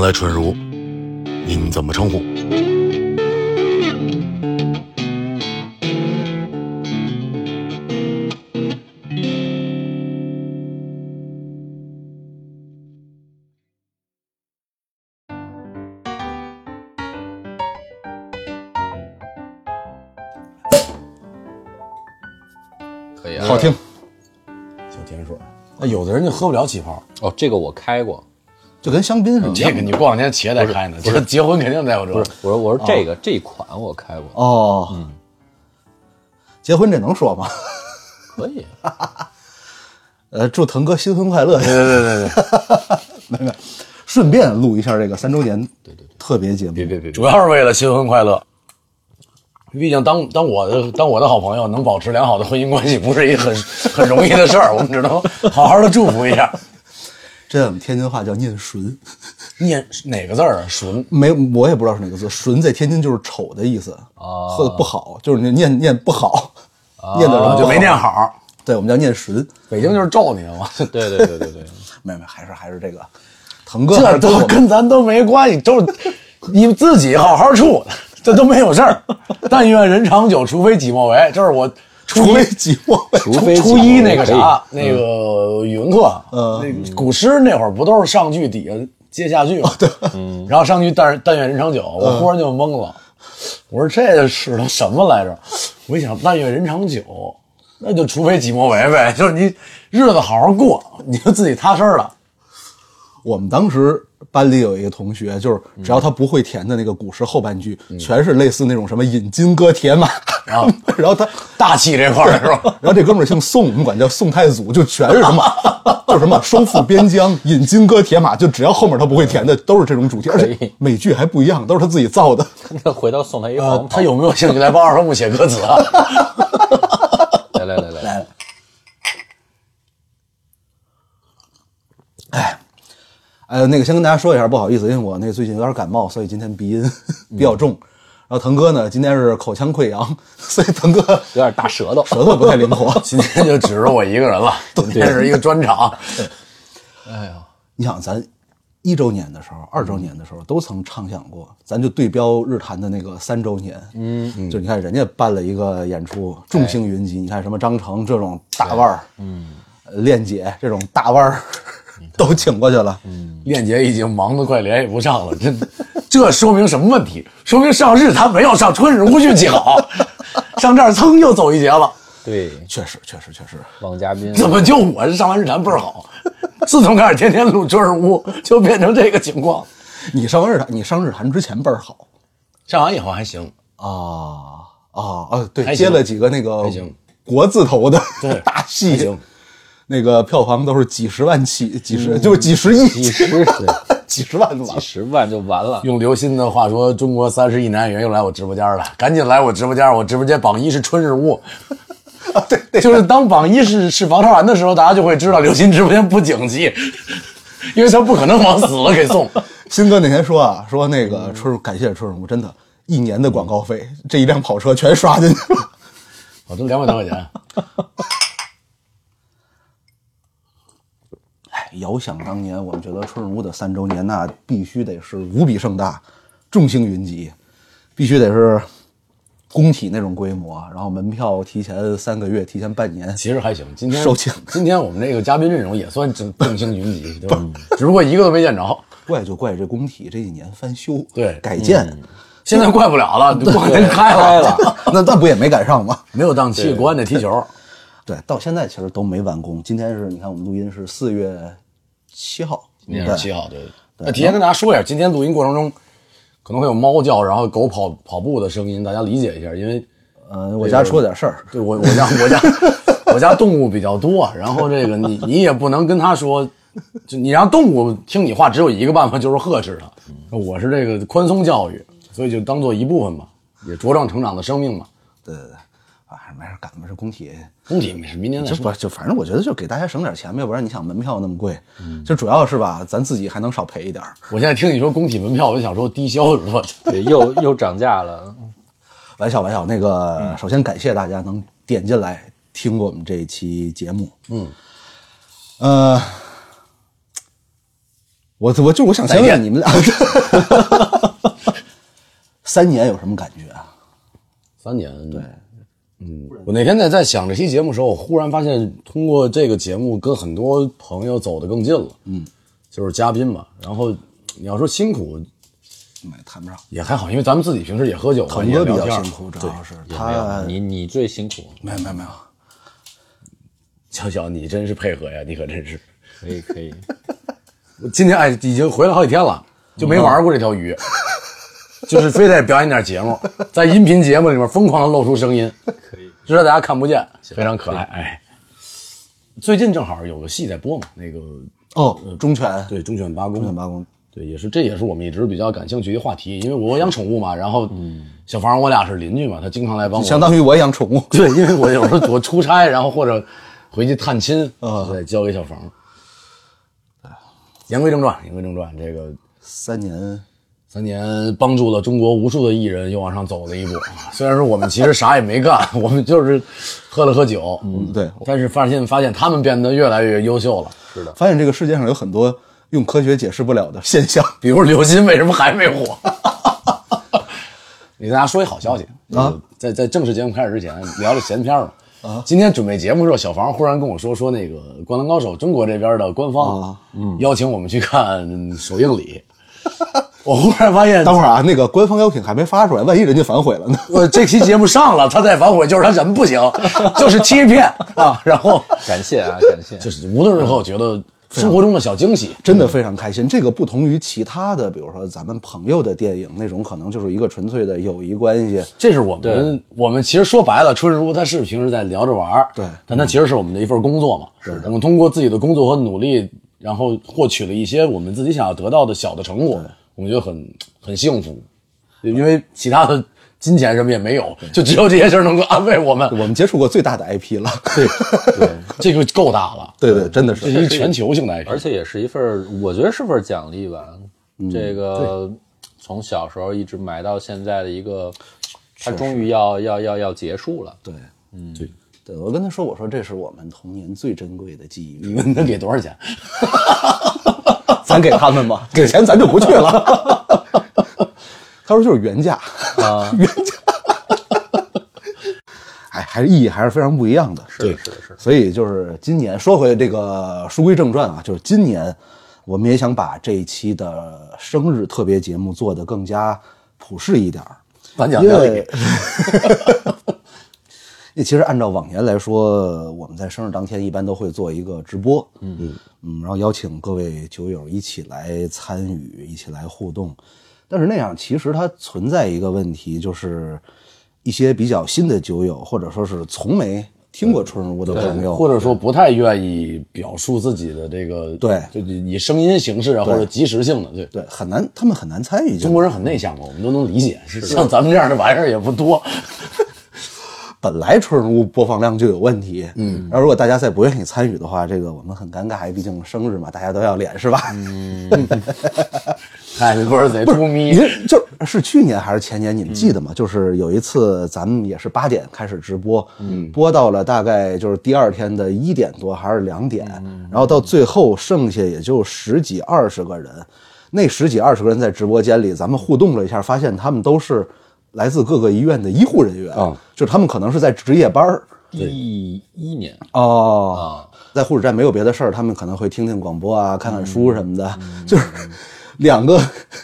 来纯如，您怎么称呼？可以啊好听。小甜水儿，那有的人就喝不了起泡，哦，这个我开过，就跟香槟似的。这个你过两天企业再开呢，这个结婚肯定在我这不哦儿是，我说我说这个这一款我开过，哦，结婚这能说吗？ 可以，啊呃，祝腾哥新婚快乐。对对对对对， 顺便录一下这个三周年对对特别节目。别别别，主要是为了新婚快乐。毕竟当当我的当我的好朋友能保持良好的婚姻关系，不是一个很 很容易的事儿，我们只能 好好的祝福一下。这我们天津话叫念“纯念哪个字儿啊？纯”，没我也不知道是哪个字，“纯”在天津就是丑的意思啊哦喝的不好，就是你念念不好，念的人就没念。好。对，我们叫念“纯北京就是咒你了 嘛，对对对对对，”， 没有没有，还是还是这个腾哥还这是跟我都们跟咱都没关 系，都是你自己好好处，这都没有事儿。但愿人长久，除非己莫为。这是我初除一非寂寞。除初非初一那个可以啥，那个语文课，啊嗯哦那古诗那会儿不都是上句底下接下句吗？对，然后上句但但愿人长久，嗯我忽然就懵了，我说这是的什么来着？我一想，但愿人长久，那就除非己莫为呗，就是你日子好好过，你就自己踏实了。我们当时班里有一个同学，就是只要他不会填的那个古诗后半句，全是类似那种什么“引金戈铁马”，然后 然后他大气这块儿是吧？啊然后这哥们儿姓宋，我们管叫宋太祖，就全是什 么，就是什么收复边疆、引金戈铁马，就只要后面他不会填 的，都是这种主题，而且每句还不一样，都是他自己造 的。 那回头送他一呃黄，他袍，有没有兴趣来帮 二和木写歌词啊？来来来来来，哎，那个先跟大家说一下，不好意思，因为我那最近有点感冒，所以今天鼻音 比较重。然后腾哥呢，今天是口腔溃疡，所以腾哥有点大舌头，舌头不太灵 活。今天就只是我一个人 了，今天是一个专场。啊哎你想，咱一周年的时候、二周年的时候都曾畅想过，咱就对标日坛的那个三周年。嗯，就你看人家办了一个演出，众星云集，你看什么张成这种大腕儿，嗯，练姐 这种大腕儿嗯都请过去了。链接已经忙得快联系不上了，真的，嗯 这说明什么问题？说明上日他没有上春如 运气好，上这儿噌又走一截了。对，确实，确实，确实，王嘉嗯宾，怎么就我上完日坛倍儿好？自从开始天天录春如，就变成这个情况。你上日坛，你上日坛之前倍儿好上完以后还行，啊啊啊！还对，行接了几个那个还行国字头的 对大还戏行，那个票房都是几十万嗯起，几十就是几十亿，几十 几十万吧几。十万就完了，用刘鑫的话说，中国三十亿男演员又来我直播间了，赶紧来我直播间！我直播间榜一是春 日屋，啊对对，就是当榜一是是王超然的时候，大家就会知道刘鑫直播间不景气， 因为他不可能往死了给送。新哥那天说啊，说那个嗯春感谢春荣，真的，一年的广告费，这一辆跑车全刷进去 了。我嗯哦这两百多块钱， 哎，遥想当年，我们觉得春如的三周年那必须得是无比盛大，众星云集，必须得是工体那种规模，然后门票提前三个月，提前半年。其实还行。今天售罄今天我们这个嘉宾阵容也算众众星云集，对吧？只不过一个都没见着。怪就怪这工体这几年翻修、对嗯改建，现在怪不了 了，光天开开了， 了，那那不也没赶上吗？没有档期，国安得踢球。 对，到现在其实都没完工。今天是你看我们录音是四月七号，今天对是七号，对。那提前跟大家说一下，今天录音过程中可能会有猫叫，然后狗跑跑步的声音，大家理解一下，因为呃，我家出了点事儿，对我我家我家 我家动物比较多，然后这个 你你也不能跟它说，就你让动物听你话，只有一个办法就是呵斥它。嗯我是这个宽松教育，所以就当做一部分吧，也茁壮成长的生命嘛。对对对，啊，没事儿，赶吧，这工体总体没事，明年再就说。不就反正我觉得就给大家省点钱呗，要不然你想门票那么贵，就主要是吧，咱自己还能少赔一点儿。我现在听你说工体门票，我就想说低消是吧？对，又又涨价了， 玩笑玩笑，那嗯个首先感谢大家能点进来听我们这一期节目，嗯，呃，我我我就是我想再想见想你们俩， 哎三年有什么感觉啊？三年对，嗯，我那天在在想这期节目的时候，我忽然发现，通过这个节目跟很多朋友走得更近了，嗯，就是嘉宾嘛。然后你要说辛苦没谈不上，也还好，因为咱们自己平时也喝酒嘛，腾也哥比聊较天辛苦，主对，要是也他没有你你最辛苦，没有没有没有，小小你真是配合呀，你可真是。可以可以，我 今天哎已经回来好几天了，就没玩过这条鱼，嗯 就是非得表演点节目，在音频节目里面疯狂的露出声音，可以，知道大家看不见，非常可爱。哎，最近正好有个戏在播嘛，那个呃哦，忠犬对忠犬八公，忠犬八公，对，也是这也是我们一直比较感兴趣的话题，因为我养宠物嘛，然后嗯小房我俩是邻居嘛，他经常来帮我，相当于我养宠物，对，因 为我有时候我出差，然后或者回去探亲，啊就得交给小房。言归正传，言归正传，这个三年三年帮助了中国无数的艺人又往上走了一步。啊虽然说我们其实啥也没干， 我们就是喝了喝酒，嗯对但是发现发现他们变得越来越优秀了。 发现这个世界上有很多用科学解释不了的现象比如刘鑫为什么还没火？给大家说一好消息啊！在在正式节目开始之前，聊了闲篇儿嘛。啊，今天准备节目的时候，小房忽然跟我说说那个《灌篮高手》中国这边的官方嗯啊邀请我们去看首映礼，我忽然发现， 等会儿啊，那个官方邀请还没发出来，万一人家反悔了呢？我这期节目上了，他再反悔就是他人不行，就是欺 骗啊！然后感谢啊感谢，就是无论如何，我觉得生活中的小惊喜，真的非常开心。这个不同于其他的，比如说咱们朋友的电影那种，可能就是一个纯粹的友谊关系。这是我们我们其实说白了，春日屋它是平时在聊着玩儿，对嗯但它其实是我们的一份工作嘛。是我们通过自己的工作和努力，然后获取了一些我们自己想要得到的小的成果，我们觉得很很幸福，因为其他的金钱什么也没有，就只有这些事儿能够安慰我们。我们接触过最大的 IP 了， 对这个够大了，对 对，真的这是一是。全球性的 IP，而且也是一份儿，我觉得是份儿奖励吧。这个从小时候一直埋到现在的一个，它终于要要要要结束了。嗯对对，对，我跟他说，我说这是我们童年最珍贵的记你忆，们能给多少钱？咱给他们吧，给钱咱就不去了。他说就是原价，啊 原价。哎，还是意义还是非常不一样的。是是是，所以就是今年说回这个书归正传啊，就是今年我们也想把这一期的生日特别节目做得更加普世一点儿，颁奖因典礼为。那其实按照往年来说，我们在生日当天一般都会做一个直播，嗯嗯，然后邀请各位酒友一起来参与，一起来互动。但是那样其实它存在一个问题，就是一些比较新的酒友，或者说是从没听过春日屋的朋友，或者说不太愿意表述自己的这个，对就以声音形式啊，或者即时性的，对，对很难，他们很难参与进中来。国人很内向嘛，我们都能理解。像咱们这样的玩意儿也不多， 本来春日屋播放量就有问题，嗯，然后如果大家再不愿意参与的话，这个我们很尴尬，毕竟生日嘛，大家都要脸是吧？嗯 哎，不是得出咪你。这就是是去年还是前年？你们记得吗？就是有一次咱们也是八点开始直播，嗯，播到了大概就是第二天的一点多还是两点，然后到最后剩下也就十几二十个人，那十几二十个人在直播间里，咱们互动了一下，发现他们都是来自各个医院的医护人员啊，就是他们可能是在值夜班儿第一年啊哦，在护士站没有别的事儿，他们可能会听听广播嗯啊，看看书什么的，就是两个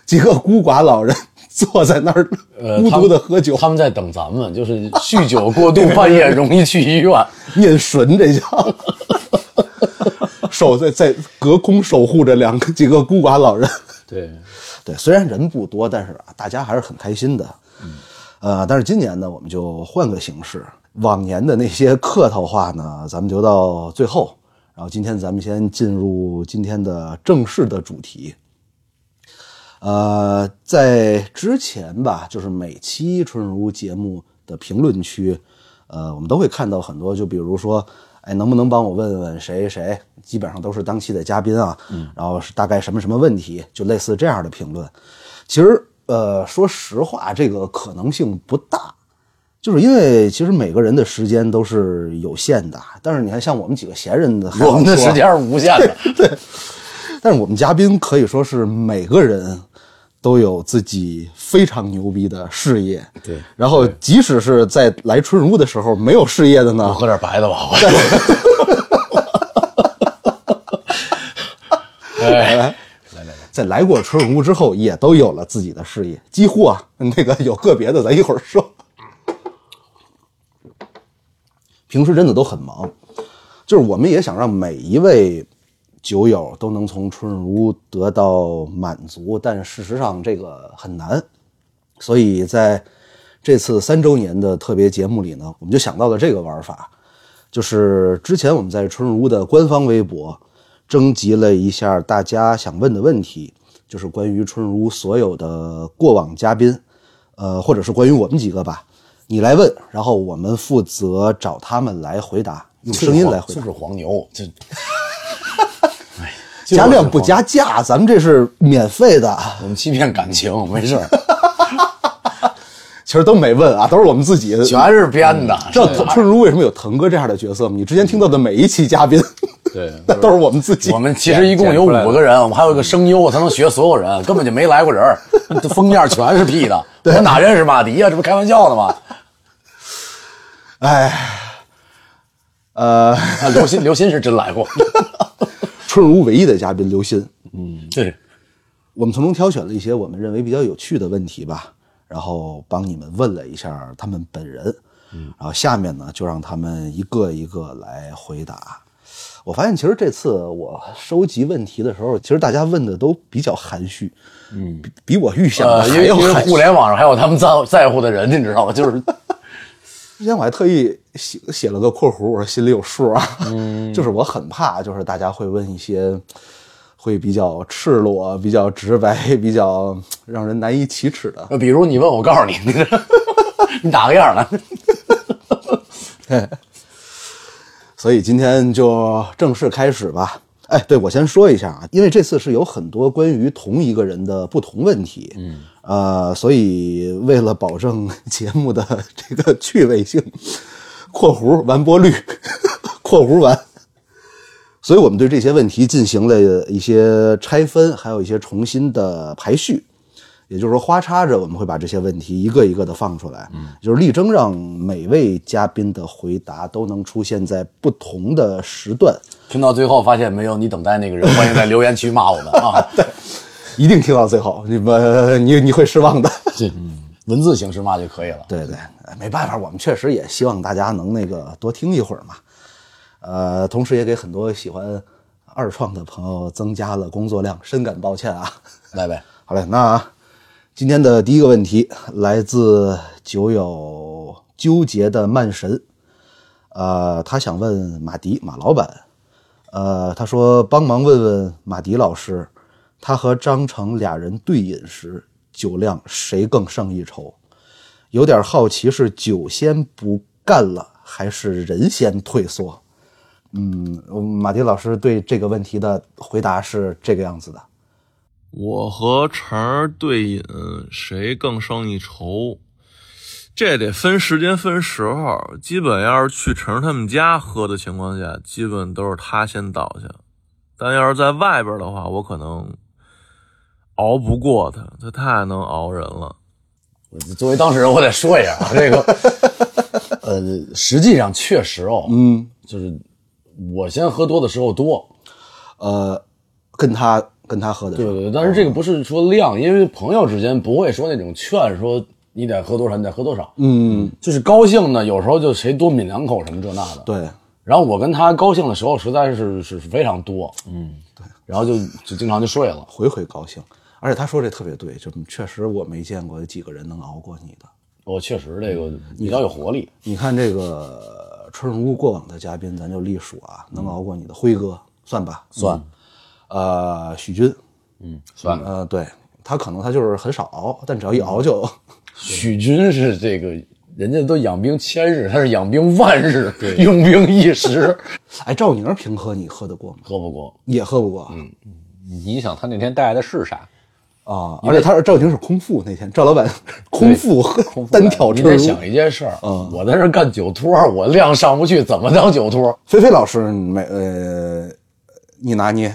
几个孤寡老人坐在那儿呃，孤他独们的喝酒他们在等咱们，就是酗酒过度，半夜容易去医院。念神这叫。守在在隔空守护着两个几个孤寡老人，对， 对，虽然人不多，但是啊，大家还是很开心的。嗯，呃，但是今年呢，我们就换个形式，往年的那些客套话呢， 咱们留到最后。然后今天咱们先进入今天的正式的主题。呃，在之前吧，就是每期春日屋节目的评论区，呃，我们都会看到很多，就比如说，哎，能不能帮我问问谁谁？基本上都是当期的嘉宾啊，嗯，然后是大概什么什么问题，就类似这样的评论。其实，呃，说实话，这个可能性不大，就是因为其实每个人的时间都是有限的。但是你看，像我们几个闲人的，还好我们 的说时间是无限的，但是我们嘉宾可以说是每个人都有自己非常牛逼的事业。对，然后即使是在来春如的时候没有事业的我呢，喝点白的吧，好吧。 哎，在来过春如之后也都有了自己的事业，几乎啊，那个有个别的咱一会儿说。平时真的都很忙，就是我们也想让每一位酒友都能从春如得到满足，但事实上这个很难。所以在这次三周年的特别节目里呢，我们就想到了这个玩法，就是之前我们在春如的官方微博征集了一下大家想问的问题，就是关于春如所有的过往嘉宾，呃，或者是关于我们几个吧，你来问，然后我们负责找他们来回答，用声音来回就答是，黄牛，这 哎加量不加价，咱们这是免费的，我们欺骗感情，没事儿， 其实都没问啊，都是我们自己嗯全是编的。知道春如为什么有腾哥这样的角色吗？你之前听到的每一期嘉宾， 对那都是我们自己我。们其实一共有五个人，我们还有一个声优，他能学所有人，根本就没来过人儿，这封面全是 P 的，我哪认识马迪呀、这不开玩笑呢吗？哎 呃，啊刘鑫，刘鑫是真来过， 春如唯一的嘉宾刘鑫，嗯对，我们从中挑选了一些我们认为比较有趣的问题吧，然后帮你们问了一下他们本人，嗯然后下面呢就让他们一个一个来回答。我发现其实这次我收集问题的时候，其实大家问的都比较含蓄，嗯，比比我预想的呃，因还为要因为含蓄互。联网上还有他们在在乎的人，你知道吗？就是之前我还特意写写了个括弧，我说心里有数啊，嗯 就是我很怕，就是大家会问一些会比较赤裸、比较直白、比较让人难以启齿的。比如你问我，告诉你， 你这你打个样来， 所以今天就正式开始吧。哎，对，我先说一下啊，因为这次是有很多关于同一个人的不同问题，嗯，呃，所以为了保证节目的 这个趣味性，括弧完播率， 括弧完，所以我们对这些问题进行了一些拆分，还有一些重新的排序。也就是说，花插着我们会把这些问题一个一个的放出来，嗯，就是力争让每位嘉宾的回答都能出现在不同的时段。听到最后发现没有你等待那个人，欢迎在留言区骂我们啊！ 一定听到最后，你们 你你会失望的。 这嗯文字形式骂就可以了。对对，哎没办法，我们确实也希望大家能那个多听一会儿嘛。呃，同时也给很多喜欢二创的朋友增加了工作量，深感抱歉啊。来呗， 好嘞，那今天的第一个问题来自酒友纠结的慢神，呃，他想问马迪马老板，呃，他说帮忙问问马迪老师，他和张成俩人对饮时，酒量谁更胜一筹？有点好奇是酒先不干了，还是人先退缩？嗯，马迪老师对这个问题的回答是这个样子的。我和晨儿对饮，谁更胜一筹？这得分时间分时候。基本要是去晨儿他们家喝的情况下，基本都是他先倒下。但要是在外边的话，我可能熬不过他，他太能熬人了。我作为当事人，我得说一下啊，这个，呃，实际上确实哦，嗯，就是我先喝多的时候多，呃，跟他跟他喝的时对候，对对，但是这个不是说量，因为朋友之间不会说那种劝说你得喝多少，你得喝多少，嗯，就是高兴呢，有时候就谁多抿两口什么这那的。对，然后我跟他高兴的时候实在是是是非常多，嗯，对，然后就就经常就睡了。回回高兴。而且他说这特别对，就确实我没见过有几个人能熬过你的。我确实这个比较有活力，你看这个呃春如过往的嘉宾，咱就隶属啊，能熬过你的辉哥算吧，算。呃，许军，嗯算了，呃，对他可能他就是很少熬，但只要一熬就， 许军是这个，人家都养兵千日，他是养兵 万日，用兵一时，哎，赵宁平喝你喝得过吗？喝不过。也喝不过，嗯你想他那天带的是啥？啊，而且他是赵宁是空腹那天，赵老板空腹喝空腹来单挑你春得如。想一件事儿，嗯我在这儿干酒托，我量上不去，怎么当酒托？菲菲老师没呃，你拿捏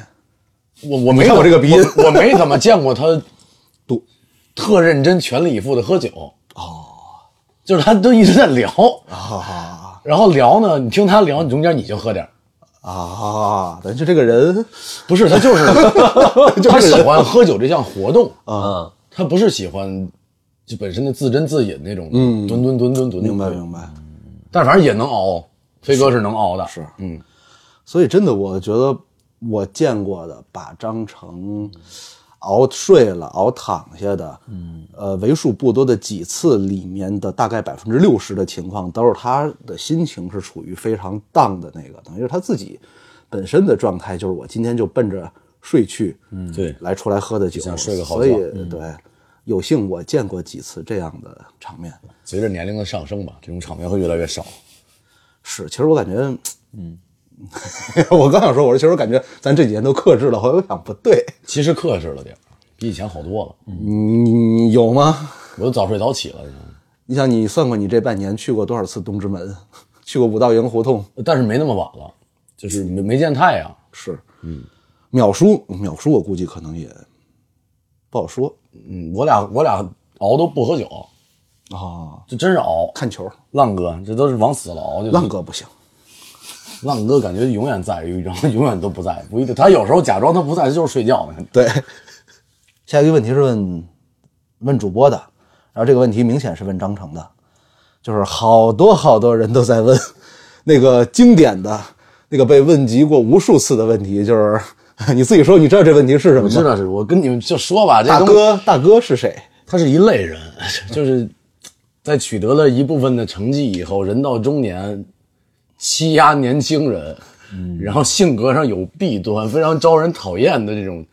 我我没没看过怎这个鼻音我我没怎 么见过他都特认真、全力以赴的喝酒。哦，就是他都一直在聊，啊然后聊呢，你听他聊，你中间你就喝点儿啊！咱就这个人不是他就是 他喜欢喝酒这项活动嗯啊，他不是喜欢就本身的自斟自饮那种，嗯，吨吨吨吨吨，明白明白，但反正也能熬，飞哥是能熬的，是嗯，所以真的，我觉得我见过的把张成熬睡了、熬躺下的，嗯，呃，为数不多的几次里面的大概百分之六十的情况，都是他的心情是处于非常荡的那个，等于是他自己本身的状态，就是我今天就奔着睡去，嗯，对来出来喝的酒，想睡个好所觉嗯以、对，有幸我见过几次这样的场面。随着年龄的上升吧，这种场面会越来越少。是，其实我感觉，嗯， 我刚想说，我说其实我感觉咱这几年都克制了，后来我想不对，其实克制了点儿，比以前好多了。嗯，有吗？ 我都早睡早起了，你想，你算过你这半年去过多少次东直门， 去过五道营胡同？但是没那么晚了，就是没没见太阳。是，嗯，秒叔，嗯秒叔，我估计可能也不好说嗯，我俩我俩熬都不喝酒，啊、这真是熬。看球，浪哥，这都是往死了熬。就是浪哥不行，浪哥感觉永远在，然后 永远都不在，不一定。他有时候假装他不在，他就是睡觉呢。对。下一个问题是问问主播的，然后这个问题明显是问张成的，就是好多好多人都在问 那个经典的那个被问及过无数次的问题，就是 你自己说，你知道这问题是什我么知吗？道是，我跟你们就说吧，这大东西哥，大哥是谁？他是一类人， 就是在取得了一部分的成绩以后，人到中年，欺压年轻人，嗯然后性格上有弊端，非常招人讨厌的这种，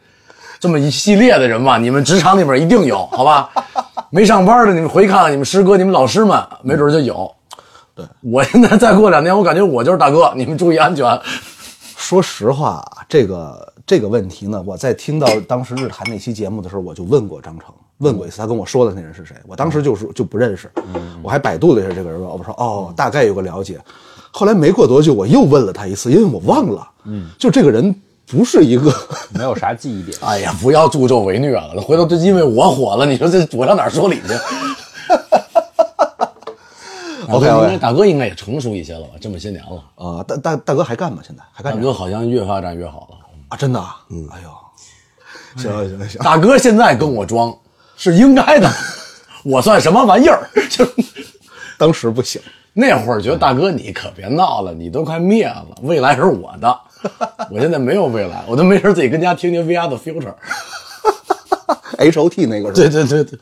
这么一系列的人吧，你们职场里面一定有，好吧？没上班的，你们回看看你们师哥、你们老师们，没准就有。对，我现在再过两年，我感觉我就是大哥，你们注意安全。说实话，这个这个问题呢，我在听到当时日坛那期节目的时候，我就问过张成，问过一次，他跟我说的那人是谁，我当时就是就不认识，我还百度了一下这个人吧，我说嗯哦，大概有个了解。后来没过多久，我又问了他一次，因为我忘了，嗯，就这个人不是一个， 没有啥记忆点。哎呀，不要助纣为虐了，啊回头就因为我火了，你说这我上哪儿说理 去？大哥 OK，OK 应该大哥应该也成熟一些了吧？这么些年了，呃，大大大哥还干吗？现在还大干哥吗？好像越发展越好了。啊，真的啊，嗯，哎呦，行了行了行了， 大哥现在跟我装是应该的，我算什么玩意儿？ 就当时不行，那会儿觉得大哥你可别闹了，你都快灭了，未来是我的， 我现在没有未来，我都没事自己跟家听听 VR 的 Future。 h O T 那个是吧对对对对，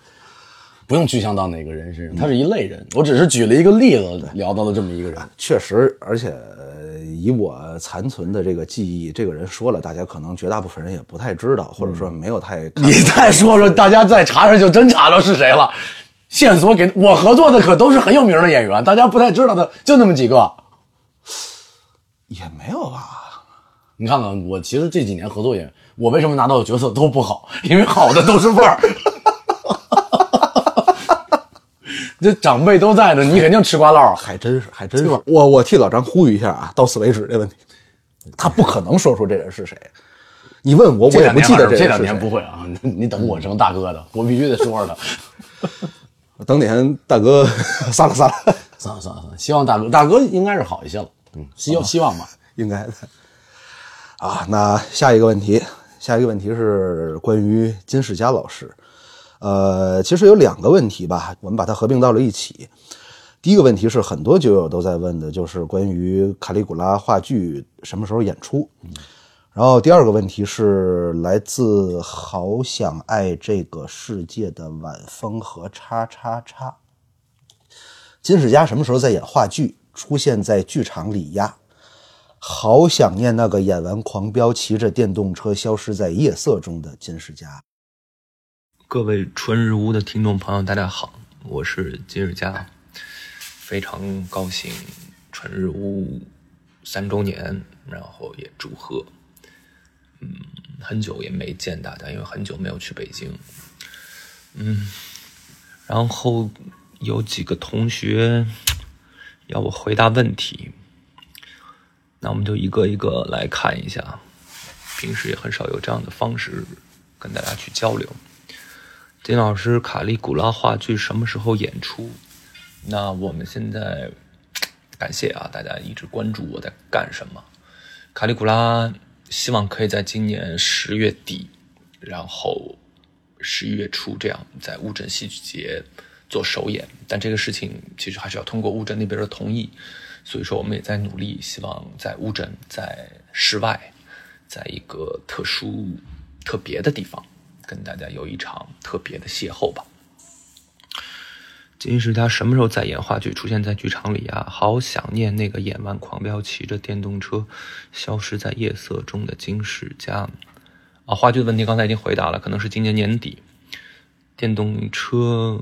不用具象到哪个人身上，他是一类人。我只是举了一个例子，聊到了这么一个人。确实，而且呃以我残存的这个记忆，这个人说了，大家可能绝大部分人也不太知道，或者说没有太看嗯你再说说，大家再查查，就真查着是谁了。线索给我合作的可都是很有名的演员，大家不太知道的就那么几个。也没有吧？你看看，我其实这几年合作演员，我为什么拿到的角色都不好？因为好的都是味儿。 这长辈都在呢，你肯定吃瓜唠。啊还真是，还真是。我我替老张呼吁一下啊，到此为止这问题，他不可能说出这人是谁。你问我，我这也两不年记得还是这人两是年不谁。会啊，你等我成大哥的，我必须得说说他。 等哪天大哥 撒了撒了，算了算了算了，希望大哥大哥应该是好一些了，嗯，希望希望吧。啊应该的。啊，那下一个问题，下一个问题是关于金世佳老师。呃，其实有两个问题吧，我们把它合并到了一起。第一个问题是很多酒友都在问的，就是关于《卡里古拉》话剧什么时候演出。然后第二个问题是来自《好想爱这个世界》的晚风和叉叉叉。金世佳什么时候在演话剧？出现在剧场里呀？好想念那个演完《狂飙》骑着电动车消失在夜色中的金世佳。各位春日屋的听众朋友，大家好，我是金日佳，非常高兴春日屋三周年，然后也祝贺。嗯，很久也没见大家，因为很久没有去北京。嗯，然后有几个同学要我回答问题，那我们就一个一个来看一下。平时也很少有这样的方式跟大家去交流。丁老师，卡利古拉话剧什么时候演出？那我们现在感谢啊，大家一直关注我在干什么。卡利古拉希望可以在今年十月底，然后十一月初这样在乌镇戏剧节做首演，但这个事情其实还是要通过乌镇那边的同意，所以说我们也在努力，希望在乌镇在室外，在一个特殊特别的地方，跟大家有一场特别的邂逅吧。金石他什么时候再演话剧，出现在剧场里啊？好想念那个演完《狂飙》骑着电动车消失在夜色中的金石佳啊！话剧的问题刚才已经回答了，可能是今年年底。电动车，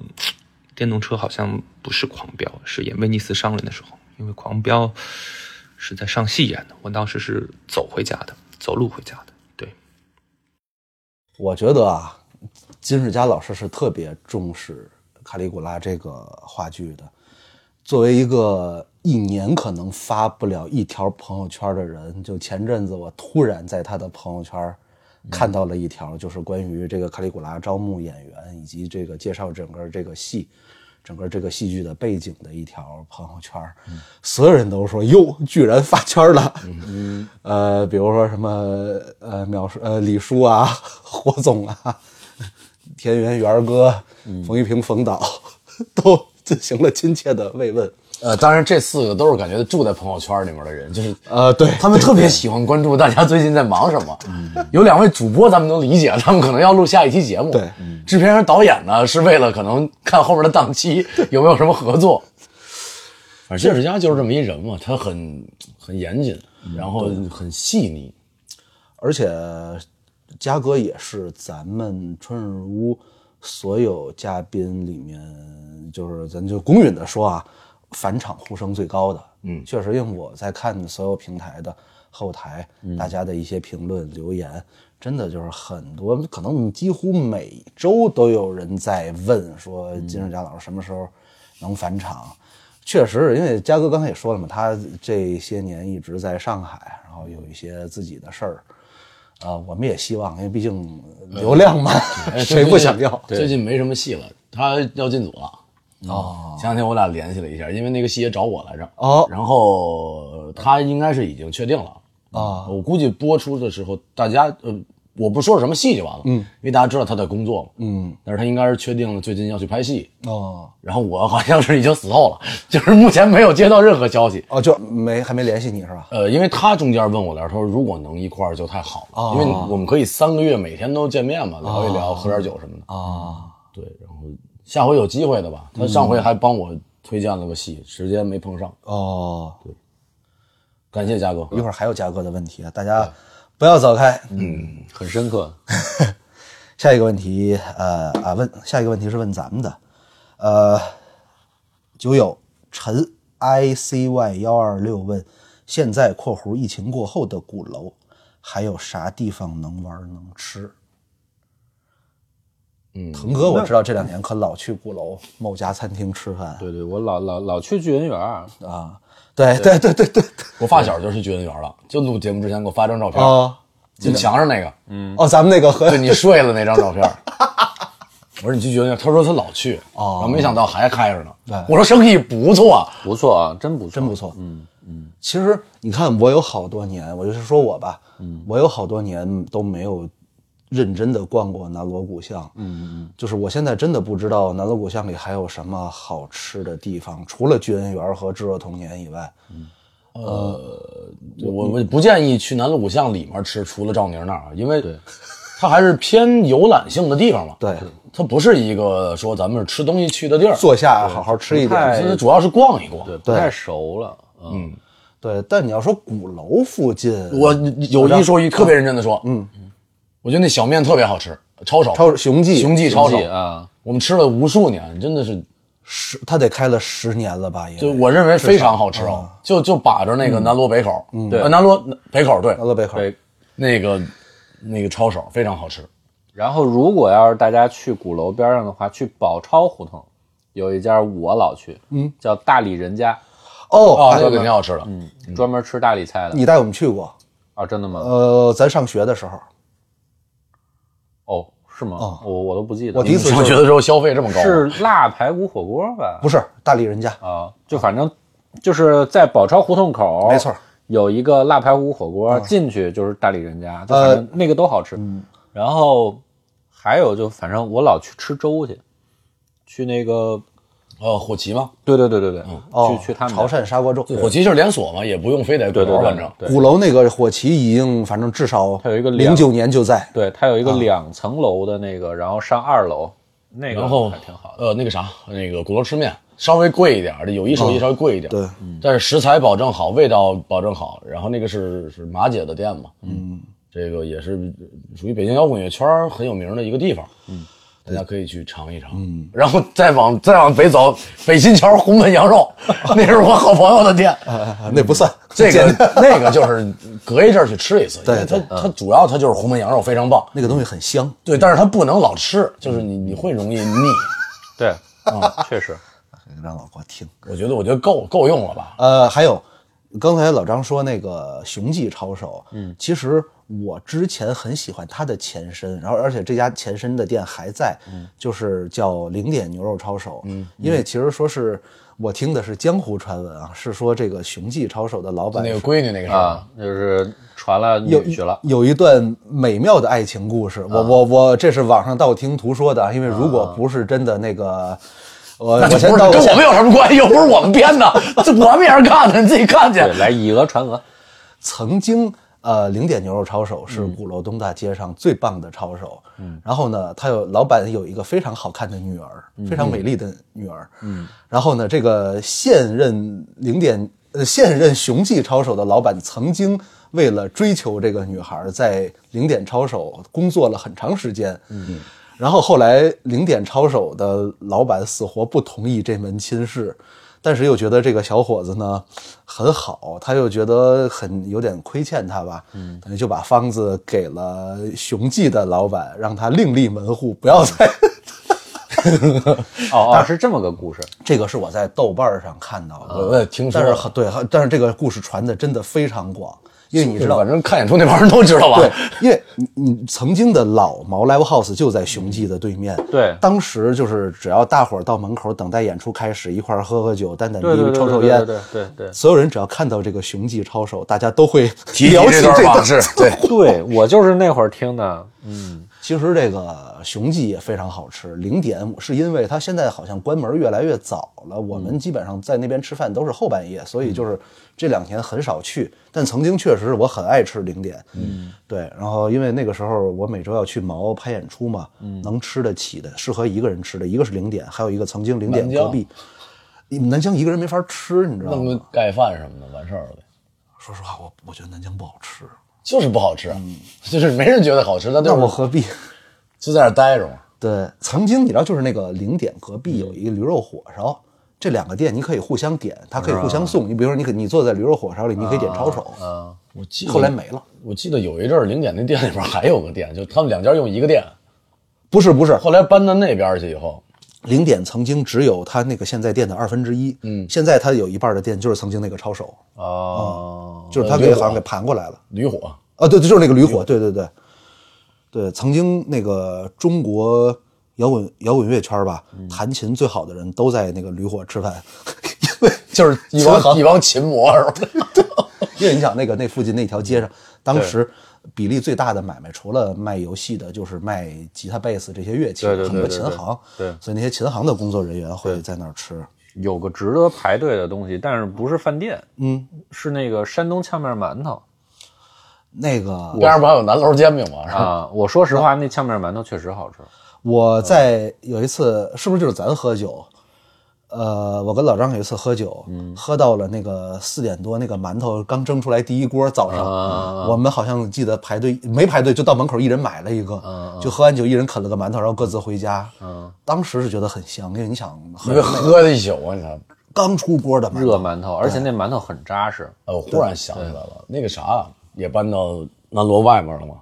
电动车好像不是《狂飙》，是演《威尼斯商人》的时候，因为《狂飙》是在上戏演的，我当时是走回家的，走路回家的。对，我觉得啊，金世佳老师是特别重视《卡里古拉》这个话剧的。作为一个一年可能发不了一条朋友圈的人，就前阵子我突然在他的朋友圈看到了一条，就是关于这个《卡里古拉》招募演员以及这个介绍整个这个戏。整个这个戏剧的背景的一条朋友圈儿，所有人都说哟，居然发圈儿了。呃，比如说什么呃，苗叔呃，李叔啊， 火总啊， 田园园儿哥，嗯冯玉平冯导， 都进行了亲切的慰问。呃，当然这四个都是感觉住在朋友圈里面的人，就是呃，对，嗯他们特别喜欢关注大家最近在忙什么。 有两位主播，咱们能理解，他们可能要录下一期节目。嗯对，制片人、导演呢，是为了可能看后面的档期有没有什么合作。反正谢世佳就是这么一人嘛，他很很严谨，然后嗯很细腻。而且嘉哥也是咱们春日屋所有嘉宾里面，就是咱就公允的说啊，返场呼声最高的。嗯，确实，因为我在看所有平台的后台，嗯大家的一些评论留言，真的就是很多，可能几乎每周都有人在问说嗯金世佳老师什么时候能返场。确实，因为嘉哥刚才也说了嘛，他这些年一直在上海，然后有一些自己的事儿，啊、我们也希望，因为毕竟流量嘛， 谁不想要？呃哎最近没什么戏了，他要进组了。哦，前两天我俩联系了一下，因为那个戏也找我来着。哦然后他应该是已经确定了哦啊、我估计播出的时候，大家呃，我不说是什么戏就完了，嗯，因为大家知道他在工作嘛，嗯，但是他应该是确定了最近要去拍戏，哦然后我好像是已经死后了，就是目前没有接到任何消息。哦，就没还没联系你是吧？呃，因为他中间问我的时候，他说如果能一块儿就太好哦了，因为我们可以三个月每天都见面嘛，聊一聊，喝点酒什么的。啊，对，然后下回有机会的吧。他上回还帮我推荐了个戏，时间没碰上，哦，感谢嘉哥，一会儿还有嘉哥的问题啊，大家不要走开。嗯很深刻。 下一个问题，呃啊，问下一个问题是问咱们的，呃，酒友陈 i c y 幺二六问，现在（括弧疫情过后的鼓楼）还有啥地方能玩能吃？嗯，腾哥，我知道这两年可老去鼓楼某家餐厅吃饭对对，我老老老去聚恩园儿，啊，对对对对对我发小就是聚恩园了，就录节目之前给我发张照片，啊就墙上那个，嗯哦，咱们那个和对你睡了那张照片。 我说你去聚恩园，他说他老去，哦然后没想到还开着呢。我说生意不错，不错啊，真不错，真不。错。嗯嗯，其实你看，我有好多年，我就是说我吧，嗯，我有好多年都没有认真的逛过南锣鼓巷。嗯嗯嗯，就是我现在真的不知道南锣鼓巷里还有什么好吃的地方，除了聚恩园和炙热童年以外。呃我我不建议去南锣鼓巷里面吃，除了赵宁那儿啊，因为它还是偏游览性的地方嘛。对，它不是一个说咱们吃东西去的地儿，坐下好好吃一点。它主要是逛一逛。对，不太熟了。嗯，对，但你要说鼓楼附近，我有一说一，特别认真的说，嗯，我觉得那小面特别好吃，抄手，超雄记，雄记抄手记啊，我们吃了无数年，真的是，十，他得开了十年了吧？也就我认为非常好吃啊，就就把着那个南锣北口，对呃南锣北口对嗯南，锣北口。对。那个那个抄手非常好吃，然后，如果要是大家去鼓楼边上的话，去宝钞胡同有一家我老去，嗯，叫大理人家，哦，哦，哎那个挺好吃的，嗯，专门吃大理菜的。你带我们去过？啊，真的吗？呃，咱上学的时候，哦，是吗？哦我我都不记得。我第一次上学的时候消费这么高，是辣排骨火锅吧？不是大力人家，啊，就反正就是在宝钞胡同口，没错，嗯有一个辣排骨火锅，进去就是大理人家，就呃嗯反正那个都好吃。然后还有就反正我老去吃粥去，去那个，呃，火鸡嘛，对对对对对，哦，去去他们潮家汕砂锅粥，火鸡就是连锁嘛，也不用非得对对国对，反正对鼓楼那个火旗已经，反正至少它有一个零两九年就在，对，它有一个嗯两层楼的那个，然后上二楼，那个然后还挺好的。呃，那个啥，那个鼓楼吃面稍微贵一点儿的，有一说一，稍微贵一嗯点。对，但是食材保证好，味道保证好。然后那个是是马姐的店嘛，嗯，这个也是属于北京摇滚乐圈儿很有名的一个地方，嗯，大家可以去尝一尝。嗯，然后再往再往北走，北新桥红焖羊 肉， 那是我好朋友的店。啊那不算这简个单 那个就是隔一阵儿去吃一次，因为对嗯它它主要它就是红焖羊肉非常棒，那个东西很香，嗯对，但是它不能老吃，就是你你会容易 腻。对，确实，啊 让老郭听。嗯我觉得我觉得够够用了吧？呃，还有刚才老张说那个雄记抄手，嗯，其实我之前很喜欢它的前身，然后而且这家前身的店还在，嗯就是叫零点牛肉抄手，嗯，因为其实说是我听的是江湖传闻啊，是说这个雄记抄手的老板那个闺女那个事儿啊，就是传了女有婿了，有一段美妙的爱情故事。我我我，这是网上道听途说的，啊，因为如果不是真的那个，我那我就先不是道个跟我歉们。有什么关系，又不是我们编 的，这我们也是看的，你自己看去。对，来以讹传讹，曾经呃，零点牛肉抄手是鼓楼东大街上最棒的抄手。嗯，然后呢，他有老板有一个非常好看的女儿，非常美丽的女儿。嗯，然后呢，这个现任零点呃现任雄记抄手的老板曾经。为了追求这个女孩，在零点抄手工作了很长时间。嗯，然后后来零点抄手的老板死活不同意这门亲事，但是又觉得这个小伙子呢很好，他又觉得很有点亏欠他吧，嗯，等于就把方子给了雄记的老板，让他另立门户，不要再。 哦哦，是这么个故事，这个是我在豆瓣上看到的，我也听说但了是很对，很但是这个故事传的真的非常广，因为你知道，反正看演出那帮人都知道吧？对，因为你你曾经的老毛 Live House 就在雄记嗯的对面。对当时就是只要大伙儿到门口等待演出开始，一块儿喝喝酒、掸掸对对地、对抽抽对烟，对对对对所有人只要看到这个雄记抄手，大家都 会提聊起这段往个。 事，对， 对我就是那会儿听的，嗯，其实这个雄记也非常好吃，零点是因为它现在好像关门越来越早了，我们基本上在那边吃饭都是后半夜，所以嗯就是这两年很少去，但曾经确实我很爱吃零点，嗯，对，然后因为那个时候我每周要去毛拍演出嘛，嗯能吃得起的，适合一个人吃的，一个是零点，还有一个曾经零点南疆隔壁，南疆一个人没法吃，你知道弄个吗？盖饭什么的完事儿了呗。说实话，我我觉得南疆不好吃，就是不好吃， 就是没人觉得好吃，但嗯那就是我何必？ 就在那儿待着嘛。对，曾经你知道，就是那个零点隔壁有一个驴肉火烧，这两个店你可以互相点，它可以互相送。你比如说你，可你坐在驴肉火烧里，你可以点抄手，啊我记得后来没了。我记得有一阵儿零点那店里边还有个店，就他们两家用一个店，不是不是，后来搬到那边去以后，零点曾经只有它那个现在店的二分之一，嗯，现在它有一半的店就是曾经那个抄手，哦，就是它呃给驴火好像给盘过来了。驴火啊，对对，就是那个驴火，对对对，对，曾经那个中国摇滚摇滚乐圈吧，弹琴最好的人都在那个驴火吃 饭，因为就是一琴行帮一帮琴魔是吧？ 因为你想那个那附近那条街嗯上，当时比例最大的买卖，除了卖游戏的，就是卖吉他、贝斯这些乐器，对对对很多对琴对行。对所以那些琴行的工作人员会在那儿吃。有个值得排队的东西，但是不是饭店，嗯，是那个山东呛面馒头那个边上不还有南楼煎饼吗？是吧啊。我说实话，那呛面馒头确实好吃，我在有一次，是不是就是咱喝酒？呃，我跟老张有一次喝酒，嗯喝到了那个四点多，那个馒头刚蒸出来第一锅，早上、啊我们好像记得排队没排队，就到门口一人买了一个，啊就喝完酒一人啃了个馒头，然后各自回家。啊嗯当时是觉得很香，因为你想，因为喝了一宿啊，你看。刚出锅的馒热头，馒头，而且那馒头很扎实。呃，我忽然想起来了，那个啥也搬到南锣外面了嘛，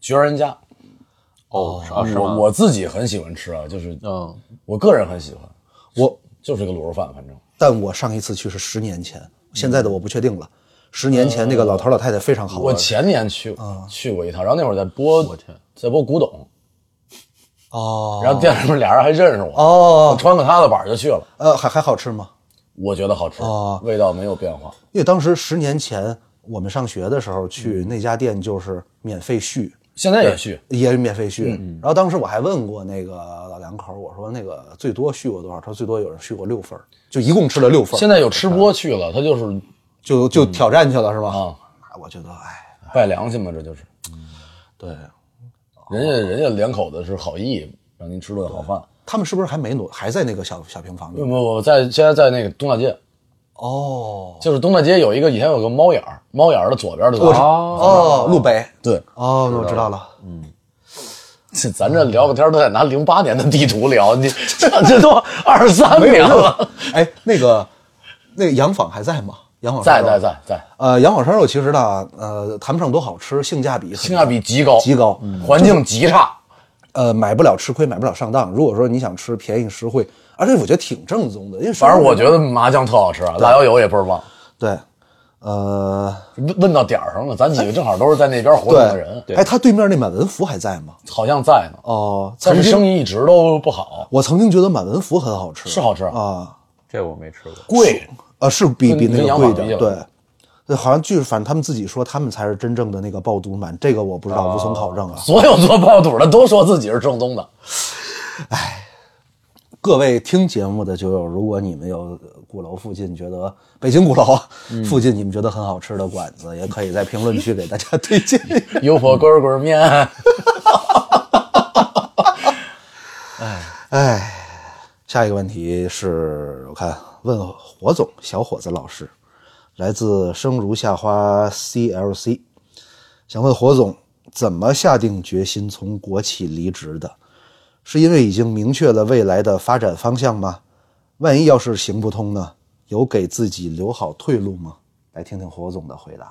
爵人家。哦，是啊是嗯我吗？我自己很喜欢吃啊，就是嗯，我个人很喜欢，我就是个卤肉饭，反正但我上一次去是十年前，现在的我不确定了。十年前那个老头老太太非常好我玩。前年去嗯去过一趟，然后那会儿在播，在播古董，哦，然后店里面俩人还认识我，我哦，穿个他的板儿就去了，呃，还还好吃吗？我觉得好吃哦，味道没有变化。因为当时十年前我们上学的时候去那家店就是免费续，现在也续，也是免费嗯续。然后当时我还问过那个老两口，我说那个最多续过多少？他说最多有人续过六份儿，就一共吃了六份儿，嗯现在有吃播去了，他就是嗯就就挑战去了是吧？啊，啊我觉得哎，嗯败良心嘛，这就是。对人家人家两口子是好意，让您吃顿好饭。他们是不是还没挪，还在那个小小平房不里？不，我在现在在那个东大街，哦就是东大街有一个以前有个猫眼儿，猫眼儿的左边的啊我知道。哦，路北对，哦，我知道了。这嗯 咱这聊个天儿都得拿零八年的地图聊，你 这这都二三年了，哎，那个那个洋坊还在吗？洋坊在烧肉在。在在，呃，洋坊烧肉其实呢，呃，谈不上多好吃，性价比很性价比极高，嗯极高。环境极差。呃，买不了吃亏，买不了上当。如果说你想吃便宜实惠，而且我觉得挺正宗的，因为反正我得觉得麻酱特好吃，啊，辣椒油也倍儿棒。对，呃，问问到点儿上了，咱几个正好都是在那边活动的人，哎，他对面那满文福还在吗？好像在呢。哦，但曾是经生意一直都不好，我曾经觉得满文福很好吃，是好吃啊，这我没吃过。贵。呃，是比跟比那跟个洋贵一坊比点，了对。对，好像据反正他们自己说，他们才是真正的那个爆肚满，这个我不知道，无从考证啊。所有做爆肚的都说自己是正宗的，各位听节目的酒友，如果你们有鼓楼附近觉得北京鼓楼啊嗯附近你们觉得很好吃的馆 子，也可以在评论区给大家推荐。油泼棍棍面。 哎，下一个问题是我看问火总小伙子老师，来自生如夏花 CLC，想问火总怎么下定决心从国企离职的？是因为已经明确了未来的发展方向吗？万一要是行不通呢？有给自己留好退路吗？来听听火总的回答。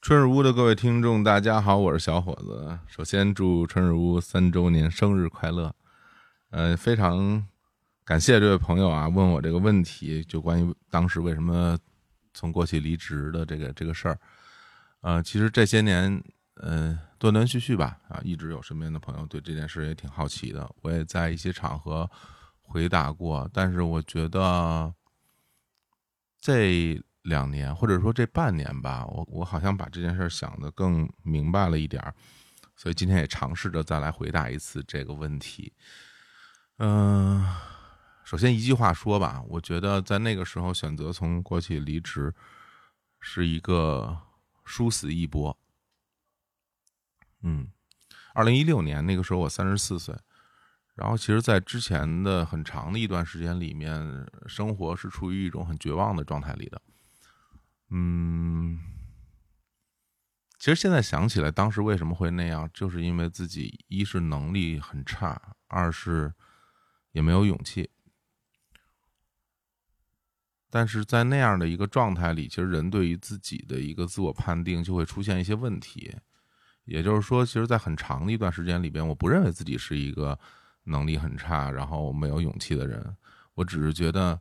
春日屋的各位听众，大家好，我是小伙子。首先祝春日屋三周年生日快乐！呃，非常感谢这位朋友啊，问我这个问题，就关于当时为什么从国企离职的这个这个事儿。呃，其实这些年，呃，断断续续吧，啊，一直有身边的朋友对这件事也挺好奇的，我也在一些场合回答过，但是我觉得这两年或者说这半年吧，我我好像把这件事儿想得更明白了一点儿，所以今天也尝试着再来回答一次这个问题。嗯、首先一句话说吧，我觉得在那个时候选择从国企离职是一个殊死一搏。嗯，二零一六年那个时候我三十四岁，然后其实，在之前的很长的一段时间里面，生活是处于一种很绝望的状态里的。嗯，其实现在想起来，当时为什么会那样，就是因为自己一是能力很差，二是也没有勇气。但是在那样的一个状态里，其实人对于自己的一个自我判定就会出现一些问题。也就是说，其实，在很长的一段时间里边，我不认为自己是一个能力很差，然后没有勇气的人。我只是觉得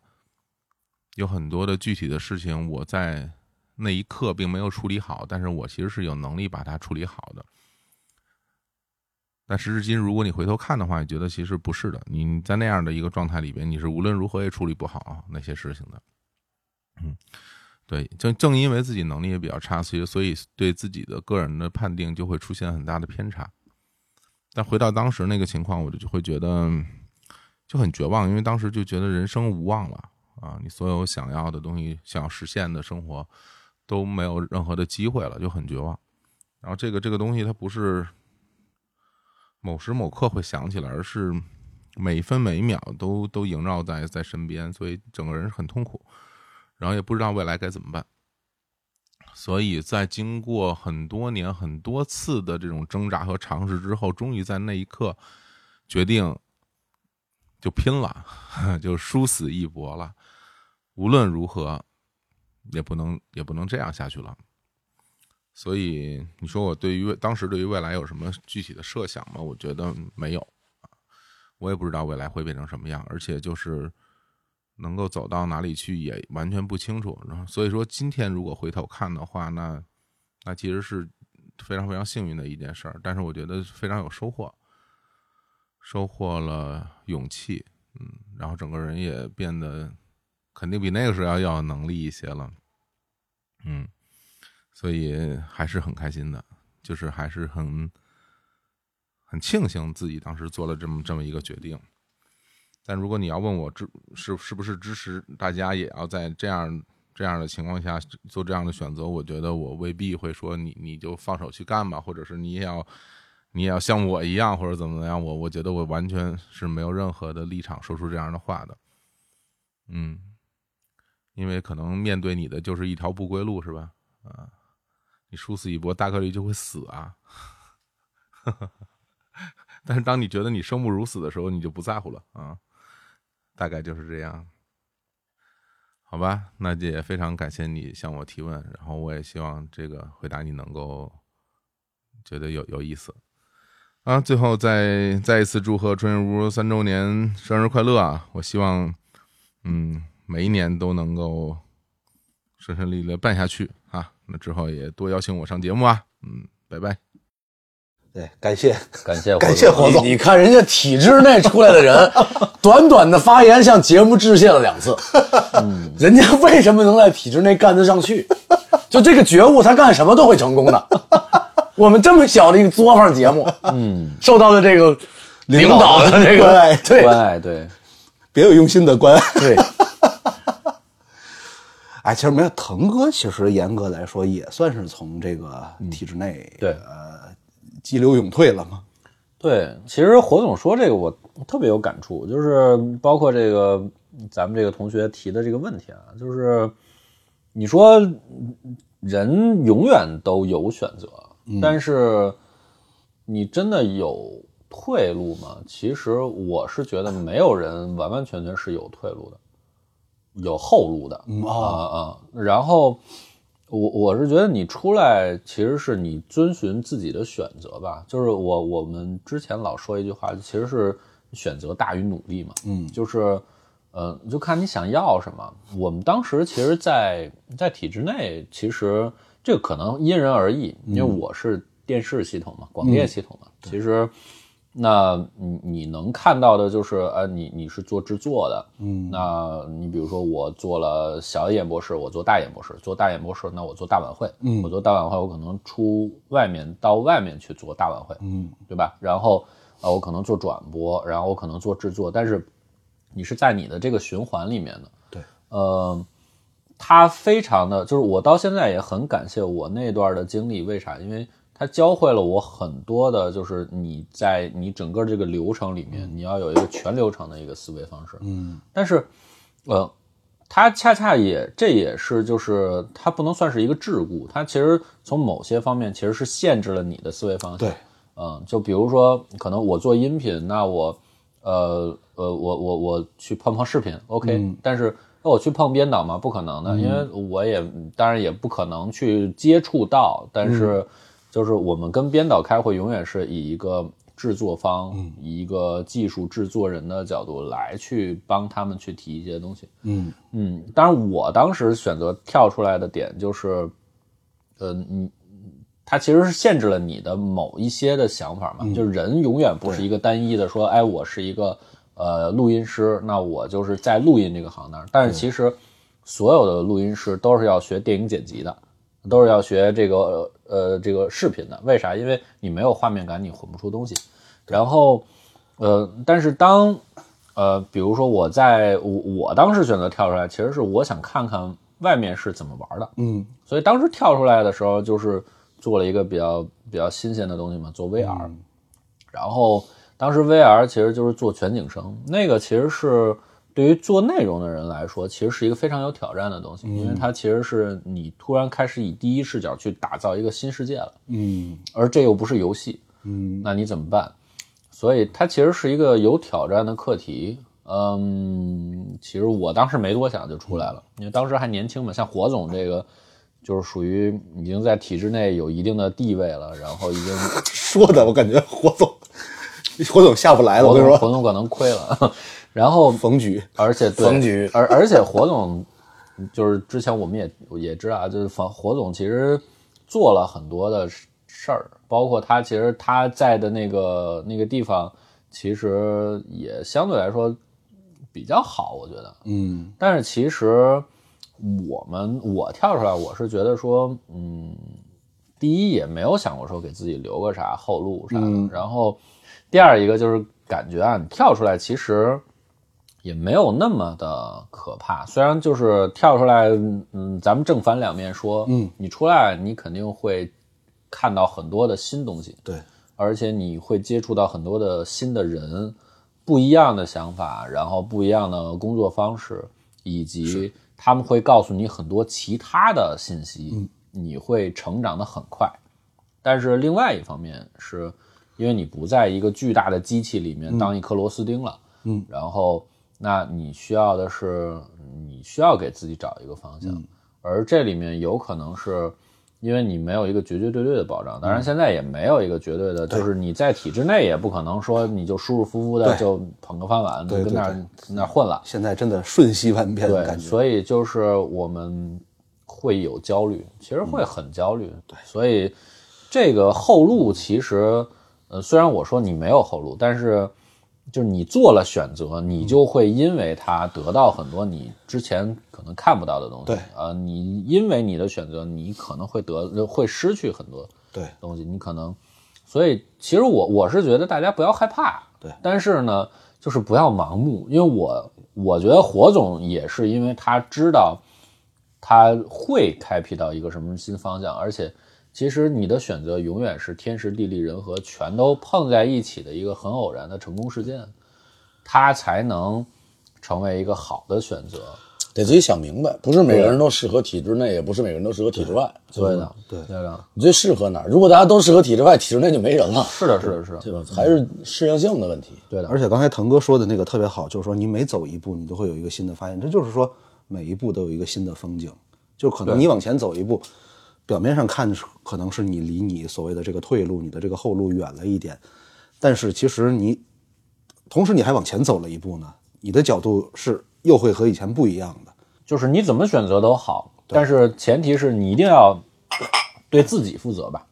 有很多的具体的事情，我在那一刻并没有处理好，但是我其实是有能力把它处理好的。但时至今日，如果你回头看的话，你觉得其实不是的。你在那样的一个状态里边，你是无论如何也处理不好那些事情的。嗯对，正正因为自己能力也比较差，所以所以对自己的个人的判定就会出现很大的偏差。但回到当时那个情况，我就就会觉得嗯就很绝望，因为当时就觉得人生无望了啊，你所有想要的东西、想要实现的生活都没有任何的机会了，就很绝望。然后这个这个东西它不是某时某刻会想起来，而是每分每秒都都萦绕在在身边，所以整个人是很痛苦。然后也不知道未来该怎么办。所以在经过很多年、很多次的这种挣扎和尝试之后，终于在那一刻决定就拼了， 就殊死一搏了。无论如何，也不能也不能这样下去了。所以你说我对于当时对于未来有什么具体的设想吗？我啊觉得没有，我也不知道未来会变成什么样，而且就是能够走到哪里去也完全不清楚。然后所以说，今天如果回头看的话，那那其实是非常非常幸运的一件事儿。但是我觉得非常有收获，收获了勇气，嗯，然后整个人也变得肯定比那个时候要要有能力一些了，嗯，所以还是很开心的，就是还是很很庆幸自己当时做了这么这么一个决定。但如果你要问我支是是不是支持大家也要在这样这样的情况下做这样的选择，我觉得我未必会说你你就放手去干吧，或者是你也要你也要像我一样或者怎么怎么样，我我觉得我完全是没有任何的立场说出这样的话的，嗯，因为可能面对你的就是一条不归路，是吧？啊，你殊死一搏，大概率就会死啊。 但是当你觉得你生不如死的时候，你就不在乎了啊，大概就是这样，好吧？那也非常感谢你向我提问，然后我也希望这个回答你能够觉得有有意思 啊。最后再再一次祝贺春日屋三周年生日快乐啊！我希望嗯每一年都能够顺顺利利地办下去啊。那之后也多邀请我上节目啊，嗯，拜拜。对，感谢感谢火感总谢火总你你看人家体制内出来的 人，短短的发言向节目致谢了两次。 嗯人家为什么能在体制内干得上去？就这个觉悟，他干什么都会成功的。我们这么小的一个作坊节目，嗯，受到了这个领导的这关爱个对关爱，对，别有用心的关爱。对， 哎，其实没有腾哥，其实严格来说也算是从这个嗯体制内、对呃激流勇退了嘛。对，其实火总说这个我特别有感触，就是包括这个咱们这个同学提的这个问题啊，就是你说人永远都有选择，但是你真的有退路吗？其实我是觉得没有人完完全全是有退路的，有后路的、嗯啊哦，啊。然后我我是觉得你出来其实是你遵循自己的选择吧，就是我我们之前老说一句话，其实是选择大于努力嘛，嗯就是。呃，就看你想要什么。我们当时其实在，在体制内，其实这个可能因人而异，因为我是电视系统嘛，广电系统嘛，其实那你你能看到的就是，呃，你你是做制作的，嗯那你比如说我做了小演播室，我做大演播室，做大演播室，那我做大晚会，嗯我做大晚会，我可能出外面到外面去做大晚会，嗯对吧？然后呃，我可能做转播，然后我可能做制作，但是你是在你的这个循环里面的。对，呃，他非常的就是我到现在也很感谢我那段的经历，为啥？因为他教会了我很多的，就是你在你整个这个流程里面，你要有一个全流程的一个思维方式。嗯，但是，呃，它恰恰也这也是就是它不能算是一个桎梏，它其实从某些方面其实是限制了你的思维方向。对，嗯，就比如说可能我做音频，那我呃呃我我我去碰碰视频，OK，、但嗯是。那我去碰编导吗？不可能的，因为我也当然也不可能去接触到，但是就是我们跟编导开会，永远是以一个制作方、以一个技术制作人的角度来去帮他们去提一些东西。嗯嗯，当然我当时选择跳出来的点就是，呃，你它其实是限制了你的某一些的想法嘛，就是人永远不是一个单一的说，哎，我是一个呃录音师，那我就是在录音这个行当。但是其实所有的录音师都是要学电影剪辑的，都是要学这个呃这个视频的。为啥？因为你没有画面感，你混不出东西。然后呃，但是当呃，比如说我在我我当时选择跳出来，其实是我想看看外面是怎么玩的，嗯所以当时跳出来的时候，就是做了一个比较比较新鲜的东西嘛，做 VR，、然后当时 VR 其实就是做全景声，那个其实是对于做内容的人来说，其实是一个非常有挑战的东西，因为它其实是你突然开始以第一视角去打造一个新世界了，嗯而这又不是游戏，嗯那你怎么办？所以它其实是一个有挑战的课题。嗯，其实我当时没多想就出来了，因为当时还年轻嘛。像火总这个，就是属于已经在体制内有一定的地位了，然后已经说的我感觉火总火总下不来了，我活跟你动活说，动可能亏了。 然后冯局而且对冯局而而且火总就是之前我们也也知道啊，就是房火总其实做了很多的事儿，包括他其实他在的那个那个地方，其实也相对来说比较好，我觉得，嗯，但是其实我们我跳出来，我是觉得说，嗯，第一也没有想过说给自己留个啥后路啥的，然后第二一个就是感觉啊，你跳出来其实也没有那么的可怕，虽然就是跳出来，嗯，咱们正反两面说，嗯，你出来你肯定会看到很多的新东西，对，而且你会接触到很多的新的人，不一样的想法，然后不一样的工作方式，以及他们会告诉你很多其他的信息，你会成长的很快。但是另外一方面是，因为你不在一个巨大的机器里面当一颗螺丝钉了，嗯，然后那你需要的是，你需要给自己找一个方嗯向，而这里面有可能是。因为你没有一个绝绝对对的保障，当嗯然现在也没有一个绝对的，就是你在体制内也不可能说你就舒舒服服的对就捧个饭碗对对跟那儿对跟那儿混了，现在真的瞬息万变的对，感觉，所以就是我们会有焦虑，其实会很焦虑。嗯对，所以这个后路其实，呃，虽然我说你没有后路，但是就是你做了选择，你嗯就会因为它得到很多你之前可能看不到的东西。对呃，你因为你的选择，你可能会得会失去很多对东西，你可能，所以其实我我是觉得大家不要害怕，对但是呢，就是不要盲目，因为我我觉得火总也是因为他知道他会开辟到一个什么新方向，而且其实你的选择永远是天时地利人和全都碰在一起的一个很偶然的成功事件，它才能成为一个好的选择，得自己想明白，不是每个人都适合体制内，也不是每个人都适合体制外。对的，嗯对对的，你最适合哪儿？如果大家都适合体制外，体制内就没人了，是的，是的，是的，对吧？还是适应性的问题。对的，而且刚才腾哥说的那个特别好，就是说你每走一步，你都会有一个新的发现。这就是说，每一步都有一个新的风景。就可能你往前走一步，表面上看是可能是你离你所谓的这个退路、你的这个后路远了一点，但是其实你，同时你还往前走了一步呢，你的角度是又会和以前不一样的。就是你怎么选择都好，但是前提是你一定要对自己负责吧。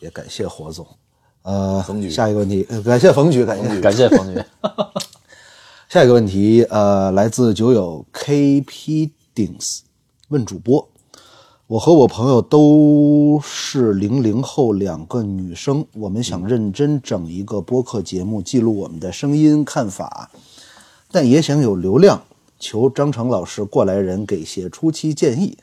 也感谢火总，呃冯，局下一个问题，呃感谢冯局，感谢嗯感谢 冯局，下一个问题，呃，来自酒友 KP Dings，问主播：我和我朋友都是零零后两个女生，我们想认真整一个播客节目，记录我们的声音看法，但也想有流量，求张成老师过来人给些初期建议。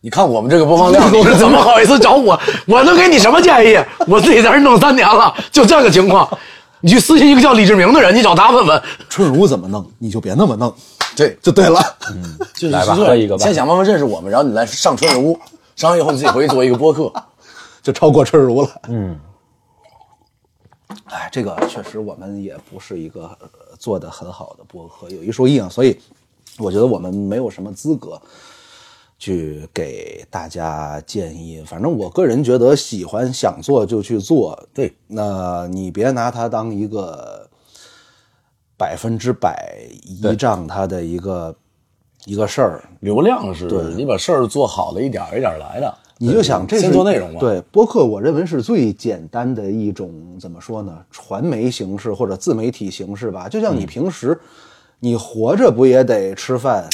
你看 我们这个播放量，你是怎么好意思找我？我能给你什么建议？我自己在这弄三年了，就这个情况，你去私信一个叫李志明的人，你找他问问。春如怎么弄， 你就别那么弄，对，就对了。嗯 就是来吧就是喝一个吧先想办法认识我们，然后你来上春日屋，上完以后你自己回去做一个播客。就超过春如了。嗯，哎，这个确实我们也不是一个、呃做的很好的播客，有一说一啊，所以我觉得我们没有什么资格去给大家建议。反正我个人觉得，喜欢想做就去做。对，那你别拿它当一个百分之百依仗它的一个一个事儿。流量是，你把事儿做好了，一点儿一点儿来的。你就想这是先做内容嘛。，对，播客我认为是最简单的一种怎么说呢？传媒形式或者自媒体形式吧。就嗯像你平时，你活着不也得吃饭，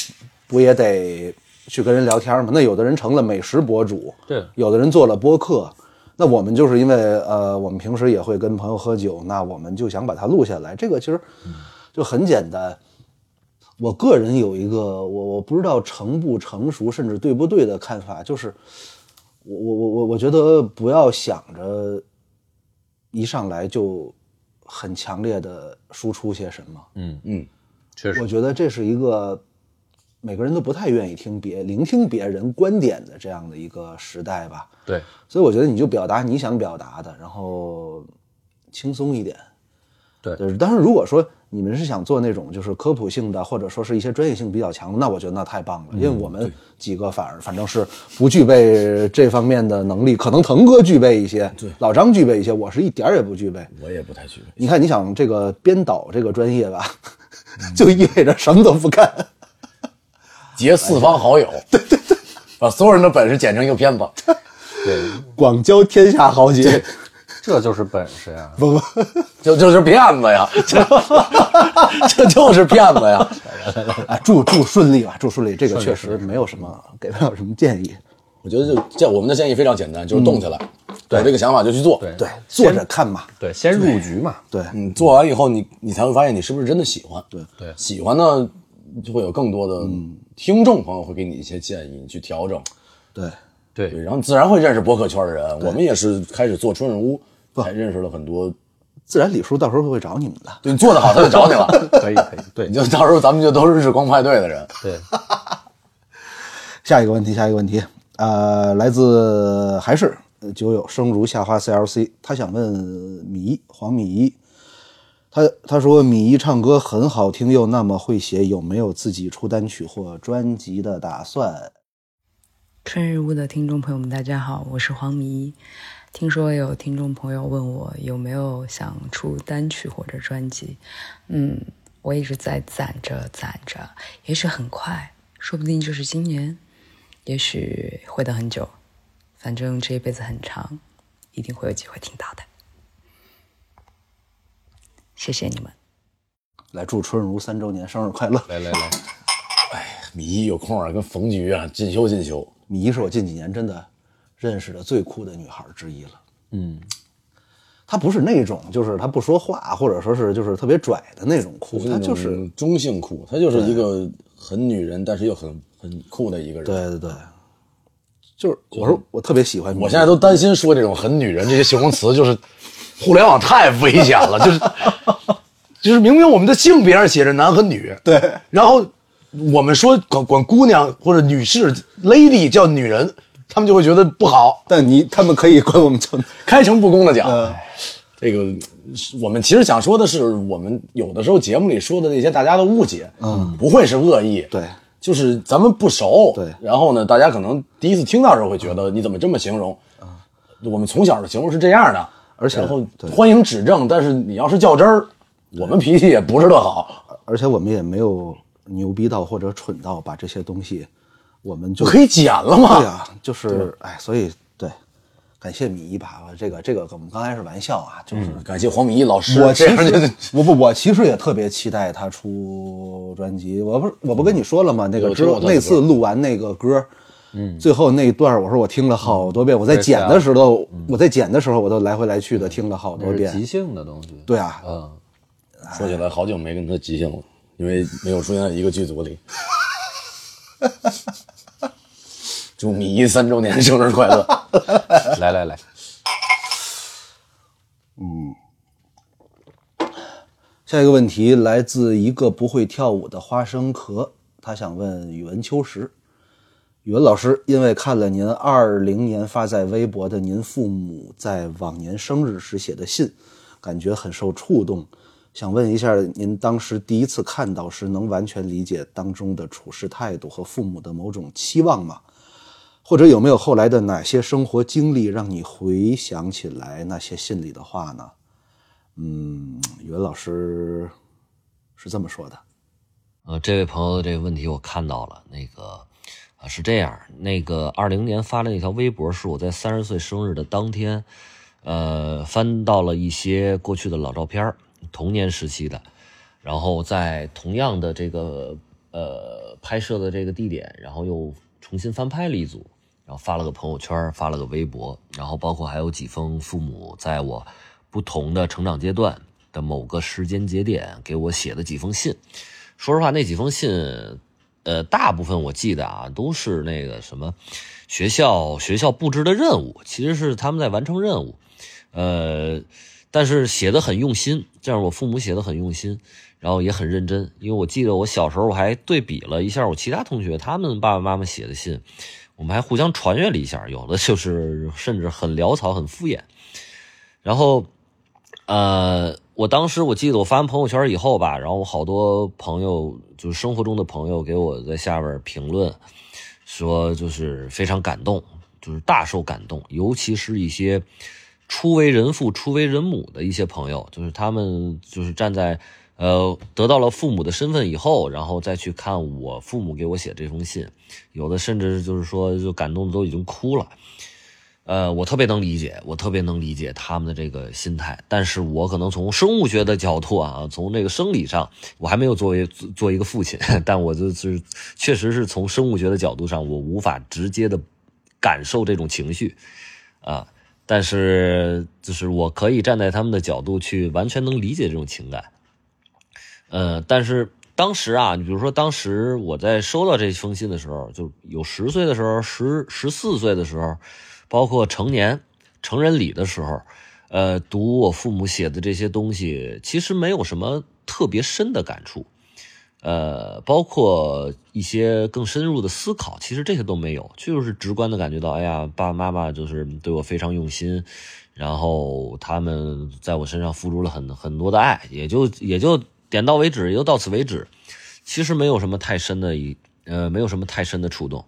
不也得去跟人聊天吗？那有的人成了美食博主，对有的人做了播客。那我们就是因为呃，我们平时也会跟朋友喝酒，那我们就想把它录下来。这个其实就很简单。我个人有一个我我不知道成不成熟，甚至对不对的看法，就是我我我我我觉得不要想着一上来就很强烈的输出些什么，确我觉得这是一个每个人都不太愿意听别聆听别人观点的这样的一个时代吧。对，所以我觉得你就表达你想表达的，然后轻松一点，对就是但是如果说你们是想做那种就是科普性的，或者说是一些专业性比较强的，那我觉得那太棒了，因为我们几个反而反正是不具备这方面的能力，可能腾哥具备一些，对，老张具备一些，我是一点儿也不具备。我也不太具备。你看，你想这个编导这个专业吧，就意味着什么都不干。结四方好友， 对对对，把所有人的本事剪成一个片子，广交天下豪杰， 这就是本事呀、 就就是骗子呀， 这就是骗子呀。哎，祝祝顺利吧，祝顺利。这个确实没有什么，给不了什么建议。我觉得就这，我们的建议非常简单，就是动起来，有这个想法就去做。对对，坐着看嘛。对，先入局嘛。对，嗯，做完以后你你才会发现你是不是真的喜欢。对对喜欢呢，就会有更多的嗯听众朋友会给你一些建议，你去调整。对，对对，然后自然会认识博客圈的人。我们也是开始做春日屋，才认识了很多。自然李叔到时候会找你们的。对，你做得好，他就找 你了。可以可以，对 你就到时候咱们就都是日光派对的人。对，下一个问题，下一个问题，呃，来自还是呃酒友生如夏花 CLC，他想问米黄米一，他他说米一唱歌很好听又那么会写，有没有自己出单曲或专辑的打算？春日屋的听众朋友们，大家好，我是黄迷。听说有听众朋友问我有没有想出单曲或者专辑，嗯，我一直在攒着攒着，也许很快，说不定就是今年，也许会等很久，反正这一辈子很长，一定会有机会听到的。谢谢你们。来祝春如三周年生日快乐！来来来，哎米一有空啊，跟冯局啊进修进修。米一是我近几年真的认识的最酷的女孩之一了。嗯，她不是那种就是她不说话，或者说是就是特别拽的那种酷，她就是中性酷，她就是一个很女人，但是又很很 酷的一个人。，对对对，就是我说我特别喜欢米一，我现在都担心说这种很女人这些形容词，就是互联网太危险了，就是就是明明我们的性别上写着男和女，对，然后我们说管管姑娘或者女士 lady 叫女人，他们就会觉得不好，但你他们可以管我们嗯叫 开诚布公的讲。这个我们其实想说的是，我们有的时候节目里说的那些大家的误解，嗯，不会是恶意，对，就是咱们不熟，对然后呢，大家可能第一次听到的时候会觉得你怎么这么形容？我们从小的形容是这样的，而且然后对欢迎指正，但是你要是较真儿，我们脾气也不是特好，而且我们也没有牛逼到或者蠢到把这些东西，我们就就可以剪了嘛。对啊，就是哎，所以对，感谢米一把啊这个这个我们刚才是玩笑啊，就是。嗯感谢黄敏一老师，我这其样就 实我不，我其实也特别期待他出专辑。我不是我不跟你说了吗？那个有之听过后他的那次歌录完那个歌，嗯，最后那一段我说我听了好多遍。我在对是剪啊的时候，我在剪的时候我都来回来去的听了好多那是即遍。兴的东西。对啊，嗯，说起来好久没跟他即兴了，因为没有出现在一个剧组里。 祝米一三周年生日快乐！ 来来来，嗯下一个问题来自一个不会跳舞的花生壳，他想问语文秋实。语文老师，因为看了您二零年发在微博的您父母在往年生日时写的信，感觉很受触动，想问一下您当时第一次看到时能完全理解当中的处事态度和父母的某种期望吗？或者有没有后来的哪些生活经历让你回想起来那些信里的话呢？嗯，语文老师是这么说的，呃，这位朋友的这个问题我看到了，那个啊是这样，那个二零年发的那条微博是我在三十岁生日的当天，呃，翻到了一些过去的老照片儿，童年时期的，然后在同样的这个呃拍摄的这个地点，然后又重新翻拍了一组，然后发了个朋友圈，发了个微博，然后包括还有几封父母在我不同的成长阶段的某个时间节点给我写的几封信。说实话，那几封信，呃，大部分我记得啊，都是那个什么学校学校布置的任务，其实是他们在完成任务，呃，但是写的很用心，这样我父母写的很用心，然后也很认真，因为我记得我小时候我还对比了一下我其他同学他们爸爸妈妈写的信，我们还互相传阅了一下，有的就是甚至很潦草、很敷衍，然后。呃，我当时我记得我发完朋友圈以后吧，然后我好多朋友就是生活中的朋友给我在下边评论，说就是非常感动，就是大受感动，尤其是一些初为人父、初为人母的一些朋友，就是他们就是站在呃得到了父母的身份以后，然后再去看我父母给我写这封信，有的甚至就是说就感动的都已经哭了。呃，我特别能理解，我特别能理解他们的这个心态，但是我可能从生物学的角度啊，从这个生理上，我还没有作为做做一个父亲， 但我就是确实是从生物学的角度上，我无法直接的感受这种情绪啊，但是就是我可以站在他们的角度去完全能理解这种情感，呃，但是当时啊，你比如说当时我在收到这封信的时候，就有十岁的时候，十十四岁的时候，包括成年成人礼的时候，呃，读我父母写的这些东西，其实没有什么特别深的感触，呃，包括一些更深入的思考，其实这些都没有，就是直观的感觉到，哎呀，爸爸妈妈就是对我非常用心，然后他们在我身上付出了很很多的爱，也就也就点到为止，也就到此为止，其实没有什么太深的一呃，没有什么太深的触动，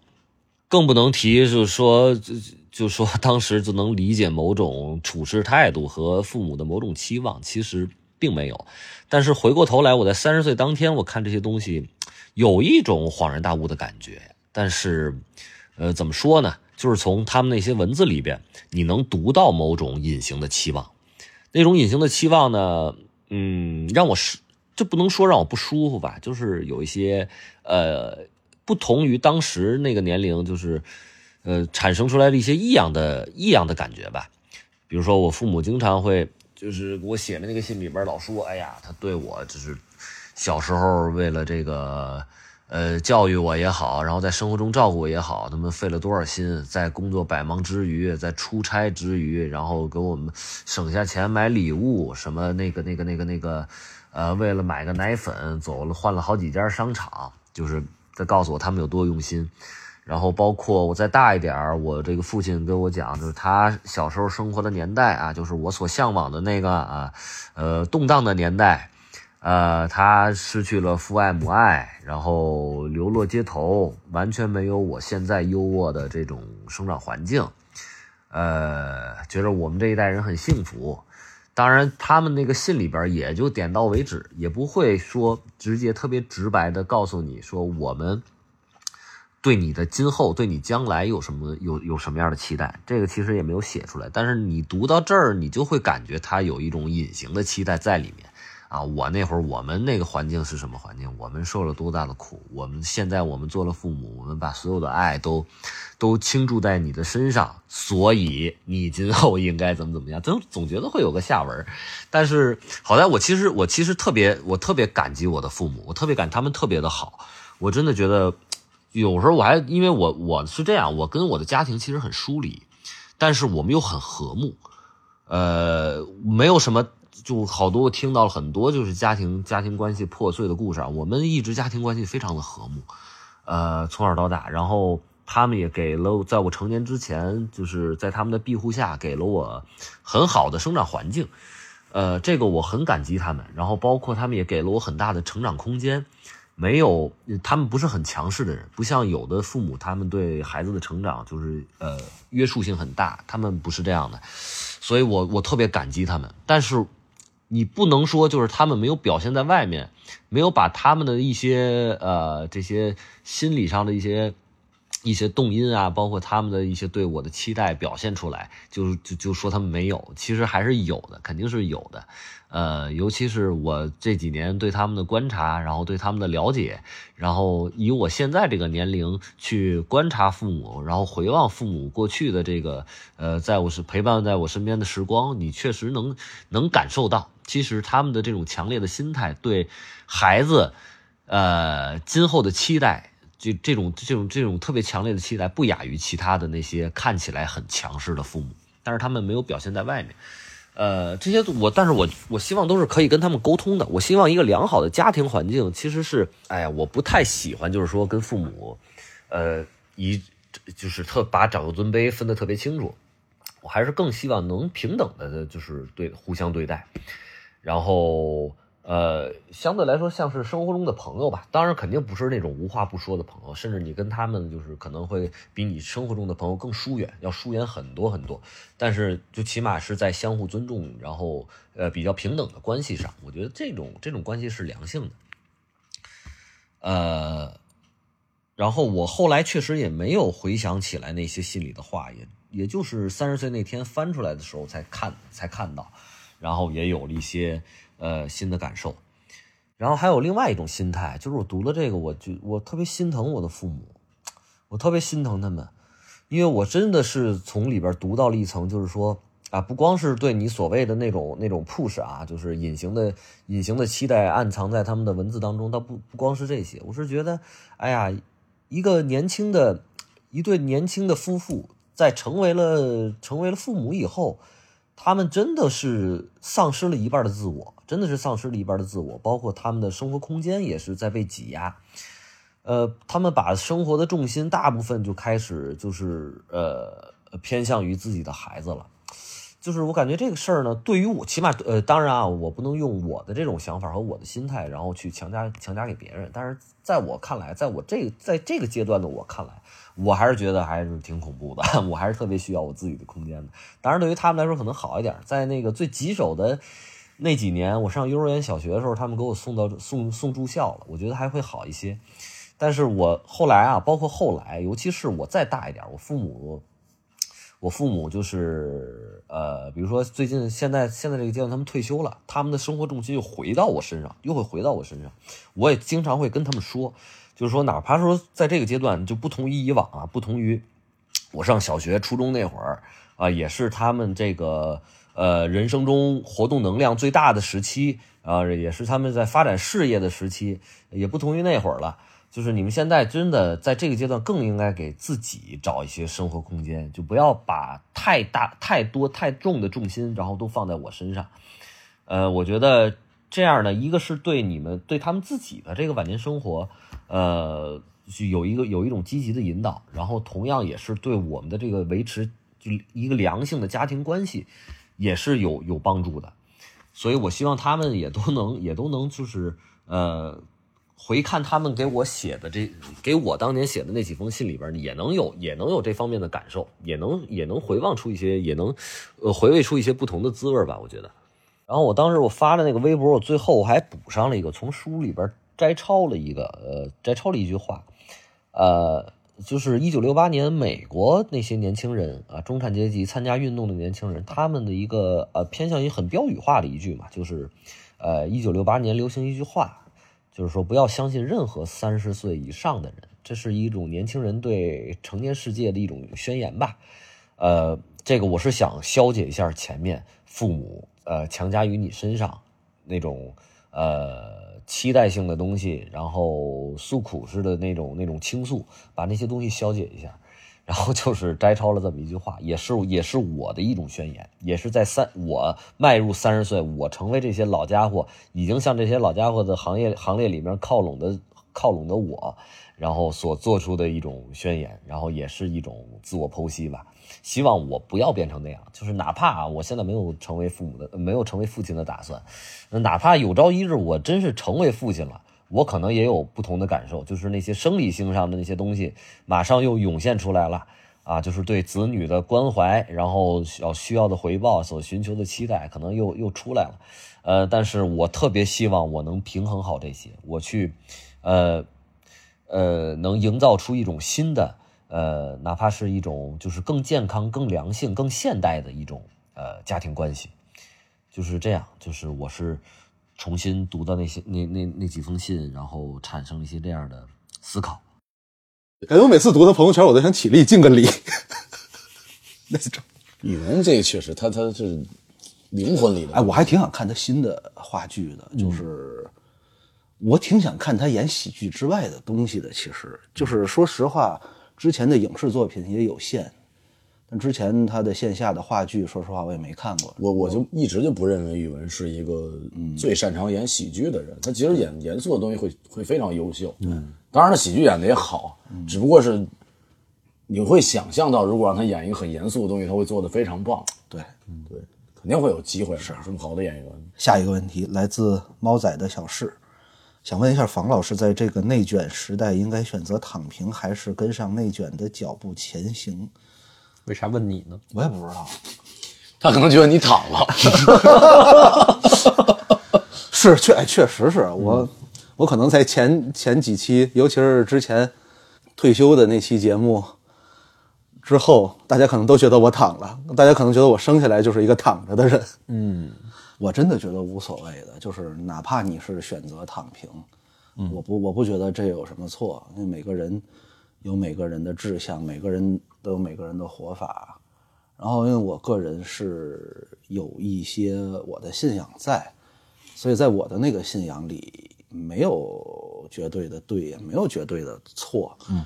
更不能提就是说就就说当时就能理解某种处事态度和父母的某种期望，其实并没有。但是回过头来，我在三十岁当天，我看这些东西，有一种恍然大悟的感觉。但是，呃，怎么说呢？就是从他们那些文字里边，你能读到某种隐形的期望，那种隐形的期望呢，嗯，让我是这不能说让我不舒服吧，就是有一些呃，不同于当时那个年龄，就是呃，产生出来的一些异样的异样的感觉吧。比如说我父母经常会就是给我写的那个信里边老说，哎呀，他对我就是小时候为了这个呃教育我也好，然后在生活中照顾我也好，他们费了多少心，在工作百忙之余，在出差之余，然后给我们省下钱买礼物，什么那个那个那个那个，呃，为了买个奶粉走了换了好几家商场，就是在告诉我他们有多用心。然后包括我再大一点儿，我这个父亲跟我讲，就是他小时候生活的年代啊，就是我所向往的那个啊，呃，动荡的年代，呃，他失去了父爱母爱，然后流落街头，完全没有我现在优渥的这种生长环境，呃，觉得我们这一代人很幸福。当然，他们那个信里边也就点到为止，也不会说直接特别直白的告诉你说我们对你的今后、对你将来有什么有有什么样的期待？这个其实也没有写出来，但是你读到这儿，你就会感觉它有一种隐形的期待在里面。啊，我那会儿我们那个环境是什么环境？我们受了多大的苦？我们现在我们做了父母，我们把所有的爱都都倾注在你的身上，所以你今后应该怎么怎么样？总总觉得会有个下文儿。但是好在我其实我其实特别我特别感激我的父母，我特别感他们特别的好，我真的觉得有时候我还因为我我是这样，我跟我的家庭其实很疏离，但是我们又很和睦，呃，没有什么，就好多我听到了很多就是家庭家庭关系破碎的故事啊。我们一直家庭关系非常的和睦，呃，从小到大，然后他们也给了我在我成年之前，就是在他们的庇护下，给了我很好的生长环境，呃，这个我很感激他们。然后包括他们也给了我很大的成长空间，没有他们不是很强势的人，不像有的父母他们对孩子的成长就是呃约束性很大，他们不是这样的。所以我我特别感激他们。但是你不能说就是他们没有表现在外面，没有把他们的一些呃这些心理上的一些一些动因啊，包括他们的一些对我的期待表现出来，就就就说他们没有，其实还是有的，肯定是有的。呃，尤其是我这几年对他们的观察，然后对他们的了解，然后以我现在这个年龄去观察父母，然后回望父母过去的这个呃，在我是陪伴在我身边的时光，你确实能能感受到，其实他们的这种强烈的心态对孩子呃今后的期待。这这种这种这种特别强烈的期待，不亚于其他的那些看起来很强势的父母，但是他们没有表现在外面。呃，这些我，但是我我希望都是可以跟他们沟通的。我希望一个良好的家庭环境，其实是，哎呀，我不太喜欢，就是说跟父母，呃，一就是特把长幼尊卑分得特别清楚。我还是更希望能平等的，就是对互相对待。然后呃，相对来说像是生活中的朋友吧，当然肯定不是那种无话不说的朋友，甚至你跟他们就是可能会比你生活中的朋友更疏远，要疏远很多很多。但是就起码是在相互尊重，然后呃比较平等的关系上，我觉得这种这种关系是良性的。呃，然后我后来确实也没有回想起来那些心里的话，也也就是三十岁那天翻出来的时候才看才看到，然后也有了一些呃新的感受。然后还有另外一种心态，就是我读了这个，我就我特别心疼我的父母，我特别心疼他们，因为我真的是从里边读到了一层，就是说啊，不光是对你所谓的那种那种 push 啊，就是隐形的隐形的期待暗藏在他们的文字当中，倒不不光是这些，我是觉得，哎呀，一个年轻的，一对年轻的夫妇，在成为了成为了父母以后，他们真的是丧失了一半的自我，真的是丧失了一半的自我，包括他们的生活空间也是在被挤压。呃，他们把生活的重心大部分就开始就是呃偏向于自己的孩子了。就是我感觉这个事儿呢，对于我起码呃，当然啊，我不能用我的这种想法和我的心态，然后去强加强加给别人。但是在我看来，在我这个在这个阶段的我看来，我还是觉得还是挺恐怖的， 我还是特别需要我自己的空间的。当然，对于他们来说可能好一点，在那个最棘手的那几年，我上幼儿园、小学的时候，他们给我送到送送住校了，我觉得还会好一些。但是我后来啊，包括后来，尤其是我再大一点，我父母我父母就是呃，比如说最近现在现在这个阶段，他们退休了，他们的生活重心又回到我身上，又会回到我身上。我也经常会跟他们说，就是说，哪怕说在这个阶段，就不同于以往啊，不同于我上小学、初中那会儿啊、也是他们这个呃人生中活动能量最大的时期啊、也是他们在发展事业的时期，也不同于那会儿了。就是你们现在真的在这个阶段更应该给自己找一些生活空间，就不要把太大、太多、太重的重心，然后都放在我身上。呃，我觉得这样呢，一个是对你们对他们自己的这个晚年生活，呃，是有一个有一种积极的引导，然后同样也是对我们的这个维持就一个良性的家庭关系，也是有有帮助的。所以我希望他们也都能也都能就是呃，回看他们给我写的这给我当年写的那几封信里边，也能有也能有这方面的感受，也能也能回望出一些，也能呃回味出一些不同的滋味吧，我觉得。然后我当时我发的那个微博，我最后我还补上了一个，从书里边摘抄了一个，呃，摘抄了一句话，呃，就是一九六八年美国那些年轻人啊，中产阶级参加运动的年轻人，他们的一个呃偏向于很标语化的一句嘛，就是，呃，一九六八年流行一句话，就是说不要相信任何三十岁以上的人，这是一种年轻人对成年世界的一种宣言吧。呃，这个我是想消解一下前面父母呃强加于你身上那种呃期待性的东西，然后诉苦式的那种那种倾诉，把那些东西消解一下。然后就是摘抄了这么一句话，也是也是我的一种宣言，也是在三我迈入三十岁，我成为这些老家伙，已经向这些老家伙的行业行列里面靠拢的靠拢的我，然后所做出的一种宣言，然后也是一种自我剖析吧。希望我不要变成那样，就是哪怕啊，我现在没有成为父母的，没有成为父亲的打算，哪怕有朝一日我真是成为父亲了，我可能也有不同的感受，就是那些生理性上的那些东西马上又涌现出来了。啊，就是对子女的关怀，然后要需要的回报，所寻求的期待，可能又又出来了。呃，但是我特别希望我能平衡好这些，我去，呃，呃，能营造出一种新的，呃，哪怕是一种就是更健康、更良性、更现代的一种呃家庭关系，就是这样。就是我是重新读到那些那那那几封信，然后产生了一些这样的思考。感觉我每次读他朋友圈，我都想起立敬个 礼。那种，雨农这确实，他他是灵魂里的。哎，我还挺想看他新的话剧的，就是、我挺想看他演喜剧之外的东西的。其实就是说实话，之前的影视作品也有限，但之前他的线下的话剧，说实话我也没看过。我我就一直就不认为宇文是一个最擅长演喜剧的人，他其实演严肃的东西会会非常优秀。嗯，当然他喜剧演的也好，只不过是你会想象到，如果让他演一个很严肃的东西，他会做的非常棒，对，肯定会有机会。是这么好的演员，下一个问题来自猫仔的小事，想问一下房老师，在这个内卷时代，应该选择躺平，还是跟上内卷的脚步前行？为啥问你呢？我也不知道，他可能觉得你躺了。 是确哎确实是我，我可能在前前几期，尤其是之前退休的那期节目之后，大家可能都觉得我躺了，大家可能觉得我生下来就是一个躺着的人。我真的觉得无所谓的，就是哪怕你是选择躺平，嗯我不我不觉得这有什么错，因为每个人有每个人的志向，每个人都有每个人的活法。然后，因为我个人是有一些我的信仰在，所以在我的那个信仰里，没有绝对的对，也没有绝对的错。嗯，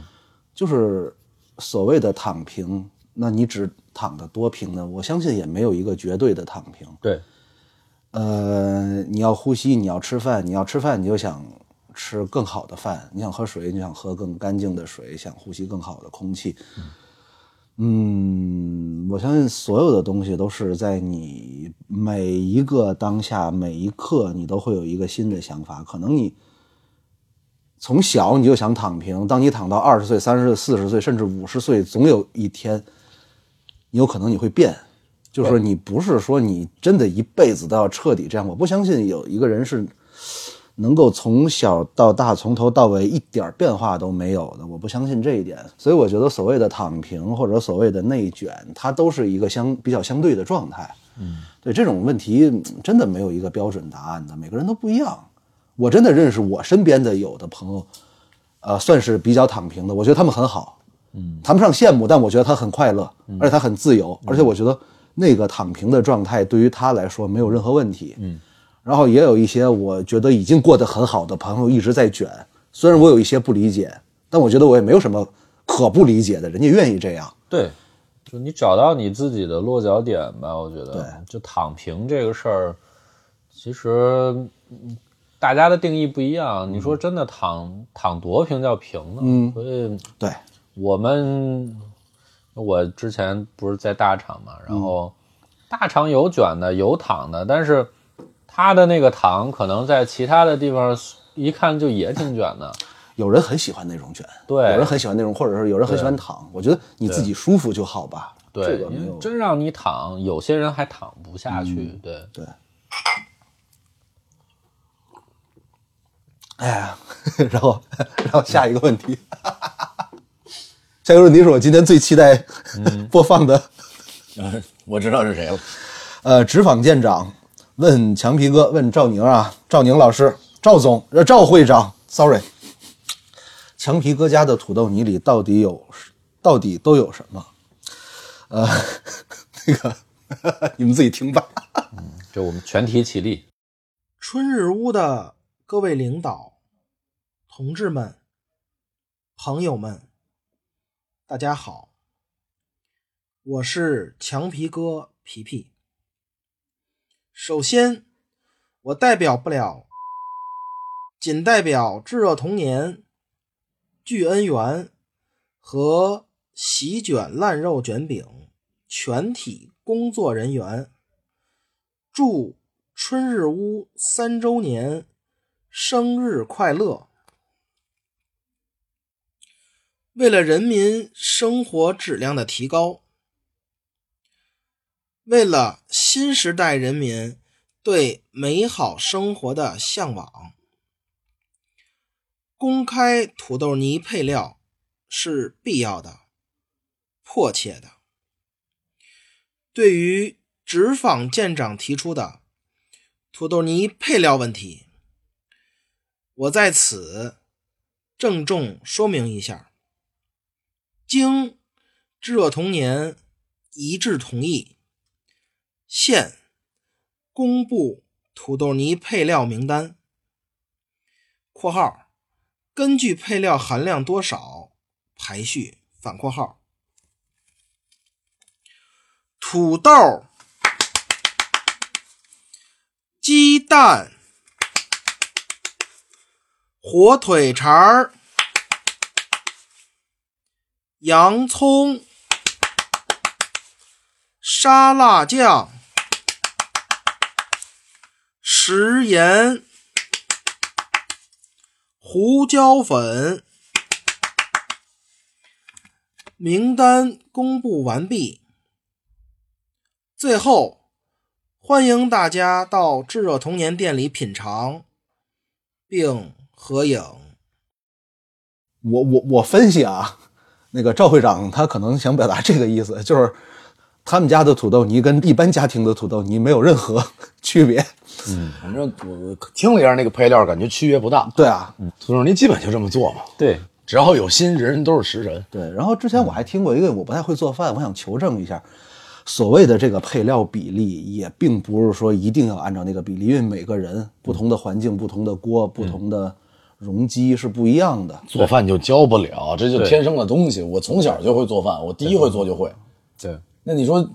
就是所谓的躺平，那你只躺得多平呢？我相信也没有一个绝对的躺平。对，呃，你要呼吸，你要吃饭，你要吃饭，你就想吃更好的饭；你想喝水，你想喝更干净的水，想呼吸更好的空气。嗯，我相信所有的东西都是在你每一个当下、每一刻，你都会有一个新的想法。可能你从小你就想躺平，当你躺到二十岁、三十岁、四十岁，甚至五十岁，总有一天，你有可能你会变。就是说，你不是说你真的一辈子都要彻底这样。我不相信有一个人是能够从小到大、从头到尾一点儿变化都没有的，我不相信这一点。所以我觉得所谓的躺平或者所谓的内卷，它都是一个相比较相对的状态。嗯，对这种问题嗯真的没有一个标准答案的，每个人都不一样。我真的认识我身边的有的朋友，呃，算是比较躺平的，我觉得他们很好，嗯，谈不上羡慕，但我觉得他很快乐，嗯而且他很自由，而且我觉得那个躺平的状态对于他来说没有任何问题，嗯。然后也有一些我觉得已经过得很好的朋友一直在卷，虽然我有一些不理解，但我觉得我也没有什么可不理解的，人家愿意这样。对，就你找到你自己的落脚点吧，我觉得。对，就躺平这个事儿，其实嗯大家的定义不一样。你说真的躺躺多平叫平呢？嗯，所以对，我们我之前不是在大厂嗯嘛，然后大厂有卷的，有躺的，但是他的那个躺可能在其他的地方一看就也挺卷的。有人很喜欢那种卷，对有人很喜欢那种，或者是有人很喜欢躺。我觉得你自己舒服就好吧。对，这个没因为有。嗯真让你躺，有些人还躺不下去。对，哎呀， 然后然后下一个问题， 下一个问题是我今天最期待嗯播放的。 我知道是谁了。呃，直访舰长问强皮哥，问赵宁啊，赵宁老师，赵总，呃，赵会长，sorry，强皮哥家的土豆泥里到底有，到底都有什么？呃， 那个 你们自己听吧。 就我们全体起立。春日屋的各位领导、同志们、朋友们，大家好，我是强皮哥皮皮。首先，我代表不了，仅代表炙热童年、聚恩园和席卷烂肉卷饼全体工作人员。祝春日屋三周年生日快乐！为了人民生活质量的提高，为了新时代人民对美好生活的向往，公开土豆泥配料是必要的、迫切的。对于直访舰长提出的土豆泥配料问题，我在此郑重说明一下。经炙热童年一致同意，现公布土豆泥配料名单（括号根据配料含量多少排序）反括号。土豆、鸡蛋、火腿肠儿、洋葱、沙拉酱、食盐、胡椒粉。名单公布完毕。最后，欢迎大家到炙热童年店里品尝并合影。我我我分析啊，那个赵会长他可能想表达这个意思，就是他们家的土豆泥跟一般家庭的土豆泥没有任何 区别。反正我听了一下那个配料，感觉区别不大。对啊，土豆泥基本就这么做嘛，对，只要有心，人人都是食神。对。然后之前我还听过一个，我不太会做饭，我想求证一下，所谓的这个配料比例，也并不是说一定要按照那个比例，因为每个人不同的环境、不同的锅、不同的容积是不一样的。嗯做饭就教不了，这就天生的东西。我从小就会做饭，我第一回做就会。对那你说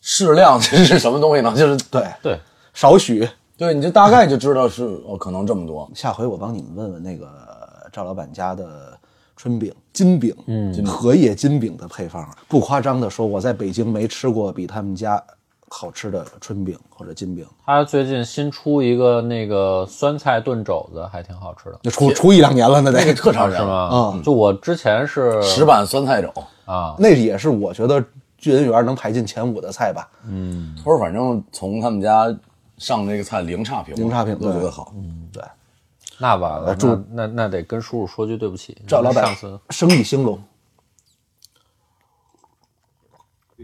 适量这是什么东西呢？就是对，对，少许。对，你就大概就知道是哦，可能这么多。下回我帮你们问问那个赵老板家的春饼、金饼，嗯，荷叶金饼的配方。啊不夸张的说，我在北京没吃过比他们家好吃的春饼或者金饼。他最近新出一个那个酸菜炖肘子，还挺好吃的，那出出一两年了，那那个得啊嗯特长嗯人是？ 吗？就我之前是石板酸菜肘，啊，那也是我觉得聚恩园能排进前五的菜吧。嗯托儿反正从他们家上这个菜零差评，零差评都觉得对好。那完了，呃祝那那那得跟叔叔说句对不起，赵老板上次生意兴隆，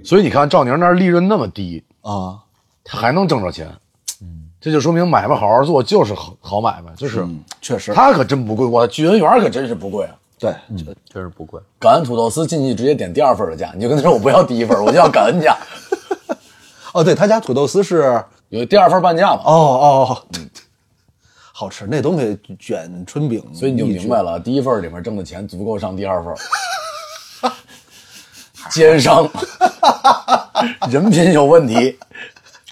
所以你看赵宁那儿利润那么低啊，他还能挣着钱，嗯，这就说明买卖好好做就是好好买卖，就是、嗯确实他可真不贵，我聚恩园可真是不贵啊。对，真是不贵。感恩土豆丝进去直接点第二份的价，你就跟他说我不要第一份，我就要感恩价， 哦，对他家土豆丝是有第二份半价嘛。嗯哦哦，哦，好吃，那东西卷春饼，所以你就一卷明白了，第一份里面挣的钱足够上第二份。 奸商，人品有问题。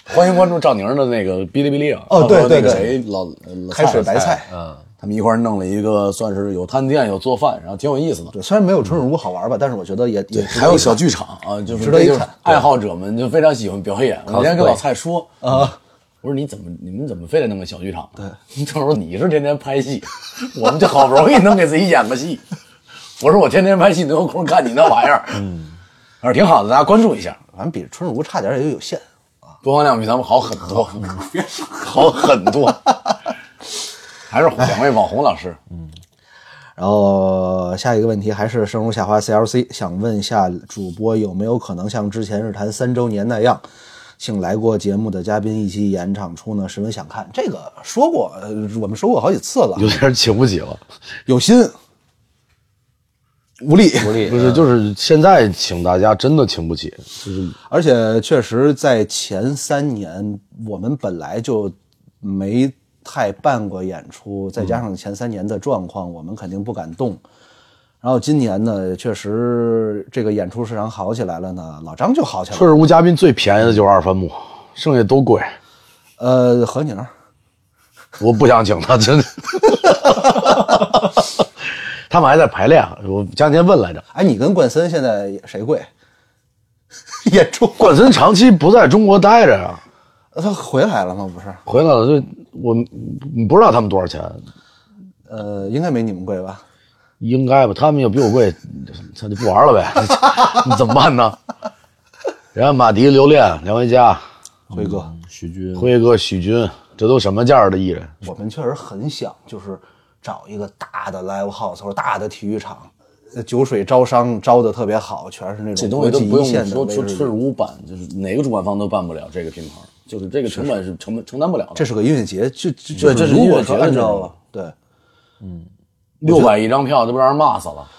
欢迎关注赵宁的那个哔哩哔哩啊！哦对对那个对嗯谁老老开水白菜，呃菜。他们一块儿弄了一个，算是有探店有做饭，然后挺有意思的。对，虽然没有春日屋好玩吧，但是我觉得也也值得还有一看嗯小剧场啊，就是值得一这就是看爱好者们就非常喜欢表演。我那天跟老蔡说啊，我说你怎么你们怎么非得弄个小剧场？对，他说你是天天拍戏， 我们就好不容易能给自己演个戏。我说我天天拍戏，能有空看你那玩意儿？嗯，还是挺好的，大家关注一下，反正比春日屋差点也有限。啊播放量比咱们好很 多，好很多。还是两位网红老师，嗯然后下一个问题还是生如夏花 CLC，想问一下主播有没有可能像之前日坛三周年那样，请来过节目的嘉宾一起演场出呢？十分想看，这个说过，呃我们说过好几次了，点请不起了。有心无力，嗯不利不是，就是现在请大家真的请不起，而且确实在前三年，我们本来就没太办过演出，再加上前三年的状况，我们肯定不敢动。然后今年呢，确实这个演出市场好起来了呢，老张就好起来春了。日屋嘉宾最便宜的就是二番木，剩下都贵。呃，何宁，我不想请 他，真的。他们还在排练，啊我前两天问来着。哎，你跟冠森现在谁贵？ 演出冠森长期不在中国待着呀，他回来了吗？不是，回来了就我你不知道他们多少钱，呃，应该没你们贵吧？应该吧？他们要比我贵，他就不玩了呗。 你怎么办呢？人家马迪、刘恋、梁维嘉、辉哥，徐军辉哥、嗯许军，这都什么价儿的艺人？我们确实很想就是找一个大的 live house 或者大的体育场。呃酒水招商招的特别好，全是那这种国东西都际不一用线的说威说士忌春无办，就是哪个主办方都办不了这个品牌，就是这个成本是承承担不了的。这是个音乐节，就就对这就是如音乐果节说的按这照种对，嗯六百一张票，这不让人骂死了。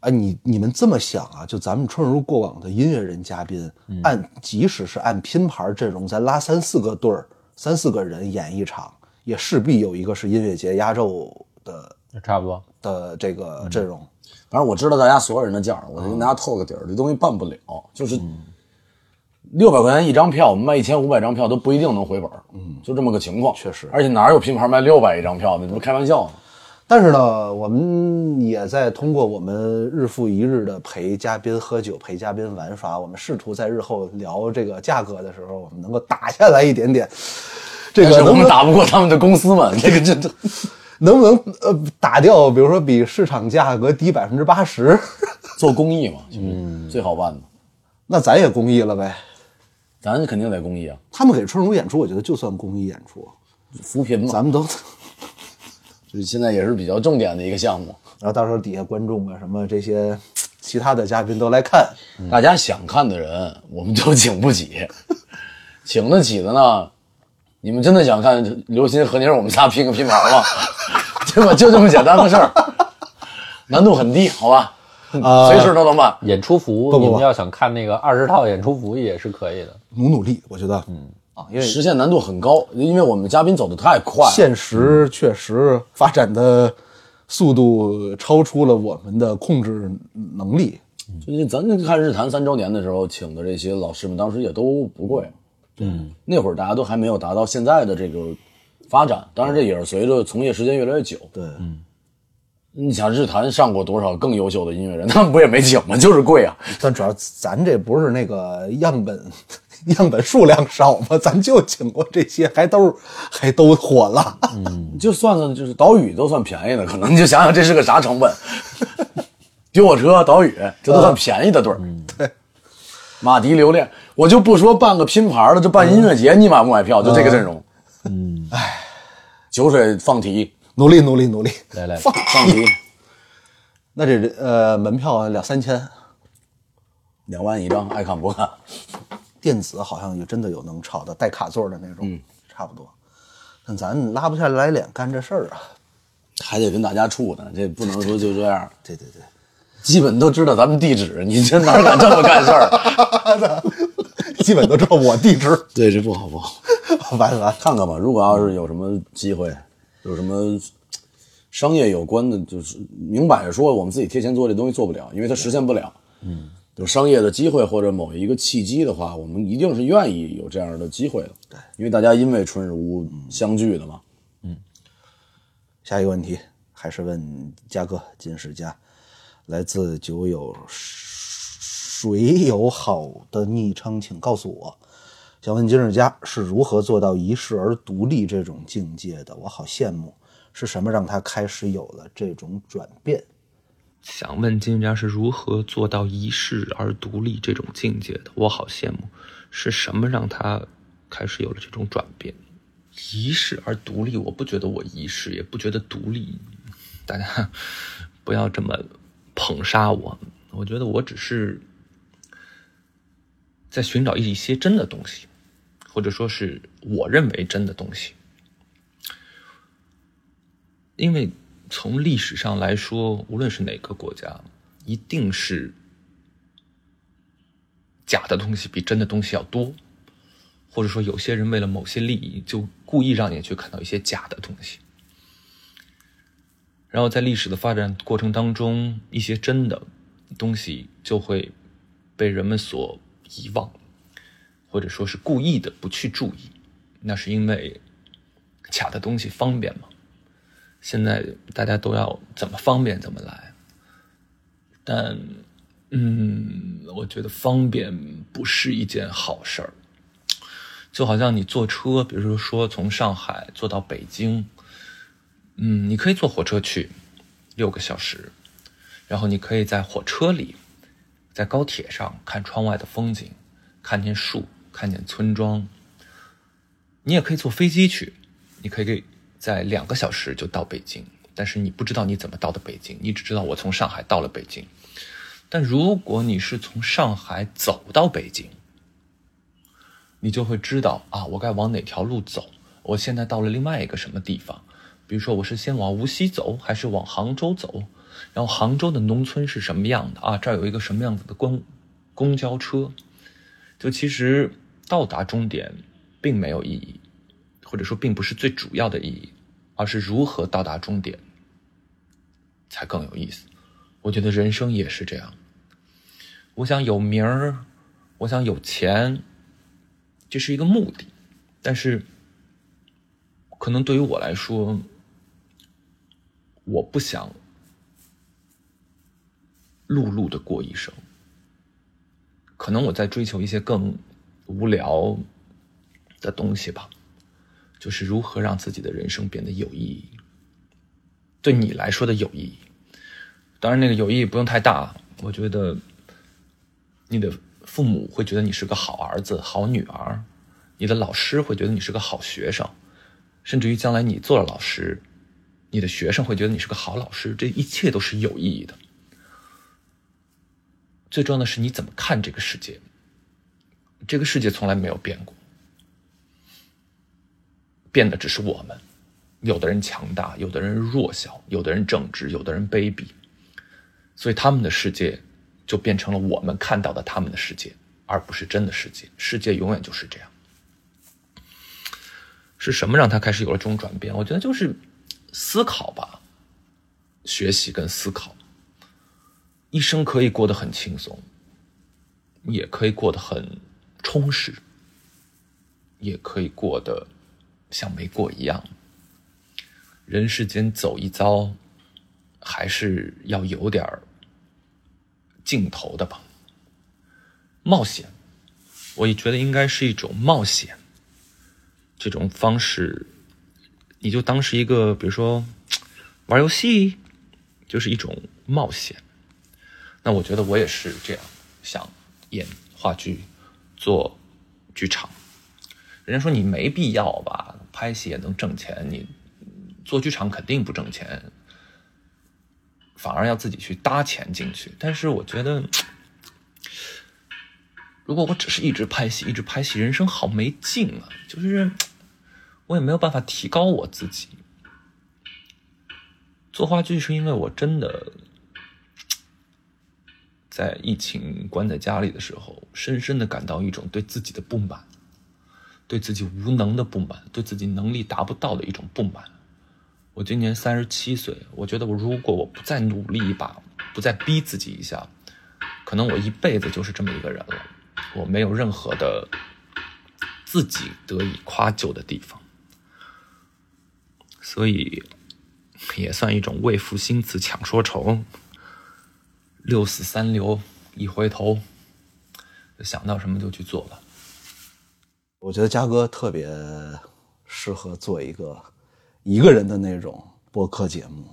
哎，你你们这么想啊？就咱们春如过往的音乐人嘉宾，嗯按即使是按拼盘阵容，咱拉三四个队儿，三四个人演一场，也势必有一个是音乐节压轴的差不多。的这个嗯阵容。反正我知道大家所有人的价儿，我嗯就跟大家透个底儿，这东西办不了，就是六百块钱一张票，我们卖一千五百张票都不一定能回本，嗯，就这么个情况，确实而且哪有拼盘卖六百一张票的？你不是开玩笑吗？但是呢，我们也在通过我们日复一日的陪嘉宾喝酒、陪嘉宾玩耍，我们试图在日后聊这个价格的时候，我们能够打下来一点点。这但个是我能不们能打不过他们的公司们， 这个这这， 能不能呃打掉？比如说比市场价格低百分之八十， 嗯做公益嘛，就是最好办的。那咱也公益了呗。咱肯定得公益啊，他们给春如演出，我觉得就算公益演出，扶贫嘛，咱们都。 就是现在也是比较重点的一个项目。然后到时候底下观众啊什么这些其他的嘉宾都来看，嗯大家想看的人，我们就请不起；请得起的呢，你们真的想看刘鑫和您我们仨拼个拼盘吗？ 对吧？就这么简单的事儿，难度很低，好吧？嗯随时都能办。呃演出服务，啊不不你们不要想看那个二十套演出服务也是可以的。努努力，我觉得，嗯啊，因为实现难度很高，因为我们嘉宾走的太快了。现实嗯确实发展的速度超出了我们的控制能力。最近咱看日坛三周年的时候，请的这些老师们，当时也都不贵。嗯， 那会儿大家都还没有达到现在的这个发展，当然这也是随着从业时间越来越久。对，嗯，你想日坛上过多少更优秀的音乐人， 他们不也没请吗？就是贵啊。但主要咱这不是那个样本样本数量少嘛，咱就请过这些，还都还都火了。嗯就算算，就是岛屿都算便宜的，可能你就想想这是个啥成本， 丢我车、岛屿，这都算便宜的对儿。嗯对，马迪留恋，我就不说办个拼盘了，就办音乐节，你买不买票？就这个阵容。嗯，哎，酒水放题，努力努力努力，来来，放题，那这呃门票两三千，两万一张，爱看不看。电子好像也真的有能炒的带卡座的那种，嗯差不多。但咱拉不下来脸干这事儿啊。还得跟大家处呢，这不能说就这样。对对对，基本都知道咱们地址，你这哪敢这么干事儿？ 基本都知道我地址。对，这不好不好。 完完，看看吧，如果要是有什么机会，有什么商业有关的，就是明摆着说，我们自己贴钱做这东西做不了，因为它实现不了。嗯，有商业的机会或者某一个契机的话，我们一定是愿意有这样的机会的。对，因为大家因为春日屋相聚的嘛。下一个问题还是问嘉哥金世佳，来自酒友，谁有好的昵称，请告诉我。想问金世佳是如何做到一世而独立这种境界的？我好羡慕，是什么让他开始有了这种转变？想问金家是如何做到一世而独立这种境界的？我好羡慕，是什么让他开始有了这种转变？一世而独立，我不觉得我一世，也不觉得独立。大家 不要这么捧杀我，我觉得我只是在寻找一些真的东西，或者说是我认为真的东西。因为从历史上来说，无论是哪个国家，一定是假的东西比真的东西要多，或者说有些人为了某些利益，就故意让你去看到一些假的东西。然后在历史的发展过程当中，一些真的东西就会被人们所遗忘，或者说是故意的不去注意，那是因为假的东西方便嘛。现在大家都要怎么方便怎么来，但，嗯，我觉得方便不是一件好事儿。就好像你坐车，比如说从上海坐到北京，嗯，你可以坐火车去，六个小时，然后你可以在火车里，在高铁上看窗外的风景，看见树，看见村庄，你也可以坐飞机去，你可以在两个小时就到北京，但是你不知道你怎么到的北京，你只知道我从上海到了北京。但如果你是从上海走到北京，你就会知道啊，我该往哪条路走，我现在到了另外一个什么地方。比如说，我是先往无锡走，还是往杭州走？然后杭州的农村是什么样的啊？这儿有一个什么样子的公公交车？就其实到达终点并没有意义，或者说并不是最主要的意义，而是如何到达终点才更有意思。我觉得人生也是这样。我想有名儿，我想有钱，这是一个目的，但是可能对于我来说，我不想碌碌的过一生。可能我在追求一些更无聊的东西吧，就是如何让自己的人生变得有意义。对你来说的有意义，当然那个有意义不用太大，我觉得你的父母会觉得你是个好儿子、好女儿，你的老师会觉得你是个好学生，甚至于将来你做了老师，你的学生会觉得你是个好老师，这一切都是有意义的。最重要的是你怎么看这个世界，这个世界从来没有变过，变的只是我们。有的人强大，有的人弱小，有的人正直，有的人卑鄙，所以他们的世界就变成了我们看到的他们的世界，而不是真的世界。世界永远就是这样。是什么让他开始有了这种转变？我觉得就是思考吧，学习跟思考。一生可以过得很轻松，也可以过得很充实，也可以过得像没过一样。人世间走一遭，还是要有点儿尽头的吧。冒险，我也觉得应该是一种冒险。这种方式，你就当是一个，比如说玩游戏，就是一种冒险。那我觉得我也是这样，想演话剧，做剧场。人家说你没必要吧，拍戏也能挣钱，你做剧场肯定不挣钱，反而要自己去搭钱进去。但是我觉得，如果我只是一直拍戏，一直拍戏，人生好没劲啊！就是我也没有办法提高我自己。做话剧是因为我真的在疫情关在家里的时候，深深的感到一种对自己的不满，对自己无能的不满，对自己能力达不到的一种不满。我今年三十七岁，我觉得我如果我不再努力一把，不再逼自己一下，可能我一辈子就是这么一个人了。我没有任何的自己得以夸奖的地方，所以也算一种为赋新词强说愁。六死三流，一回头，就想到什么就去做吧。我觉得嘉哥特别适合做一个一个人的那种播客节目。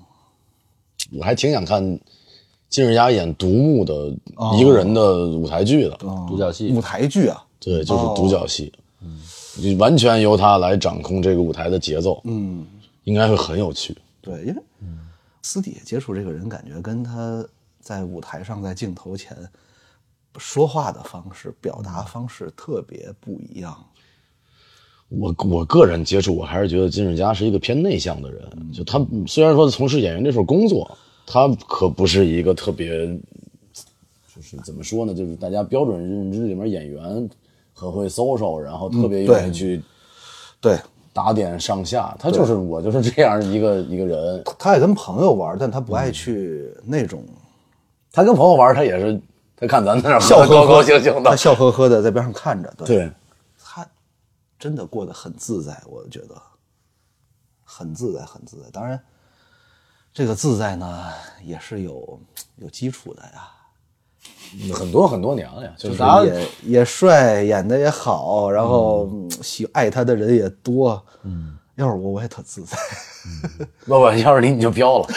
我还挺想看金世佳演独幕的一个人的舞台剧的，独角戏哦舞台剧啊，对，就是独角戏，嗯，完全由他来掌控这个舞台的节奏，嗯，应该会很有趣。对，因为私底下接触这个人，感觉跟他在舞台上、在镜头前说话的方式、表达方式特别不一样。我我个人接触，我还是觉得金世佳是一个偏内向的嗯人。就他虽然说从事演员这份工作，他可不是一个特别，就是怎么说呢，就是大家标准认知里面演员很会 social，然后特别愿意去嗯对打点上下。他就是我就是这样一个一个人。他也跟朋友玩，但他不爱去那种他跟朋友玩，他也是他看咱在那儿笑高高兴兴他的，笑呵呵的在边上看着，对对。他真的过得很自在，我觉得很自在，很自在。当然，这个自在呢也是有有基础的呀，很多很多年了呀，就是就咱是也也帅，演的也好，然后嗯喜爱他的人也多。嗯，要是我，我也特自在。不不，要是你你就飘了，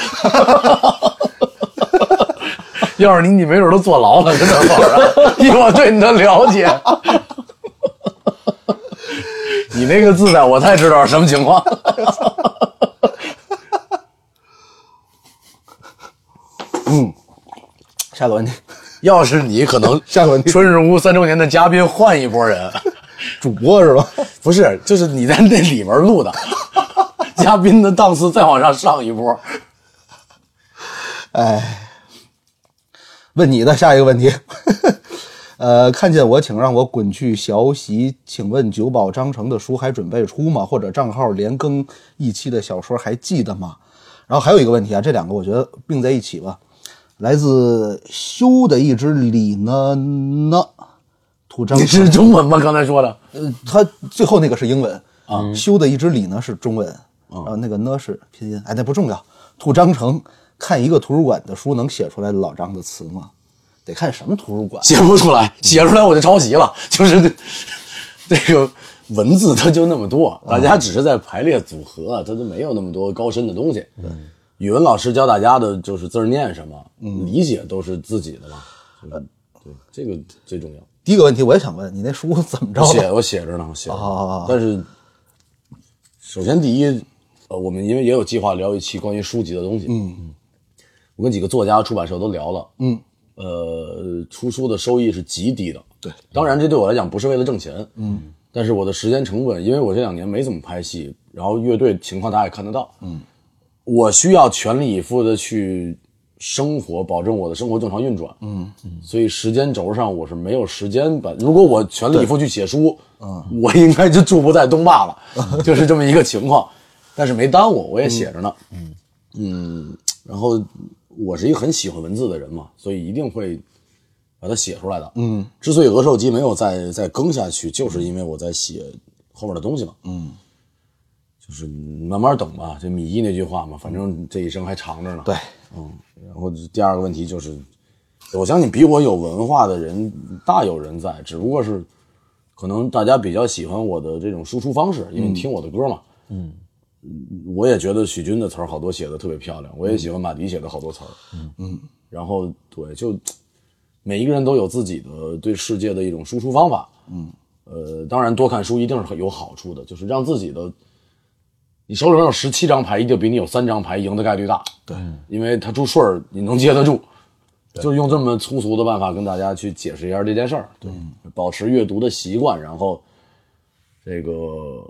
要是你你没准都坐牢了，真的网上，啊以我对你的了解， 你那个自在，我才知道是什么情况。 嗯下个问题，要是你，可能下个问题春日屋三周年的嘉宾换一波人，主播是吧？不是，就是你在那里面录 的，嘉宾的档次再往上上一波。哎问你的下一个问题， 呃，看见我请让我滚去学习，请问九保章程的书还准备出吗？或者账号连更一期的小说还记得吗？然后还有一个问题啊，这两个我觉得并在一起吧。来自修的一只李呢呢图章你，是中文吗？刚才嗯说的呃，它最后嗯那个是英文啊，修的一只李呢是中文，然后那个呢是拼音，哎，那不重要，土章程看一个图书馆的书能写出来老张的词吗？得看什么图书馆。写不出来，写出来我就抄袭了， 就是这这个文字它就那么多，大家只是在排列组合，啊它都没有那么多高深的东西。语文老师教大家的就是字儿念什么，理解都是自己的嘛。嗯对，这个最重要。第一个问题我也想问你，那书 怎么着了？我写我写着呢，我写着呢。哦但是，首先第一，呃，我们因为也有计划聊一期关于书籍的东西。嗯，我跟几个作家、出版社都聊了。嗯，呃，出书的收益是极低的。对，当然这对我来讲不是为了挣钱。嗯，但是我的时间成本，因为我这两年没怎么拍戏，然后乐队情况大家也看得到。嗯，我需要全力以赴的去。生活保证我的生活正常运转，嗯，所以时间轴上我是没有时间把。如果我全力以赴去写书，嗯，我应该就住不在东坝了，就是这么一个情况。但是没耽误，我也写着呢，嗯然后我是一个很喜欢文字的人嘛，所以一定会把它写出来的。嗯，之所以鹅寿鸡没有再再更下去，就是因为我在写后面的东西嘛。嗯，就是慢慢等吧，就米一那句话嘛，反正这一生还长着呢。对。然后第二个问题就是，我相信比我有文化的人大有人在，只不过是可能大家比较喜欢我的这种输出方式，因为听我的歌嘛。嗯，我也觉得许军的词儿好多写的特别漂亮，我也喜欢马迪写的好多词儿。嗯然后对，就每一个人都有自己的对世界的一种输出方法。嗯，呃，当然多看书一定是有好处的，就是让自己的。你手里上有十七张牌，一定比你有三张牌赢的概率大。对，因为他出顺儿，你能接得住。就用这么粗俗的办法跟大家去解释一下这件事儿。对，嗯保持阅读的习惯，然后这个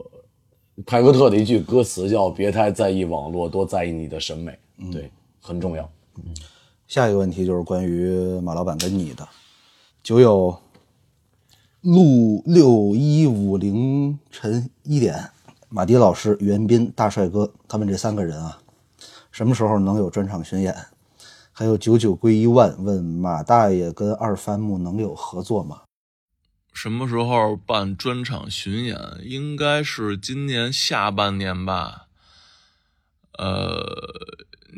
派克特的一句歌词叫“别太在意网络，多在意你的审美”，对，很重要。嗯下一个问题就是关于马老板跟你的，酒友路六一五凌晨一 点，马迪老师、袁斌、大帅哥，他们这三个人啊，什么时候能有专场巡演？还有九九归一万，问马大爷跟二番木能有合作吗？什么时候办专场巡演？应该是今年下半年吧。呃，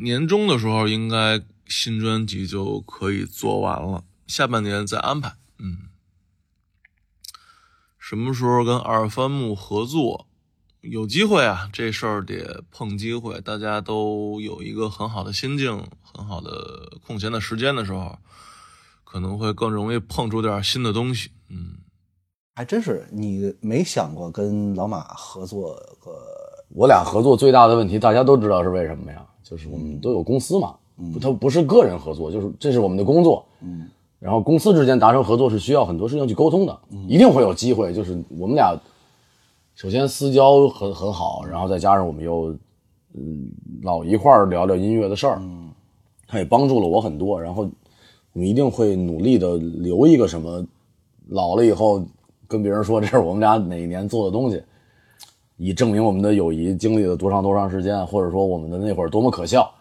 年终的时候应该新专辑就可以做完了，下半年再安排。嗯，什么时候跟二番木合作？有机会啊，这事儿得碰机会。大家都有一个很好的心境，很好的空闲的时间的时候，可能会更容易碰出点新的东西。嗯。还真是，你没想过跟老马合作个？我俩合作最大的问题，大家都知道是为什么呀？就是我们都有公司嘛，不它不是个人合作，就是这是我们的工作。嗯，然后公司之间达成合作是需要很多事情去沟通的，嗯一定会有机会。就是我们俩首先私交很很好，然后再加上我们又嗯老一块儿聊聊音乐的事儿，嗯，他也帮助了我很多。然后我们一定会努力的留一个什么，老了以后跟别人说这是我们俩哪一年做的东西。以证明我们的友谊经历了多长多长时间，或者说我们的那会儿多么可笑。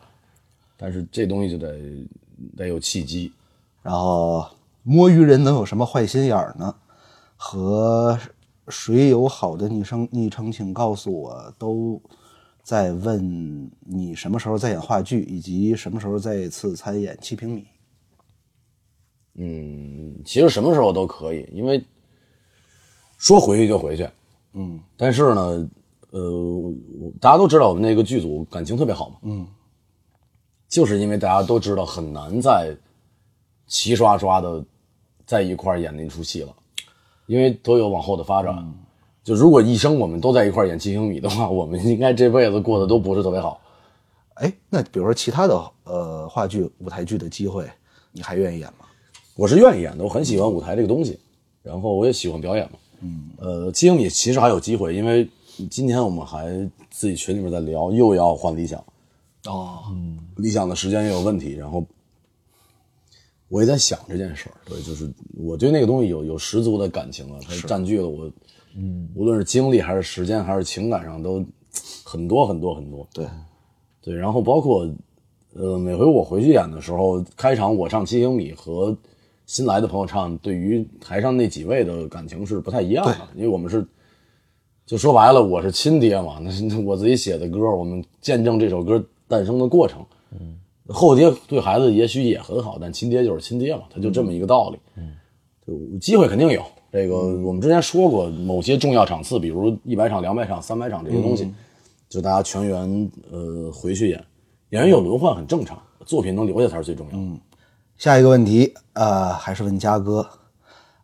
但是这东西就得得有契机。然后摸鱼人能有什么坏心眼儿呢？和谁有好的昵称昵称，请告诉我。都在问你什么时候再演话剧，以及什么时候再次参演《七平米》。嗯，其实什么时候都可以，因为说回去就回去。嗯，但是呢，呃，我大家都知道我们那个剧组感情特别好嘛。嗯，就是因为大家都知道很难再齐刷刷的在一块儿演那出戏了，因为都有往后的发展。嗯就如果一生我们都在一块儿演七星米的话，我们应该这辈子过得都不是特别好。哎，那比如说其他的呃话剧、舞台剧的机会，你还愿意演吗？我是愿意演的，我很喜欢舞台这个东西，然后我也喜欢表演嘛。嗯，呃，七英米其实还有机会，因为今天我们还自己群里面在聊，又要换理想。哦，理想的时间也有问题，然后我也在想这件事儿。对，就是我对那个东西有有十足的感情了，啊它占据了我，嗯，无论是精力还是时间还是情感上都很多很多很多。对，对，然后包括呃，每回我回去演的时候，开场我唱《七英米》和新来的朋友唱，对于台上那几位的感情是不太一样的，因为我们是，就说白了，我是亲爹嘛，那是那我自己写的歌，我们见证这首歌诞生的过程。嗯，后爹对孩子也许也很好，但亲爹就是亲爹嘛，他就这么一个道理。嗯，就机会肯定有。这个我们之前说过，某些重要场次，比如一百场、两百场、三百场这些东西，就大家全员呃回去演，演员有轮换很正常，作品能留下才是最重要的。下一个问题，呃，还是问嘉哥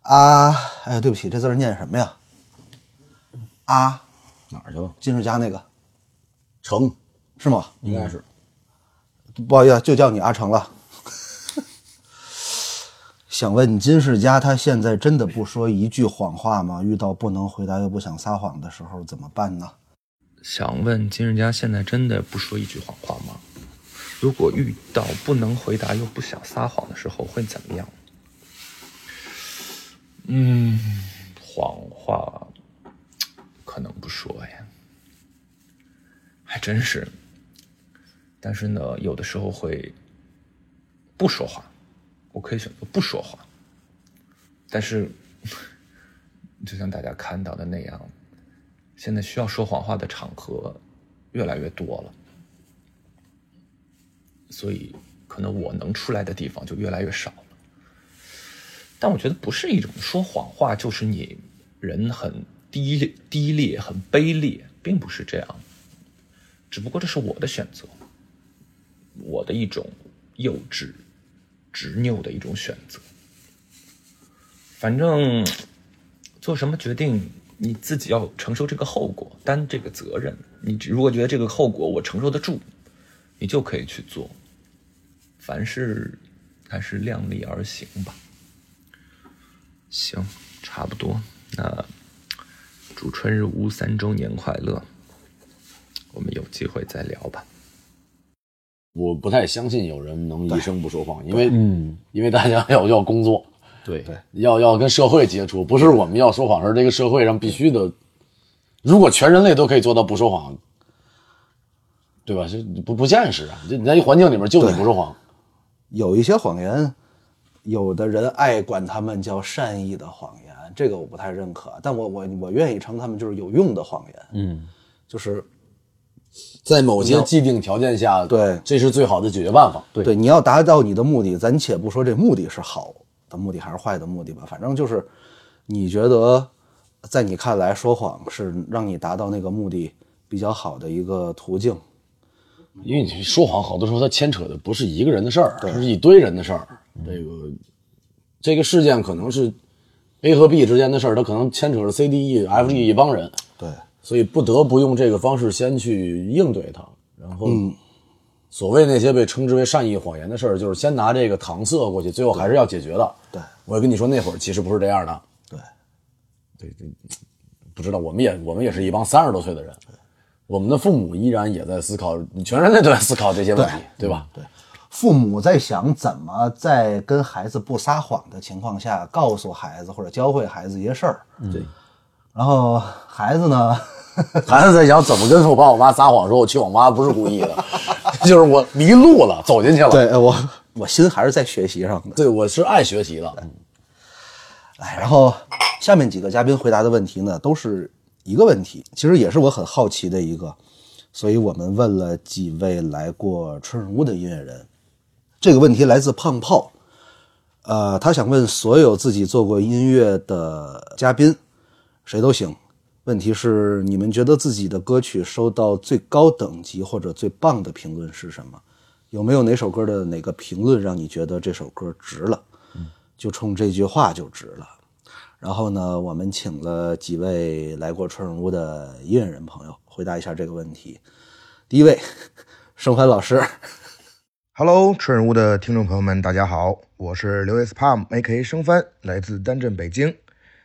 啊，哎呀，对不起，这字儿念什么呀？啊，哪儿去了？金世佳那个成是吗？嗯应该是。不好意思，就叫你阿成了。 想问金世佳，他现在真的不说一句谎话吗？遇到不能回答又不想撒谎的时候怎么办呢？想问金人家现在真的不说一句谎话吗？如果遇到不能回答又不想撒谎的时候，会怎么样？嗯，谎话可能不说呀，还真是。但是呢，有的时候会不说话，我可以选择不说话。但是， 就像大家看到的那样，现在需要说谎话的场合越来越多了，所以可能我能出来的地方就越来越少了。但我觉得不是一种说谎话，就是你人很低低劣、很卑劣，并不是这样。只不过这是我的选择，我的一种幼稚、执拗的一种选择。反正做什么决定，你自己要承受这个后果，担这个责任。你只如果觉得这个后果我承受得住，你就可以去做。凡事还是量力而行吧。行，差不多。那祝春日屋三周年快乐！我们有机会再聊吧。我不太相信有人能一生不说谎，因为嗯，因为大家 要要工作，对，要要跟社会接触，不是我们要说谎，而是这个社会上必须的。如果全人类都可以做到不说谎，对吧？这不不现实啊！这你在一环境里面就你不说谎，有一些谎言，有的人爱管他们叫善意的谎言，这个我不太认可，但我我我愿意称他们就是有用的谎言，嗯，就是在某些既定条件下，对这是最好的解决办法。对你要达到你的目的，咱且不说这目的是好的目的还是坏的目的吧，反正就是你觉得在你看来说谎是让你达到那个目的比较好的一个途径，因为你说谎，好多时候它牵扯的不是一个人的事儿，是一堆人的事儿。这个这个事件可能是 A 和 B 之间的事儿，它可能牵扯着 C、D、E、F、G 一帮人，对，所以不得不用这个方式先去应对它。然后，嗯所谓那些被称之为善意谎言的事儿，就是先拿这个搪塞过去，最后还是要解决的。对我也跟你说，那会儿其实不是这样的。对，对对，不知道，我们也我们也是一帮三十多岁的人，我们的父母依然也在思考，全人类都在思考这些问题，对吧？对，父母在想怎么在跟孩子不撒谎的情况下，告诉孩子或者教会孩子一些事儿。对，然后孩子呢，孩子在想怎么跟我爸我妈撒谎，说我去网吧不是故意 的，就是我迷路了，走进去了。，对我我心还是在学习上的。对我是爱学习的，嗯哎，然后下面几个嘉宾回答的问题呢，都是一个问题，其实也是我很好奇的一个，所以我们问了几位来过春日屋的音乐人。这个问题来自胖炮，呃，他想问所有自己做过音乐的嘉宾，谁都行。问题是，你们觉得自己的歌曲收到最高等级或者最棒的评论是什么？有没有哪首歌的哪个评论让你觉得这首歌值了？就冲这句话就值了。然后呢，我们请了几位来过春日屋的音乐人朋友回答一下这个问题。第一位，盛帆老师， Hello，春日屋的听众朋友们，大家好，我是刘 S Palm A.K. 生番，来自丹镇北京，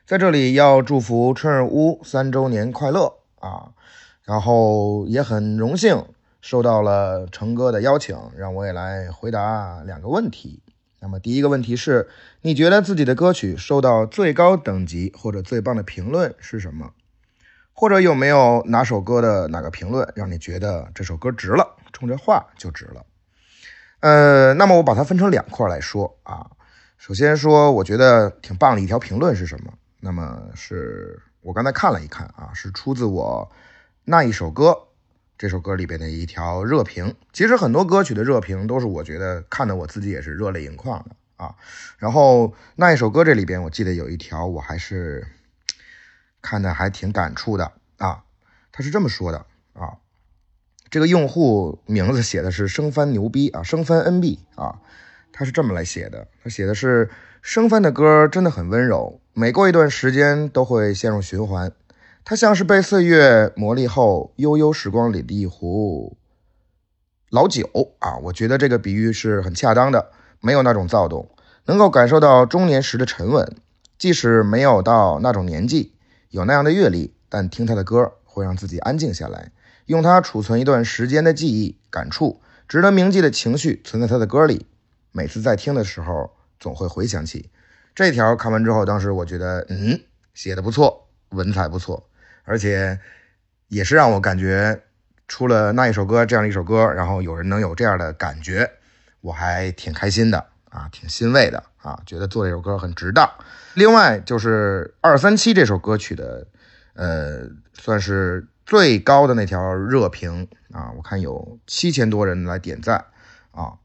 在这里要祝福春日屋三周年快乐啊！然后也很荣幸收到了成哥的邀请，让我也来回答两个问题。那么第一个问题是，你觉得自己的歌曲受到最高等级或者最棒的评论是什么？或者有没有哪首歌的哪个评论让你觉得这首歌值了，冲这话就值了？呃，那么我把它分成两块来说啊。首先说，我觉得挺棒的一条评论是什么？那么是我刚才看了一看啊，是出自我那一首歌这首歌里边的一条热评。其实很多歌曲的热评都是我觉得看的我自己也是热泪盈眶的啊。然后那一首歌这里边，我记得有一条我还是看的还挺感触的啊。他是这么说的啊，这个用户名字写的是生番牛逼啊，生番 NB 啊，他是这么来写的，他写的是生番的歌真的很温柔，每过一段时间都会陷入循环，它像是被岁月磨砺后悠悠时光里的一壶老酒啊，我觉得这个比喻是很恰当的，没有那种躁动，能够感受到中年时的沉稳，即使没有到那种年纪，有那样的阅历，但听他的歌。会让自己安静下来，用它储存一段时间的记忆、感触，值得铭记的情绪存在他的歌里。每次在听的时候，总会回想起这条。看完之后，当时我觉得，嗯，写的不错，文采不错，而且也是让我感觉出了那一首歌这样一首歌，然后有人能有这样的感觉，我还挺开心的啊，挺欣慰的啊，觉得做这首歌很值当。另外就是二三七这首歌曲的。呃，算是最高的那条热评啊，我看有七千多人来点赞啊。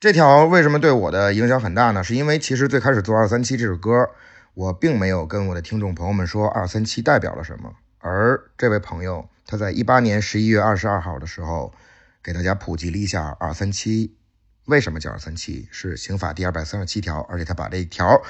这条为什么对我的影响很大呢？是因为其实最开始做《二三七》这首歌，我并没有跟我的听众朋友们说《二三七》代表了什么。而这位朋友他在一八年十一月二十二号的时候，给大家普及了一下《二三七》为什么叫“二三七”，是刑法第二百三十七条，而且他把这一条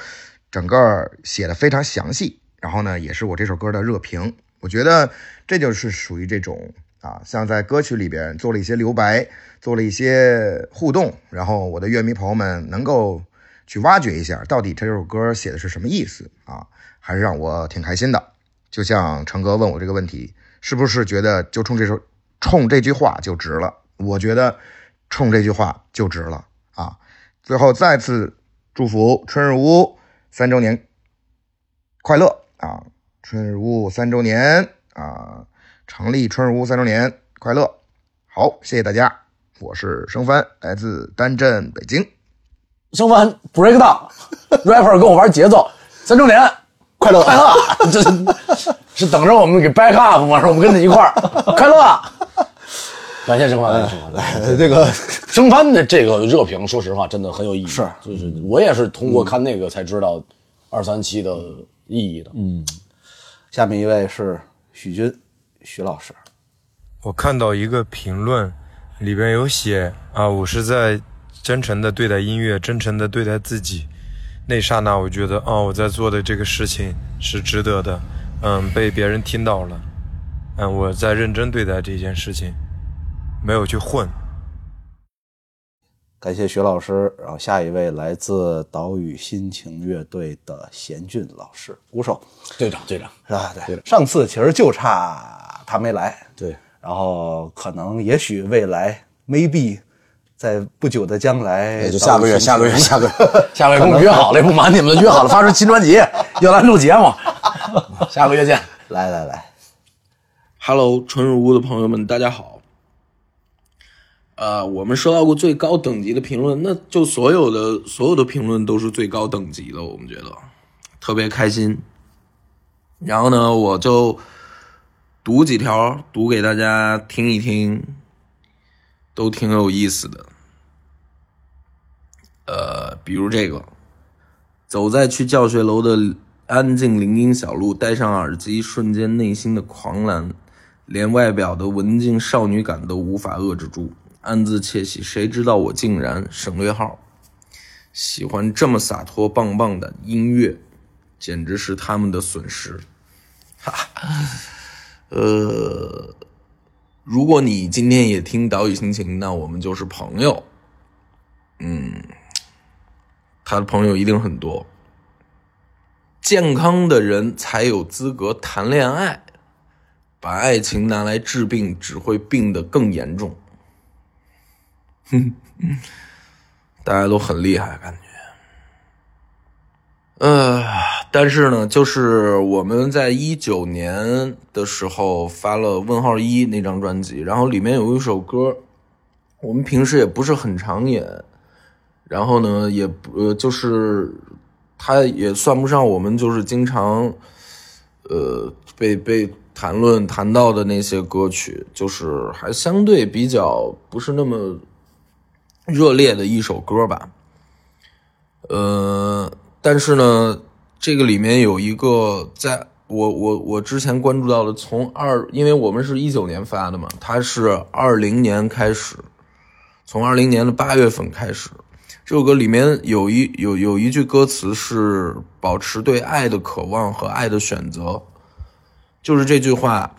整个写的非常详细。然后呢，也是我这首歌的热评。我觉得这就是属于这种啊，像在歌曲里边做了一些留白，做了一些互动，然后我的乐迷朋友们能够去挖掘一下，到底这首歌写的是什么意思啊，还是让我挺开心的。就像成哥问我这个问题，是不是觉得就冲这首冲这句话就值了？我觉得冲这句话就值了啊！最后再次祝福春日屋三周年快乐！啊，春日屋三周年啊，成立春日屋三周年快乐！好，谢谢大家，我是生帆，来自丹镇北京。生番 break down，rapper 跟我玩节奏，三周年快乐快 乐，这是是等着我们给 back up 吗？是我们跟你一块儿快乐。感谢生番，感谢生番呃，这个生番的这个热评，说实话真的很有意义。是就是我也是通过看那个才知道二三七的意义的。嗯，下面一位是许军，许老师，我看到一个评论，里边有写啊，我是在真诚的对待音乐，真诚的对待自己。那一刹那，我觉得啊，我在做的这个事情是值得的，嗯，被别人听到了，嗯，我在认真对待这件事情，没有去混。感谢许老师。然后下一位来自岛屿心情乐队的贤俊老师，鼓手队长，队长，是吧？对，上次其实就差他没来，对，然后可能也许未来 maybe 在不久的将来，也就下个月，下个月，下 个月，下个月可能哎跟我们约好了，也不瞒你们了，约好了发出新专辑，要来录节目，下个月见。来来来， Hello，春日屋的朋友们，大家好。呃，我们收到过最高等级的评论，那就所有的所有的评论都是最高等级的，我们觉得特别开心。然后呢，我就读几条，读给大家听一听，都挺有意思的。呃，比如这个，走在去教学楼的安静林荫小路，戴上耳机，瞬间内心的狂澜，连外表的文静少女感都无法遏制住，暗自窃喜，谁知道我竟然省略号，喜欢这么洒脱棒棒的音乐，简直是他们的损失。哈，呃，如果你今天也听岛屿心情，那我们就是朋友。嗯，他的朋友一定很多。健康的人才有资格谈恋爱，把爱情拿来治病，只会病得更严重。哼，大家都很厉害，感觉。呃，但是呢，就是我们在一九年的时候发了《问号一》那张专辑，然后里面有一首歌，我们平时也不是很常演，然后呢，也不呃，就是他也算不上我们就是经常，呃，被被谈论谈到的那些歌曲，就是还相对比较不是那么热烈的一首歌吧。呃，但是呢，这个里面有一个在。我我我之前关注到的，从二，因为我们是一九年发的嘛，它是二零年开始，从二零年的八月份开始，这首歌里面有一有有一句歌词是“保持对爱的渴望和爱的选择”，就是这句话。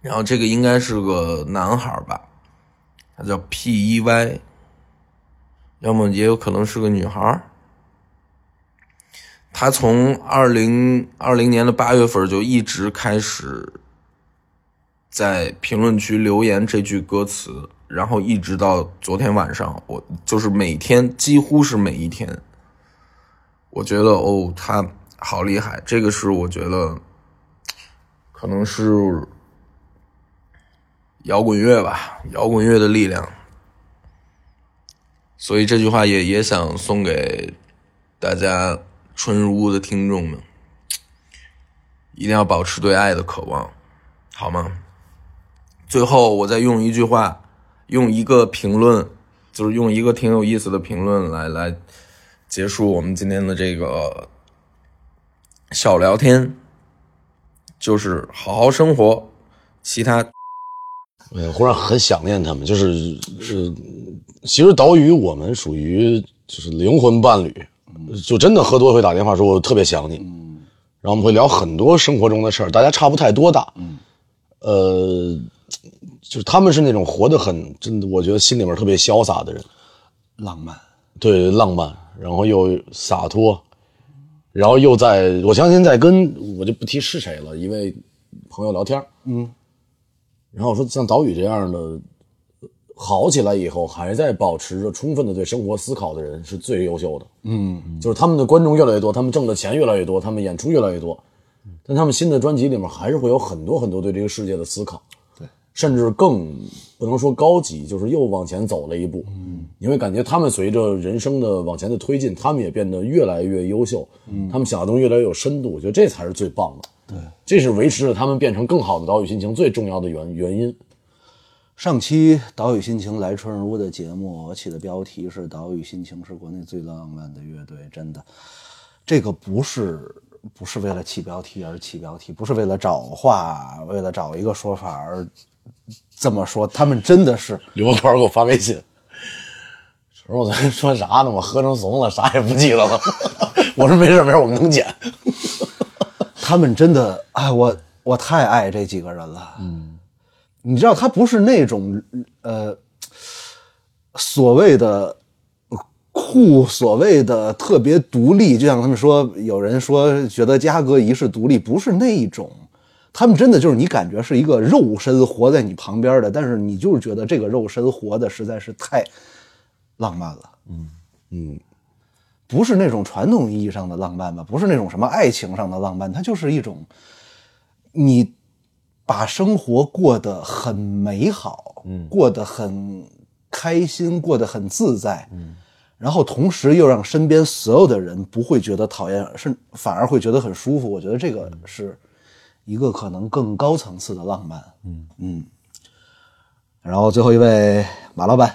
然后这个应该是个男孩吧，他叫 P E Y，要么也有可能是个女孩儿。他从二零二零年的八月份就一直开始在评论区留言这句歌词，然后一直到昨天晚上，我就是每天几乎是每一天，我觉得哦，他好厉害，这个是我觉得可能是摇滚乐吧，摇滚乐的力量，所以这句话也也想送给大家。春日屋的听众们，一定要保持对爱的渴望，好吗？最后，我再用一句话，用一个评论，就是用一个挺有意思的评论来来结束我们今天的这个小聊天，就是好好生活，其他。哎呀，忽然很想念他们，就是是，其实岛屿我们属于就是灵魂伴侣。就真的喝多会打电话说，我特别想你，然后我们会聊很多生活中的事儿，大家差不太多大，呃，就是他们是那种活得很真的，我觉得心里面特别潇洒的人，浪漫，对，浪漫，然后又洒脱，然后又在我相信在跟我就不提是谁了，一位朋友聊天，嗯，然后我说像岛屿这样的好起来以后，还在保持着充分的对生活思考的人是最优秀的。嗯，就是他们的观众越来越多，他们挣的钱越来越多，他们演出越来越多，嗯但他们新的专辑里面还是会有很多很多对这个世界的思考，对，甚至更不能说高级，就是又往前走了一步。嗯，你会感觉他们随着人生的往前的推进，他们也变得越来越优秀，嗯，他们想的东西越来越有深度，我觉得这才是最棒的。对，这是维持着他们变成更好的岛屿心情最重要的原原因。上期《岛屿心情》来春日屋的节目，我起的标题是“岛屿心情是国内最浪漫的乐队”。真的，这个不是不是为了起标题而起标题，不是为了找话，为了找一个说法而这么说。他们真的是刘文宽给我发微信，说我昨天说啥呢？我喝成怂了，啥也不记得 了。我说没事没事，我们能剪。他们真的，哎，我我太爱这几个人了。嗯，你知道，他不是那种呃所谓的酷，所谓的特别独立，就像他们说，有人说觉得嘉哥一世独立，不是那一种。他们真的就是你感觉是一个肉身活在你旁边的，但是你就是觉得这个肉身活的实在是太浪漫了。嗯，不是那种传统意义上的浪漫吧，不是那种什么爱情上的浪漫，它就是一种你把生活过得很美好，嗯，过得很开心，过得很自在，嗯，然后同时又让身边所有的人不会觉得讨厌，甚反而会觉得很舒服。我觉得这个是一个可能更高层次的浪漫，嗯嗯。然后最后一位马老板，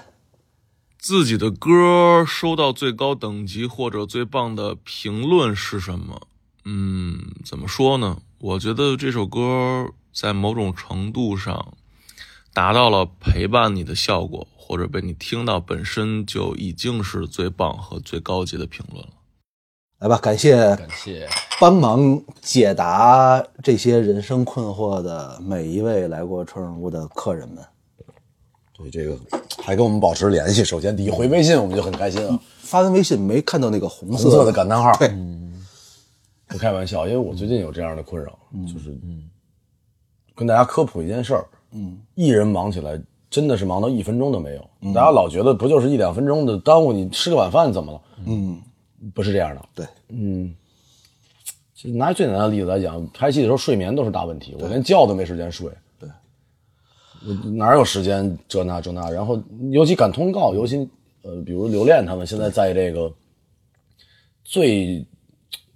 自己的歌收到最高等级或者最棒的评论是什么？嗯，怎么说呢？我觉得这首歌在某种程度上达到了陪伴你的效果，或者被你听到本身就已经是最棒和最高级的评论了。来吧，感谢感谢帮忙解答这些人生困惑的每一位来过春日屋的客人们，对这个还跟我们保持联系。首先第一回微信我们就很开心啊，嗯发完微信没看到那个红红色色的感叹号。嗯对，不开玩笑，因为我最近有这样的困扰，嗯就是跟大家科普一件事儿，嗯，艺人忙起来真的是忙到一分钟都没有。嗯大家老觉得不就是一两分钟的耽误，你吃个晚饭怎么了？嗯，不是这样的，对，嗯，就拿最简单的例子来讲，拍戏的时候睡眠都是大问题，我连觉都没时间睡，对，我哪有时间这那这那？然后尤其赶通嗯告，尤其呃，比如刘恋他们现在在这个最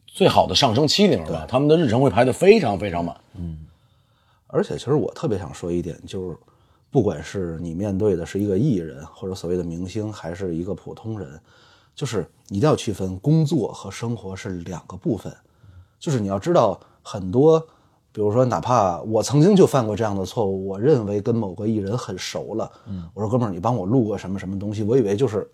最好的上升期里面吧，他们的日程会排得非常非常满，而且，其实我特别想说一点，就是不管是你面对的是一个艺人，或者所谓的明星，还是一个普通人，就是你一定要区分工作和生活是两个部分。就是你要知道，很多，比如说，哪怕我曾经就犯过这样的错误，我认为跟某个艺人很熟了，嗯，我说哥们儿，你帮我录个什么什么东西，我以为就是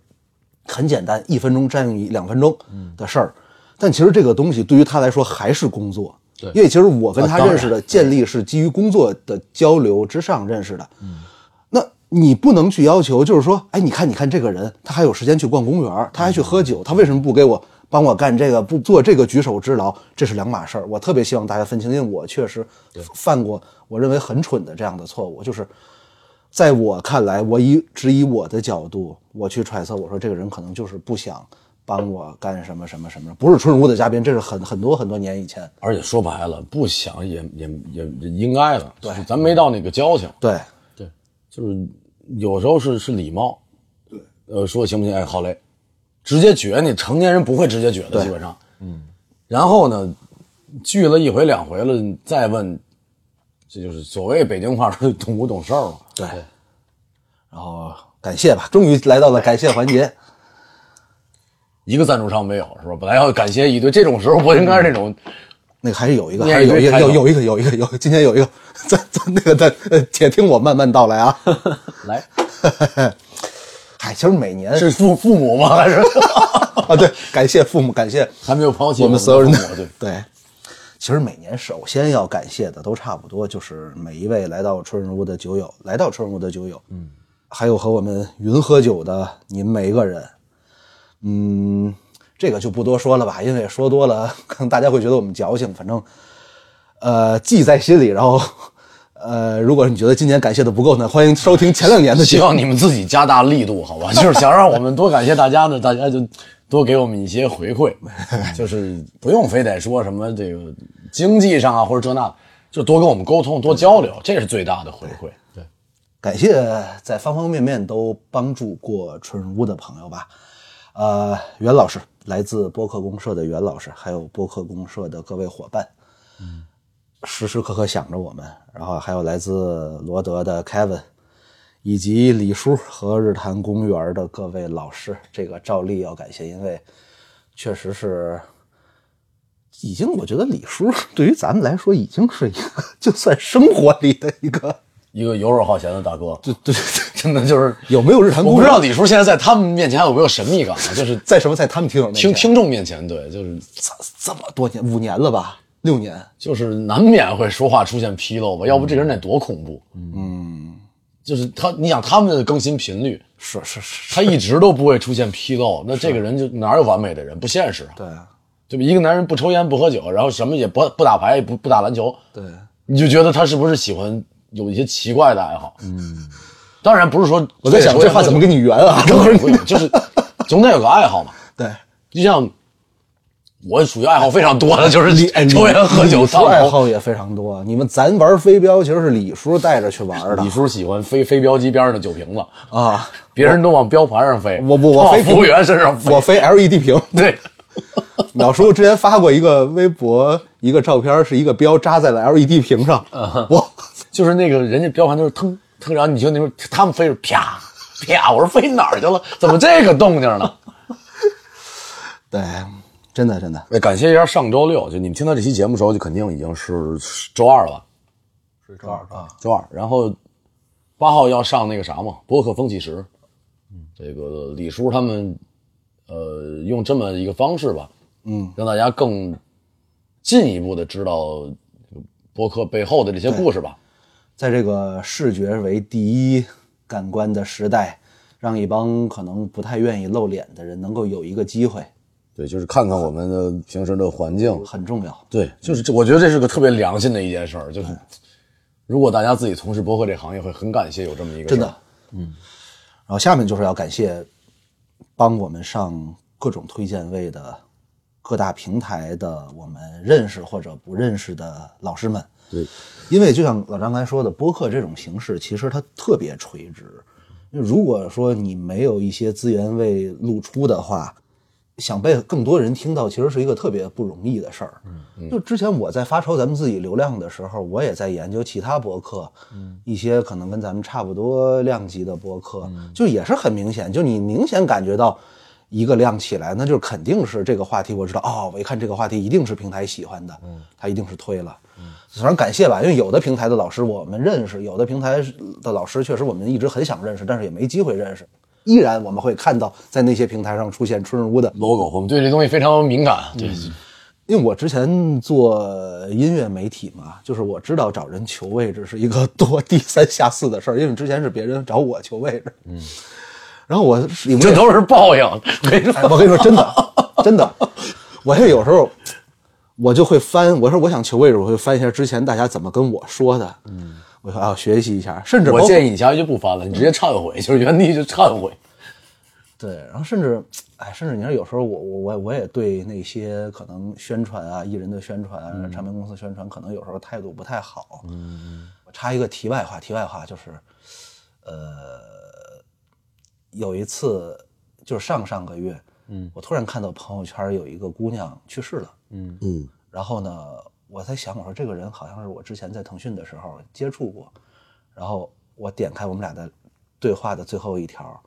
很简单，一分钟占用你两分钟的事儿，但其实这个东西对于他来说还是工作。对因为其实我跟啊他当认识的建立是基于工作的交流之上认识的。嗯，那你不能去要求，就是说，哎，你看，你看这个人，他还有时间去逛公园，他还去喝酒，他为什么不给我帮我干这个，不做这个举手之劳？这是两码事儿。我特别希望大家分清，因为我确实犯过我认为很蠢的这样的错误，就是在我看来，我以只以我的角度，我去揣测，我说这个人可能就是不想。帮我干什么什么什么？不是春如的嘉宾，这是很很多很多年以前。而且说白了，不想也也也也应该的，对，咱没到那个交情，对，就是有时候是是礼貌，对，呃，说行不行？哎，好嘞，直接撅你，成年人不会直接撅的，对基本上，嗯，然后呢，聚了一回两回了，你再问，这就是所谓北京话说的懂不懂事儿了。对，然后感谢吧，终于来到了感谢环节。一个赞助商没有是吧？本来要感谢一堆，这种时候不应该是这种，嗯那个还是有一个，你也还是有一个，有有有一个，有一个，有一个今天有一个， 咱咱那个咱 呃，且听我慢慢道来啊。来， 嗨，其实每年是父父母吗？还是 啊，对，感谢父母，感谢还没有抛弃我们所有人的父母对的对。其实每年首先要感谢的都差不多，就是每一位来到春日屋的酒友，来到春日屋的酒友，嗯，还有和我们云喝酒的您每一个人，嗯，这个就不多说了吧，因为说多了可能大家会觉得我们矫情，反正呃记在心里，然后。呃，如果你觉得今年感谢的不够呢，欢迎收听前两年的节希目。望你们自己加大力 度，好吧？就是想让我们多感谢大家呢，大家就多给我们一些回馈， 就是不用非得说什么这个经济上啊或者这那，就多跟我们沟通，多交流，这是最大的回馈。感谢在方方面面都帮助过春屋的朋友吧。呃，袁老师，来自播客公社的袁老师，还有播客公社的各位伙伴，时时刻刻想着我们。然后还有来自罗德的 Kevin，以及李叔和日坛公园的各位老师，这个照例要感谢，因为确实是已经，我觉得李叔对于咱们来说已经是一个就算生活里的一个。一个游手好闲的大哥，对对，真的就是有没有日坛 我公不园知道李叔现在在他们面前还有没有神秘感啊？就是在什么在他们听友面前听听众面前，对，就是这这么多年，五年了吧，六年，就是难免会说话出现纰漏吧，要不这人得多恐怖。嗯，就是他，你想他们的更新频率，是是是，他一直都不会出现纰漏，那这个人就哪有完美的人？不现实啊，对对吧？一个男人不抽烟不喝酒，然后什么也不不打牌也不不打篮球，对，你就觉得他是不是喜欢有一些奇怪的爱好？嗯，当然不是说我在想这话怎么跟你圆啊？不是不是，就是总得有个爱好嘛。对，就像我属于爱好非常多的，就是抽烟喝酒李叔烫哎爱头。好也非常多。啊你们咱玩飞镖，其实是李叔带着去玩的。李叔喜欢飞飞镖机边上的酒瓶子，啊，别人都往标牌上飞，我不我他往飞服务员身上飞。我飞 LED 屏。 对，老叔之前发过一个微博，一个照片是一个标扎在了 LED 屏上，我嗯就是那个人家标牌都是腾腾，然后你就那种他们飞是啪啪，我说飞哪儿去了？怎么这个动静呢？对， 真的真的，哎，感谢一下上周六，就你们听到这期节目的时候，就肯定已经是周二了吧？是周二啊，周二。然后八号要上那个啥嘛，播客风起时。这个李叔他们，呃，用这么一个方式吧，嗯，让大家更进一步的知道这个播客背后的这些故事吧。在这个视觉为第一感官的时代，让一帮可能不太愿意露脸的人能够有一个机会，对，就是看看我们的平时的环境，很重要。对，就是这，我觉得这是个特别良心的一件事儿，就是如果大家自己从事播客这行业，会很感谢有这么一个事儿真的，，嗯。然后下面就是要感谢帮我们上各种推荐位的各大平台的我们认识或者不认识的老师们。对，因为就像老张刚才说的，播客这种形式其实它特别垂直。如果说你没有一些资源为露出的话，想被更多人听到，其实是一个特别不容易的事儿。嗯就之前我在发愁咱们自己流量的时候，我也在研究其他博客，一些可能跟咱们差不多量级的博客，就也是很明显，就你明显感觉到一个量起来，那就是肯定是这个话题，我知道哦，我一看这个话题一定是平台喜欢的，他一定是推了。反正感谢吧，因为有的平台的老师我们认识，有的平台的老师确实我们一直很想认识，但是也没机会认识。依然我们会看到在那些平台上出现春日屋的嗯 logo，我们对这东西非常敏感。对，因为我之前做音乐媒体嘛，就是我知道找人求位置是一个多低三下四的事儿，因为之前是别人找我求位置，嗯，然后我你这都是 报应。没哎我跟你说，真的，真的，我就有时候我就会翻，我说我想求位置，我会翻一下之前大家怎么跟我说的，嗯，我说啊学习一下，甚至我建议你下回就不翻了，你直接忏悔，就是原地就忏悔。对，然后甚至，哎，甚至你说有时候我我我我也对那些可能宣传啊、艺人的宣传、啊、唱片公司宣传，可能有时候态度不太好。嗯，我插一个题外话，题外话就是，呃，有一次就是上上个月，嗯，我突然看到朋友圈有一个姑娘去世了，嗯嗯，然后呢，我在想，我说这个人好像是我之前在腾讯的时候接触过，然后我点开我们俩的对话的最后一条。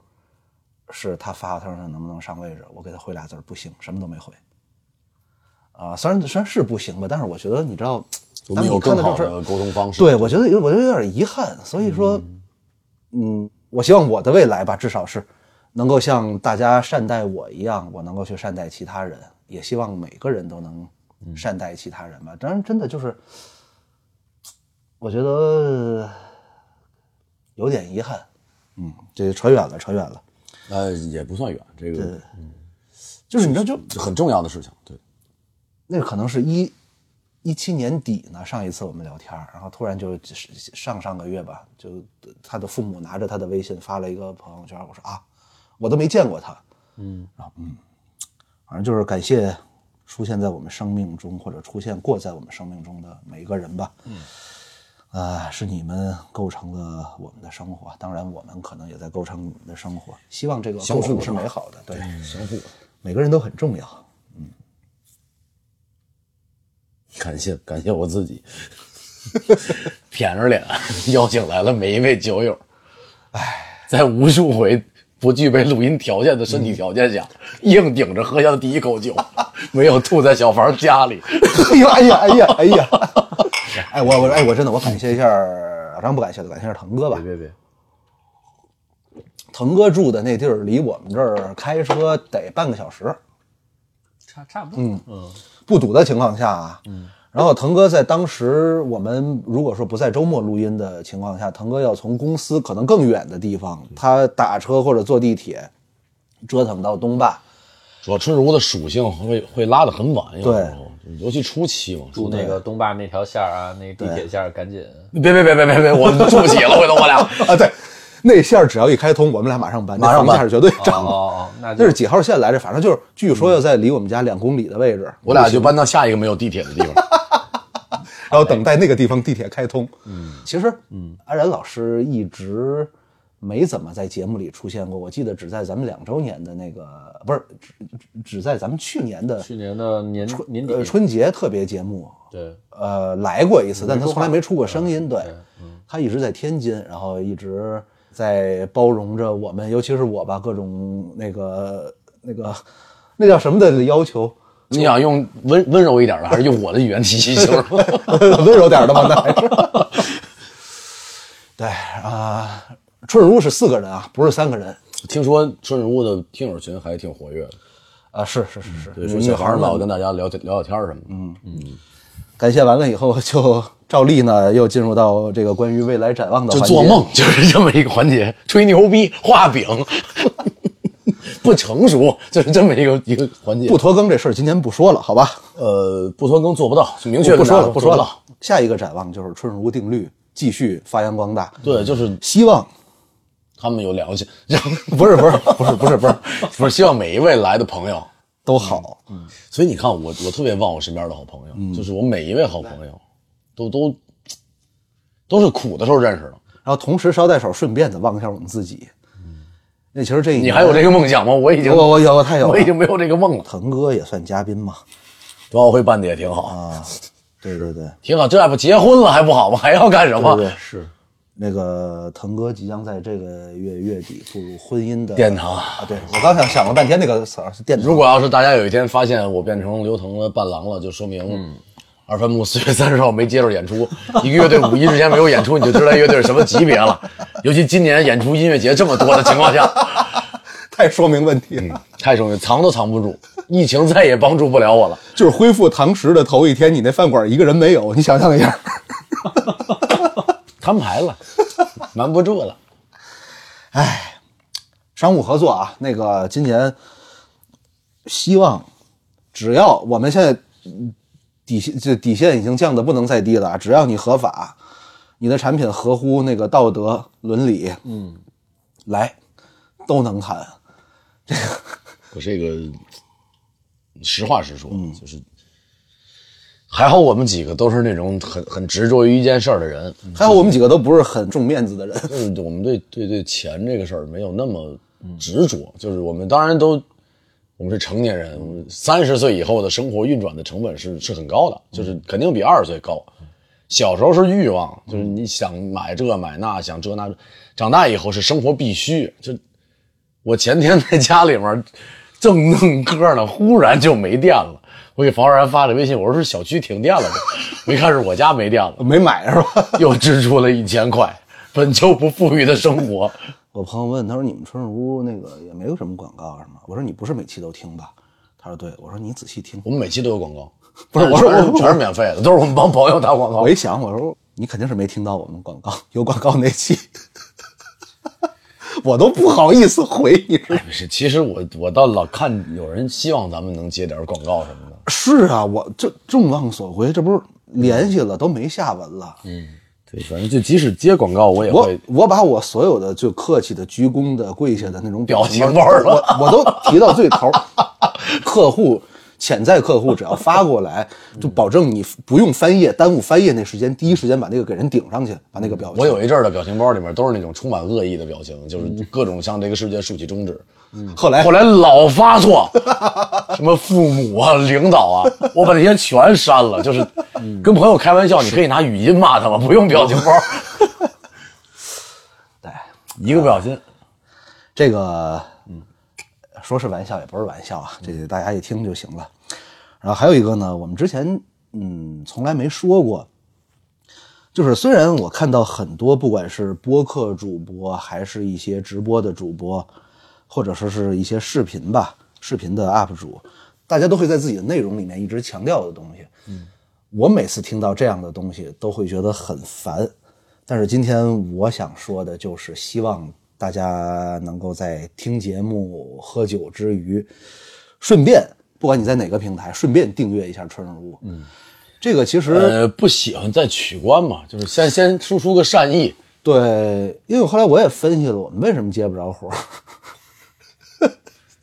是他发，他说能不能上位置？我给他回俩字儿，不行，什么都没回。啊，虽然虽然是不行吧，但是我觉得你知道，我当们有你看到更这好事的儿，沟通方式。对我觉得有我觉得有点遗憾。所以说，嗯我希望我的未来吧，至少是能够像大家善待我一样，我能够去善待其他人，也希望每个人都能善待其他人吧。当然，真的就是，我觉得有点遗憾。嗯，这扯远了，扯远了。呃，也不算远，这个就是你知道就。很重要的事情。对，那可能是一一七年底呢，上一次我们聊天儿，然后突然就上上个月吧，就他的父母拿着他的微信发了一个朋友圈，我说啊，我都没见过他，嗯，然后嗯，反正就是感谢出现在我们生命中或者出现过在我们生命中的每一个人吧，嗯。啊，是你们构成了我们的生活，啊当然我们可能也在构成你们的生活。希望这个相构互成是吧美好的，对，相互，每个人都很重要。感谢感谢我自己， 舔着脸邀请来了每一位酒友。哎，在无数回不具备录音条件的身嗯体条件下，硬顶着喝下的第一口酒，没有吐在小房家里。 哎呦，哎呀，哎呀，哎呀！哎，我我哎，我真的我感谢一下，当然不感谢了，感谢一下腾哥吧。别别，腾哥住的那地儿离我们这儿开车得半个小时，差差不多。嗯不堵的情况下啊。嗯。然后腾哥在当时我们如果说不在周末录音的情况下，腾哥要从公司可能更远的地方，嗯他打车或者坐地铁，折腾到东坝。主要春如的属性会会拉得很晚，有对时候，尤其初期嘛。住那个东坝那条线儿啊，那地铁线儿赶紧。 别别别别别别，我住不起了，回头我俩。啊，对，那线儿只要一开通，我们俩马上搬，马上那搬房价是绝对哦涨。哦，那那就是几号线来着？反正就是，据说要在离我们家两公里的位置。我俩就搬到下一个没有地铁的地方。 然后等待那个地方地铁开通。嗯，其实，嗯，安然老师一直没怎么在节目里出现过，我记得只在咱们两周年的那个，不是，只只只在咱们去年的去年的年年底呃春节特别节目，对呃，来过一次，但他从来没出过声音。对嗯对，他一直在天津，然后一直在包容着我们，尤其是我吧，各种那个那个 那叫什么的要求。你想用温温柔一点的，还是用我的语言体系形容？ 温柔点儿的吧，那还是。 对啊、春如是四个人啊，不是三个人听说春日屋的听友群还挺活跃的，嗯啊，是是是是，对，说女小孩孩儿儿们老跟大家聊聊聊天儿什么的。嗯，感谢完了以后，就照例呢又进入到这个关于未来展望的嗯就环节做梦就是这么一个环节，吹牛逼、画饼， 不成熟就是这么一个一个环节。不拖更这事儿，今天不说了，好吧？呃，不拖更做不到，明确不地说拿了，出不说做了。下一个展望就是春如定律继续发扬光大，对，就是 希望他们有良心，然后 不是不是不是不是不是不是希望每一位来的朋友。嗯都好，嗯所以你看我，我特别忘我身边的好朋友，就是我每一位好朋友，都都都是苦的时候认识的。然后同时捎带手顺便的望一下我们自己，那其实这一年你还有这个梦想吗？我已经我我有我太有了我已经没有这个梦了。腾哥也算嘉宾 嘛冬奥会办的也挺好，啊，对对对， 挺好。这还不结婚了还不好吗？还要干什么？对对是。那个腾哥即将在这个月月底步入婚姻的殿堂啊！对我刚想想了半天那个词儿是殿堂。如果要是大家有一天发现我变成刘腾的伴郎了，就说明二番木四月三十号没接着演出， 一个乐队五一之前没有演出，你就知道乐队是什么级 别了。尤其今年演出音乐节这么多的情况下，嗯太说明问题了，太容易藏都藏不住，疫情再也帮助不了我了。就是恢复堂食的头一天，你那饭馆一个人没有，你想象一下。摊牌了， 瞒不住了。商务合作啊，那个今年希望只要我们现在嗯底线这底线已经降的不能再低了啊，只要你合法，你的产品合乎那个道德伦理，嗯，来都能谈。我这个实话实说，就是还好我们几个都是那种很很执着于一件事儿的人，嗯还好我们几个都不是很重面子的人，就是我们对对对钱这个事儿没有那么执着，就是我们当然都，我们是成年人，我们三十岁以后的生活运转的成本是是很高的，就是肯定比二十岁高。小时候是欲望，就是你想买这买那，想这那，长大以后是生活必须。就我前天在家里面正弄歌呢，忽然就没电了。我给房然发了微信，我说是小区停电了吗？我一看是我家没电了，没买是吧？ 又支出了一千块，本就不富裕的生活。我朋友问他说：“你们春日屋那个也没有什么广告是吗？”我说：“你不是每期都听吧？”他说：“对。”我说：“你仔细听。我们每期都有广告， 不是但 全我说我全是免费的，都是我们帮朋友打广”告我一。想，我说：“你肯定是没听到我们广告，有广告那期， 我都不好意思回你。不哎是，其实我我倒老看有人希望咱们能接点广告什么的。”是啊，我这众望所归，这不是联系了都没下文了。嗯对，反正就即使接广告，我也我会我把我所有的就客气的、鞠躬的、跪下的那种表情包儿我我都提到最 头儿。客户、潜在客户只要发过来，就保证你不用翻页，耽误翻页那时间，第一时间把那个给人顶上去，把那个表情。嗯我有一阵儿的表情包里面都是那种充满恶意的表情，就是各种向这个世界竖起中指。嗯后来后来老发错，什么父母啊、领导啊，我把那些全删了。就是嗯跟朋友开玩笑，你可以拿语音骂他们，不用表情 包。对，一个不小心，这个，嗯，说是玩笑也不是玩笑啊，这个大家一听就行了。然后还有一个呢，我们之前嗯从来没说过，就是虽然我看到很多不管是播客主播，还是一些直播的主播，或者说是一些视频吧，视频的 UP 主，大家都会在自己的内容里面一直强调的东西。嗯，我每次听到这样的东西都会觉得很烦，但是今天我想说的就是，希望大家能够在听节目、喝酒之余，顺便不管你在哪个平台，顺便订阅一下《春日屋》。嗯，这个其实、呃，不喜欢再取关嘛，就是先先输出个善意。对，因为后来我也分析了，我们为什么接不着活儿。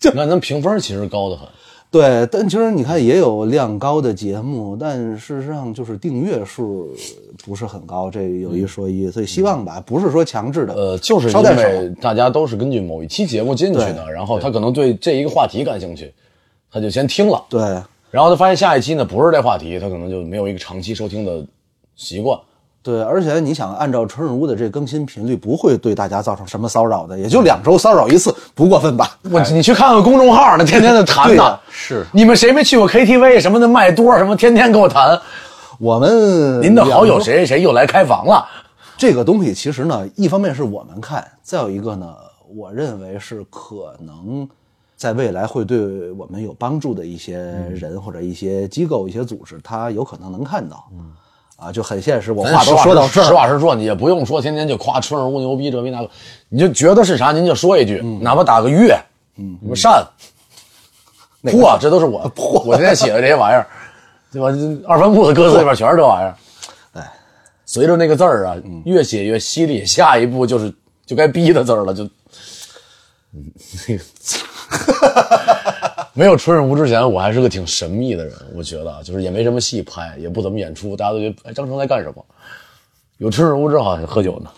你看咱评分其实高得很，对，但其实你看也有量高的节目，但事实上就是订阅数不是很高，这有一说一，所以希望吧，不是说强制的，呃，就是因捎带手为大家都是根据某一期节目进去的，对然后他可能对这一个话题感兴趣，他就先听了，对，然后他发现下一期呢不是这话题，他可能就没有一个长期收听的习惯。对，而且你想按照春日屋的这更新频率，不会对大家造成什么骚扰的，也就两周骚扰一次，不过分吧？我你去看看公众号，那天天的谈对呢 呀，是你们谁没去过 KTV 什么的卖多什么，天天跟我谈，我们您的好友两周谁谁谁又来开房了，这个东西其实呢，一方面是我们看，再有一个呢，我认为是可能在未来会对我们有帮助的一些人或者一些机构、一些组织，他有可能能看到。嗯，啊，就很现实，我咱话都实说到实这儿实了，话实说，你也不用说天天就夸春日屋牛逼这逼那个，你就觉得是啥，您就说一句，哪怕打个月，嗯，什么善、破，这都是我破，我今天写的这些玩意儿，对吧？这二番木的歌词里边全是这玩意儿。哎，随着那个字儿啊，越写越犀利，下一步就是就该逼的字儿了，就，嗯，那个。没有春日屋之前，我还是个挺神秘的人，我觉得啊，就是也没什么戏拍，也不怎么演出，大家都觉得哎，张成在干什么？有春日屋之后还喝酒呢。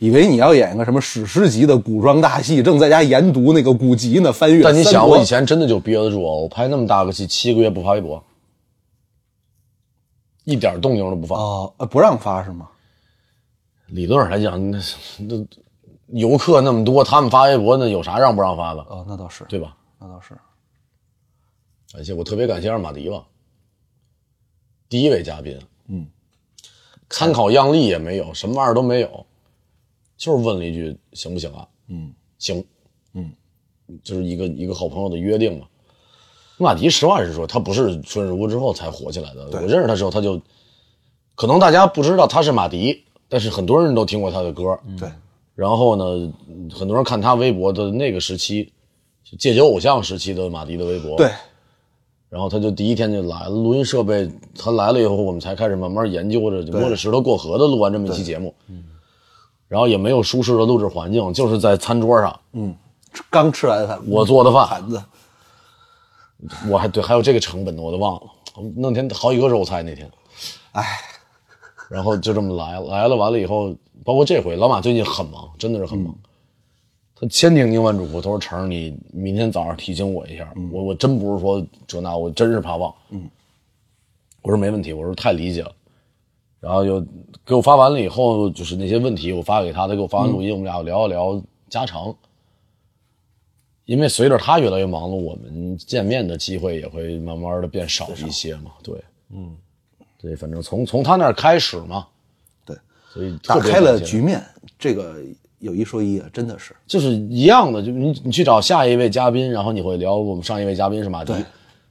以为你要演个什么史诗级的古装大戏，正在家研读那个古籍呢，翻阅。但你想，我以，前真的就憋得住啊！我拍那么大个戏，七个月不发微博，一点动静都不发。哦，呃不让发是吗？理论上来讲，那是那游客那么多，他们发微博，那有啥让不让发的，哦，那倒是，对吧？那倒是。而且我特别感谢二马迪吧，第一位嘉宾，嗯，参考样例也没有，什么玩意儿都没有，就是问了一句行不行啊？嗯，行，嗯，就是一个一个好朋友的约定嘛。马迪实话实说，他不是春日屋之后才火起来的，我认识他时候他就，可能大家不知道他是马迪，但是很多人都听过他的歌，嗯对、然后呢，很多人看他微博的那个时期，就戒酒偶像时期的马迪的微博，对，然后他就第一天就来了，录音设备他来了以后，我们才开始慢慢研究着，就摸着石头过河的录完这么一期节目。然后也没有舒适的录制环境，就是在餐桌上嗯刚吃完饭，我做的饭，盘子我还对还有这个成本呢，我都忘了，弄天好几个肉菜那天，哎，然后就这么来了来了，完了以后，包括这回老马最近很忙，真的是很忙。嗯他千叮咛万嘱咐，他说：“成儿，你明天早上提醒我一下，嗯我我真不是说这那，我真是怕忘。”嗯，我说没问题，我说太理解了。然后又给我发完了以后，就是那些问题我发给他，他给我发完录音，我们俩聊一聊家常。因为随着他越来越忙碌，我们见面的机会也会慢慢的变少一些嘛。对，嗯，对，反正从从他那儿开始嘛，对，所以打特别开感了谢他局面，这个有一说一啊，真的是就是一样的，就你你去找下一位嘉宾，然后你会聊我们上一位嘉宾是马迪，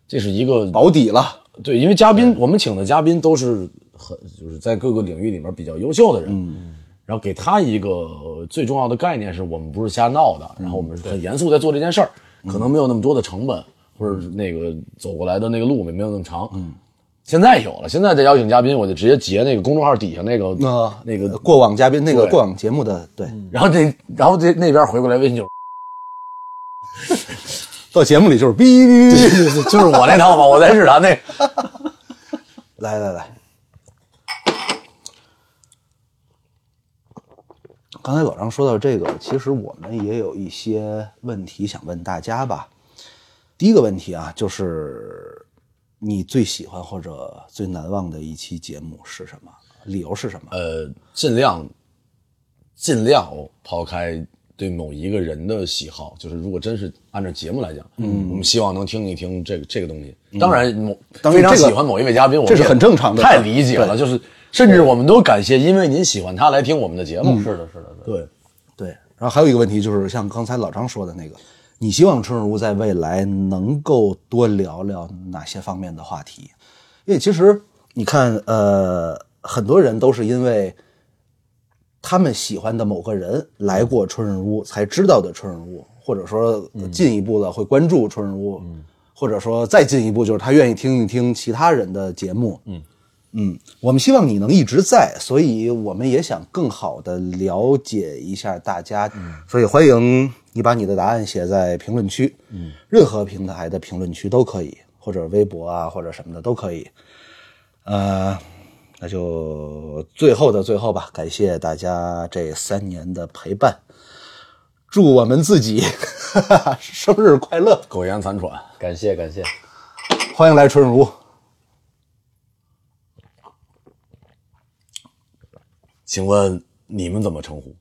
这是一个保底了。对，因为嘉宾我们请的嘉宾都是很就是在各个领域里面比较优秀的人，嗯然后给他一个呃最重要的概念是我们不是瞎闹的，嗯然后我们是很严肃在做这件事儿，可能没有那么多的成本，或者那个走过来的那个路也没有那么长，嗯。现在有了，现在再邀请嘉宾，我就直接截那个公众号底下那个、啊那个过往嘉宾 那个对嗯过往节目的，对，然后这然后这那边回过来微信就是到节目里就是哔哔哔。对对就是我那套嘛，我在日坛那。 来来来，刚才老张说到这个，其实我们也有一些问题想问大家吧。第一个问题啊，就是你最喜欢或者最难忘的一期节目是什么？理由是什么？呃，尽量尽量抛开对某一个人的喜好，就是如果真是按照节目来讲，嗯，我们希望能听一听这个这个东西。当然，某嗯当非然常这个喜欢某一位嘉宾，我们这是也很正常的太理解了。就是甚至我们都感谢，因为您喜欢他来听我们的节目。是的，是的，对。对，然后还有一个问题就是，像刚才老张说的那个，你希望春日屋在未来能够多聊聊哪些方面的话题？因为其实你看，呃，很多人都是因为他们喜欢的某个人来过春日屋，才知道的春日屋，或者说呃进一步的会关注春日屋，或者说再进一步就是他愿意听一听其他人的节目，嗯。嗯，我们希望你能一直在，所以我们也想更好的了解一下大家，所以欢迎你把你的答案写在评论区，嗯，任何平台的评论区都可以，或者微博啊或者什么的都可以。呃，那就最后的最后吧，感谢大家这三年的陪伴，祝我们自己 生日快乐，苟延残喘，感谢感谢，欢迎来春如。请问你们怎么称呼？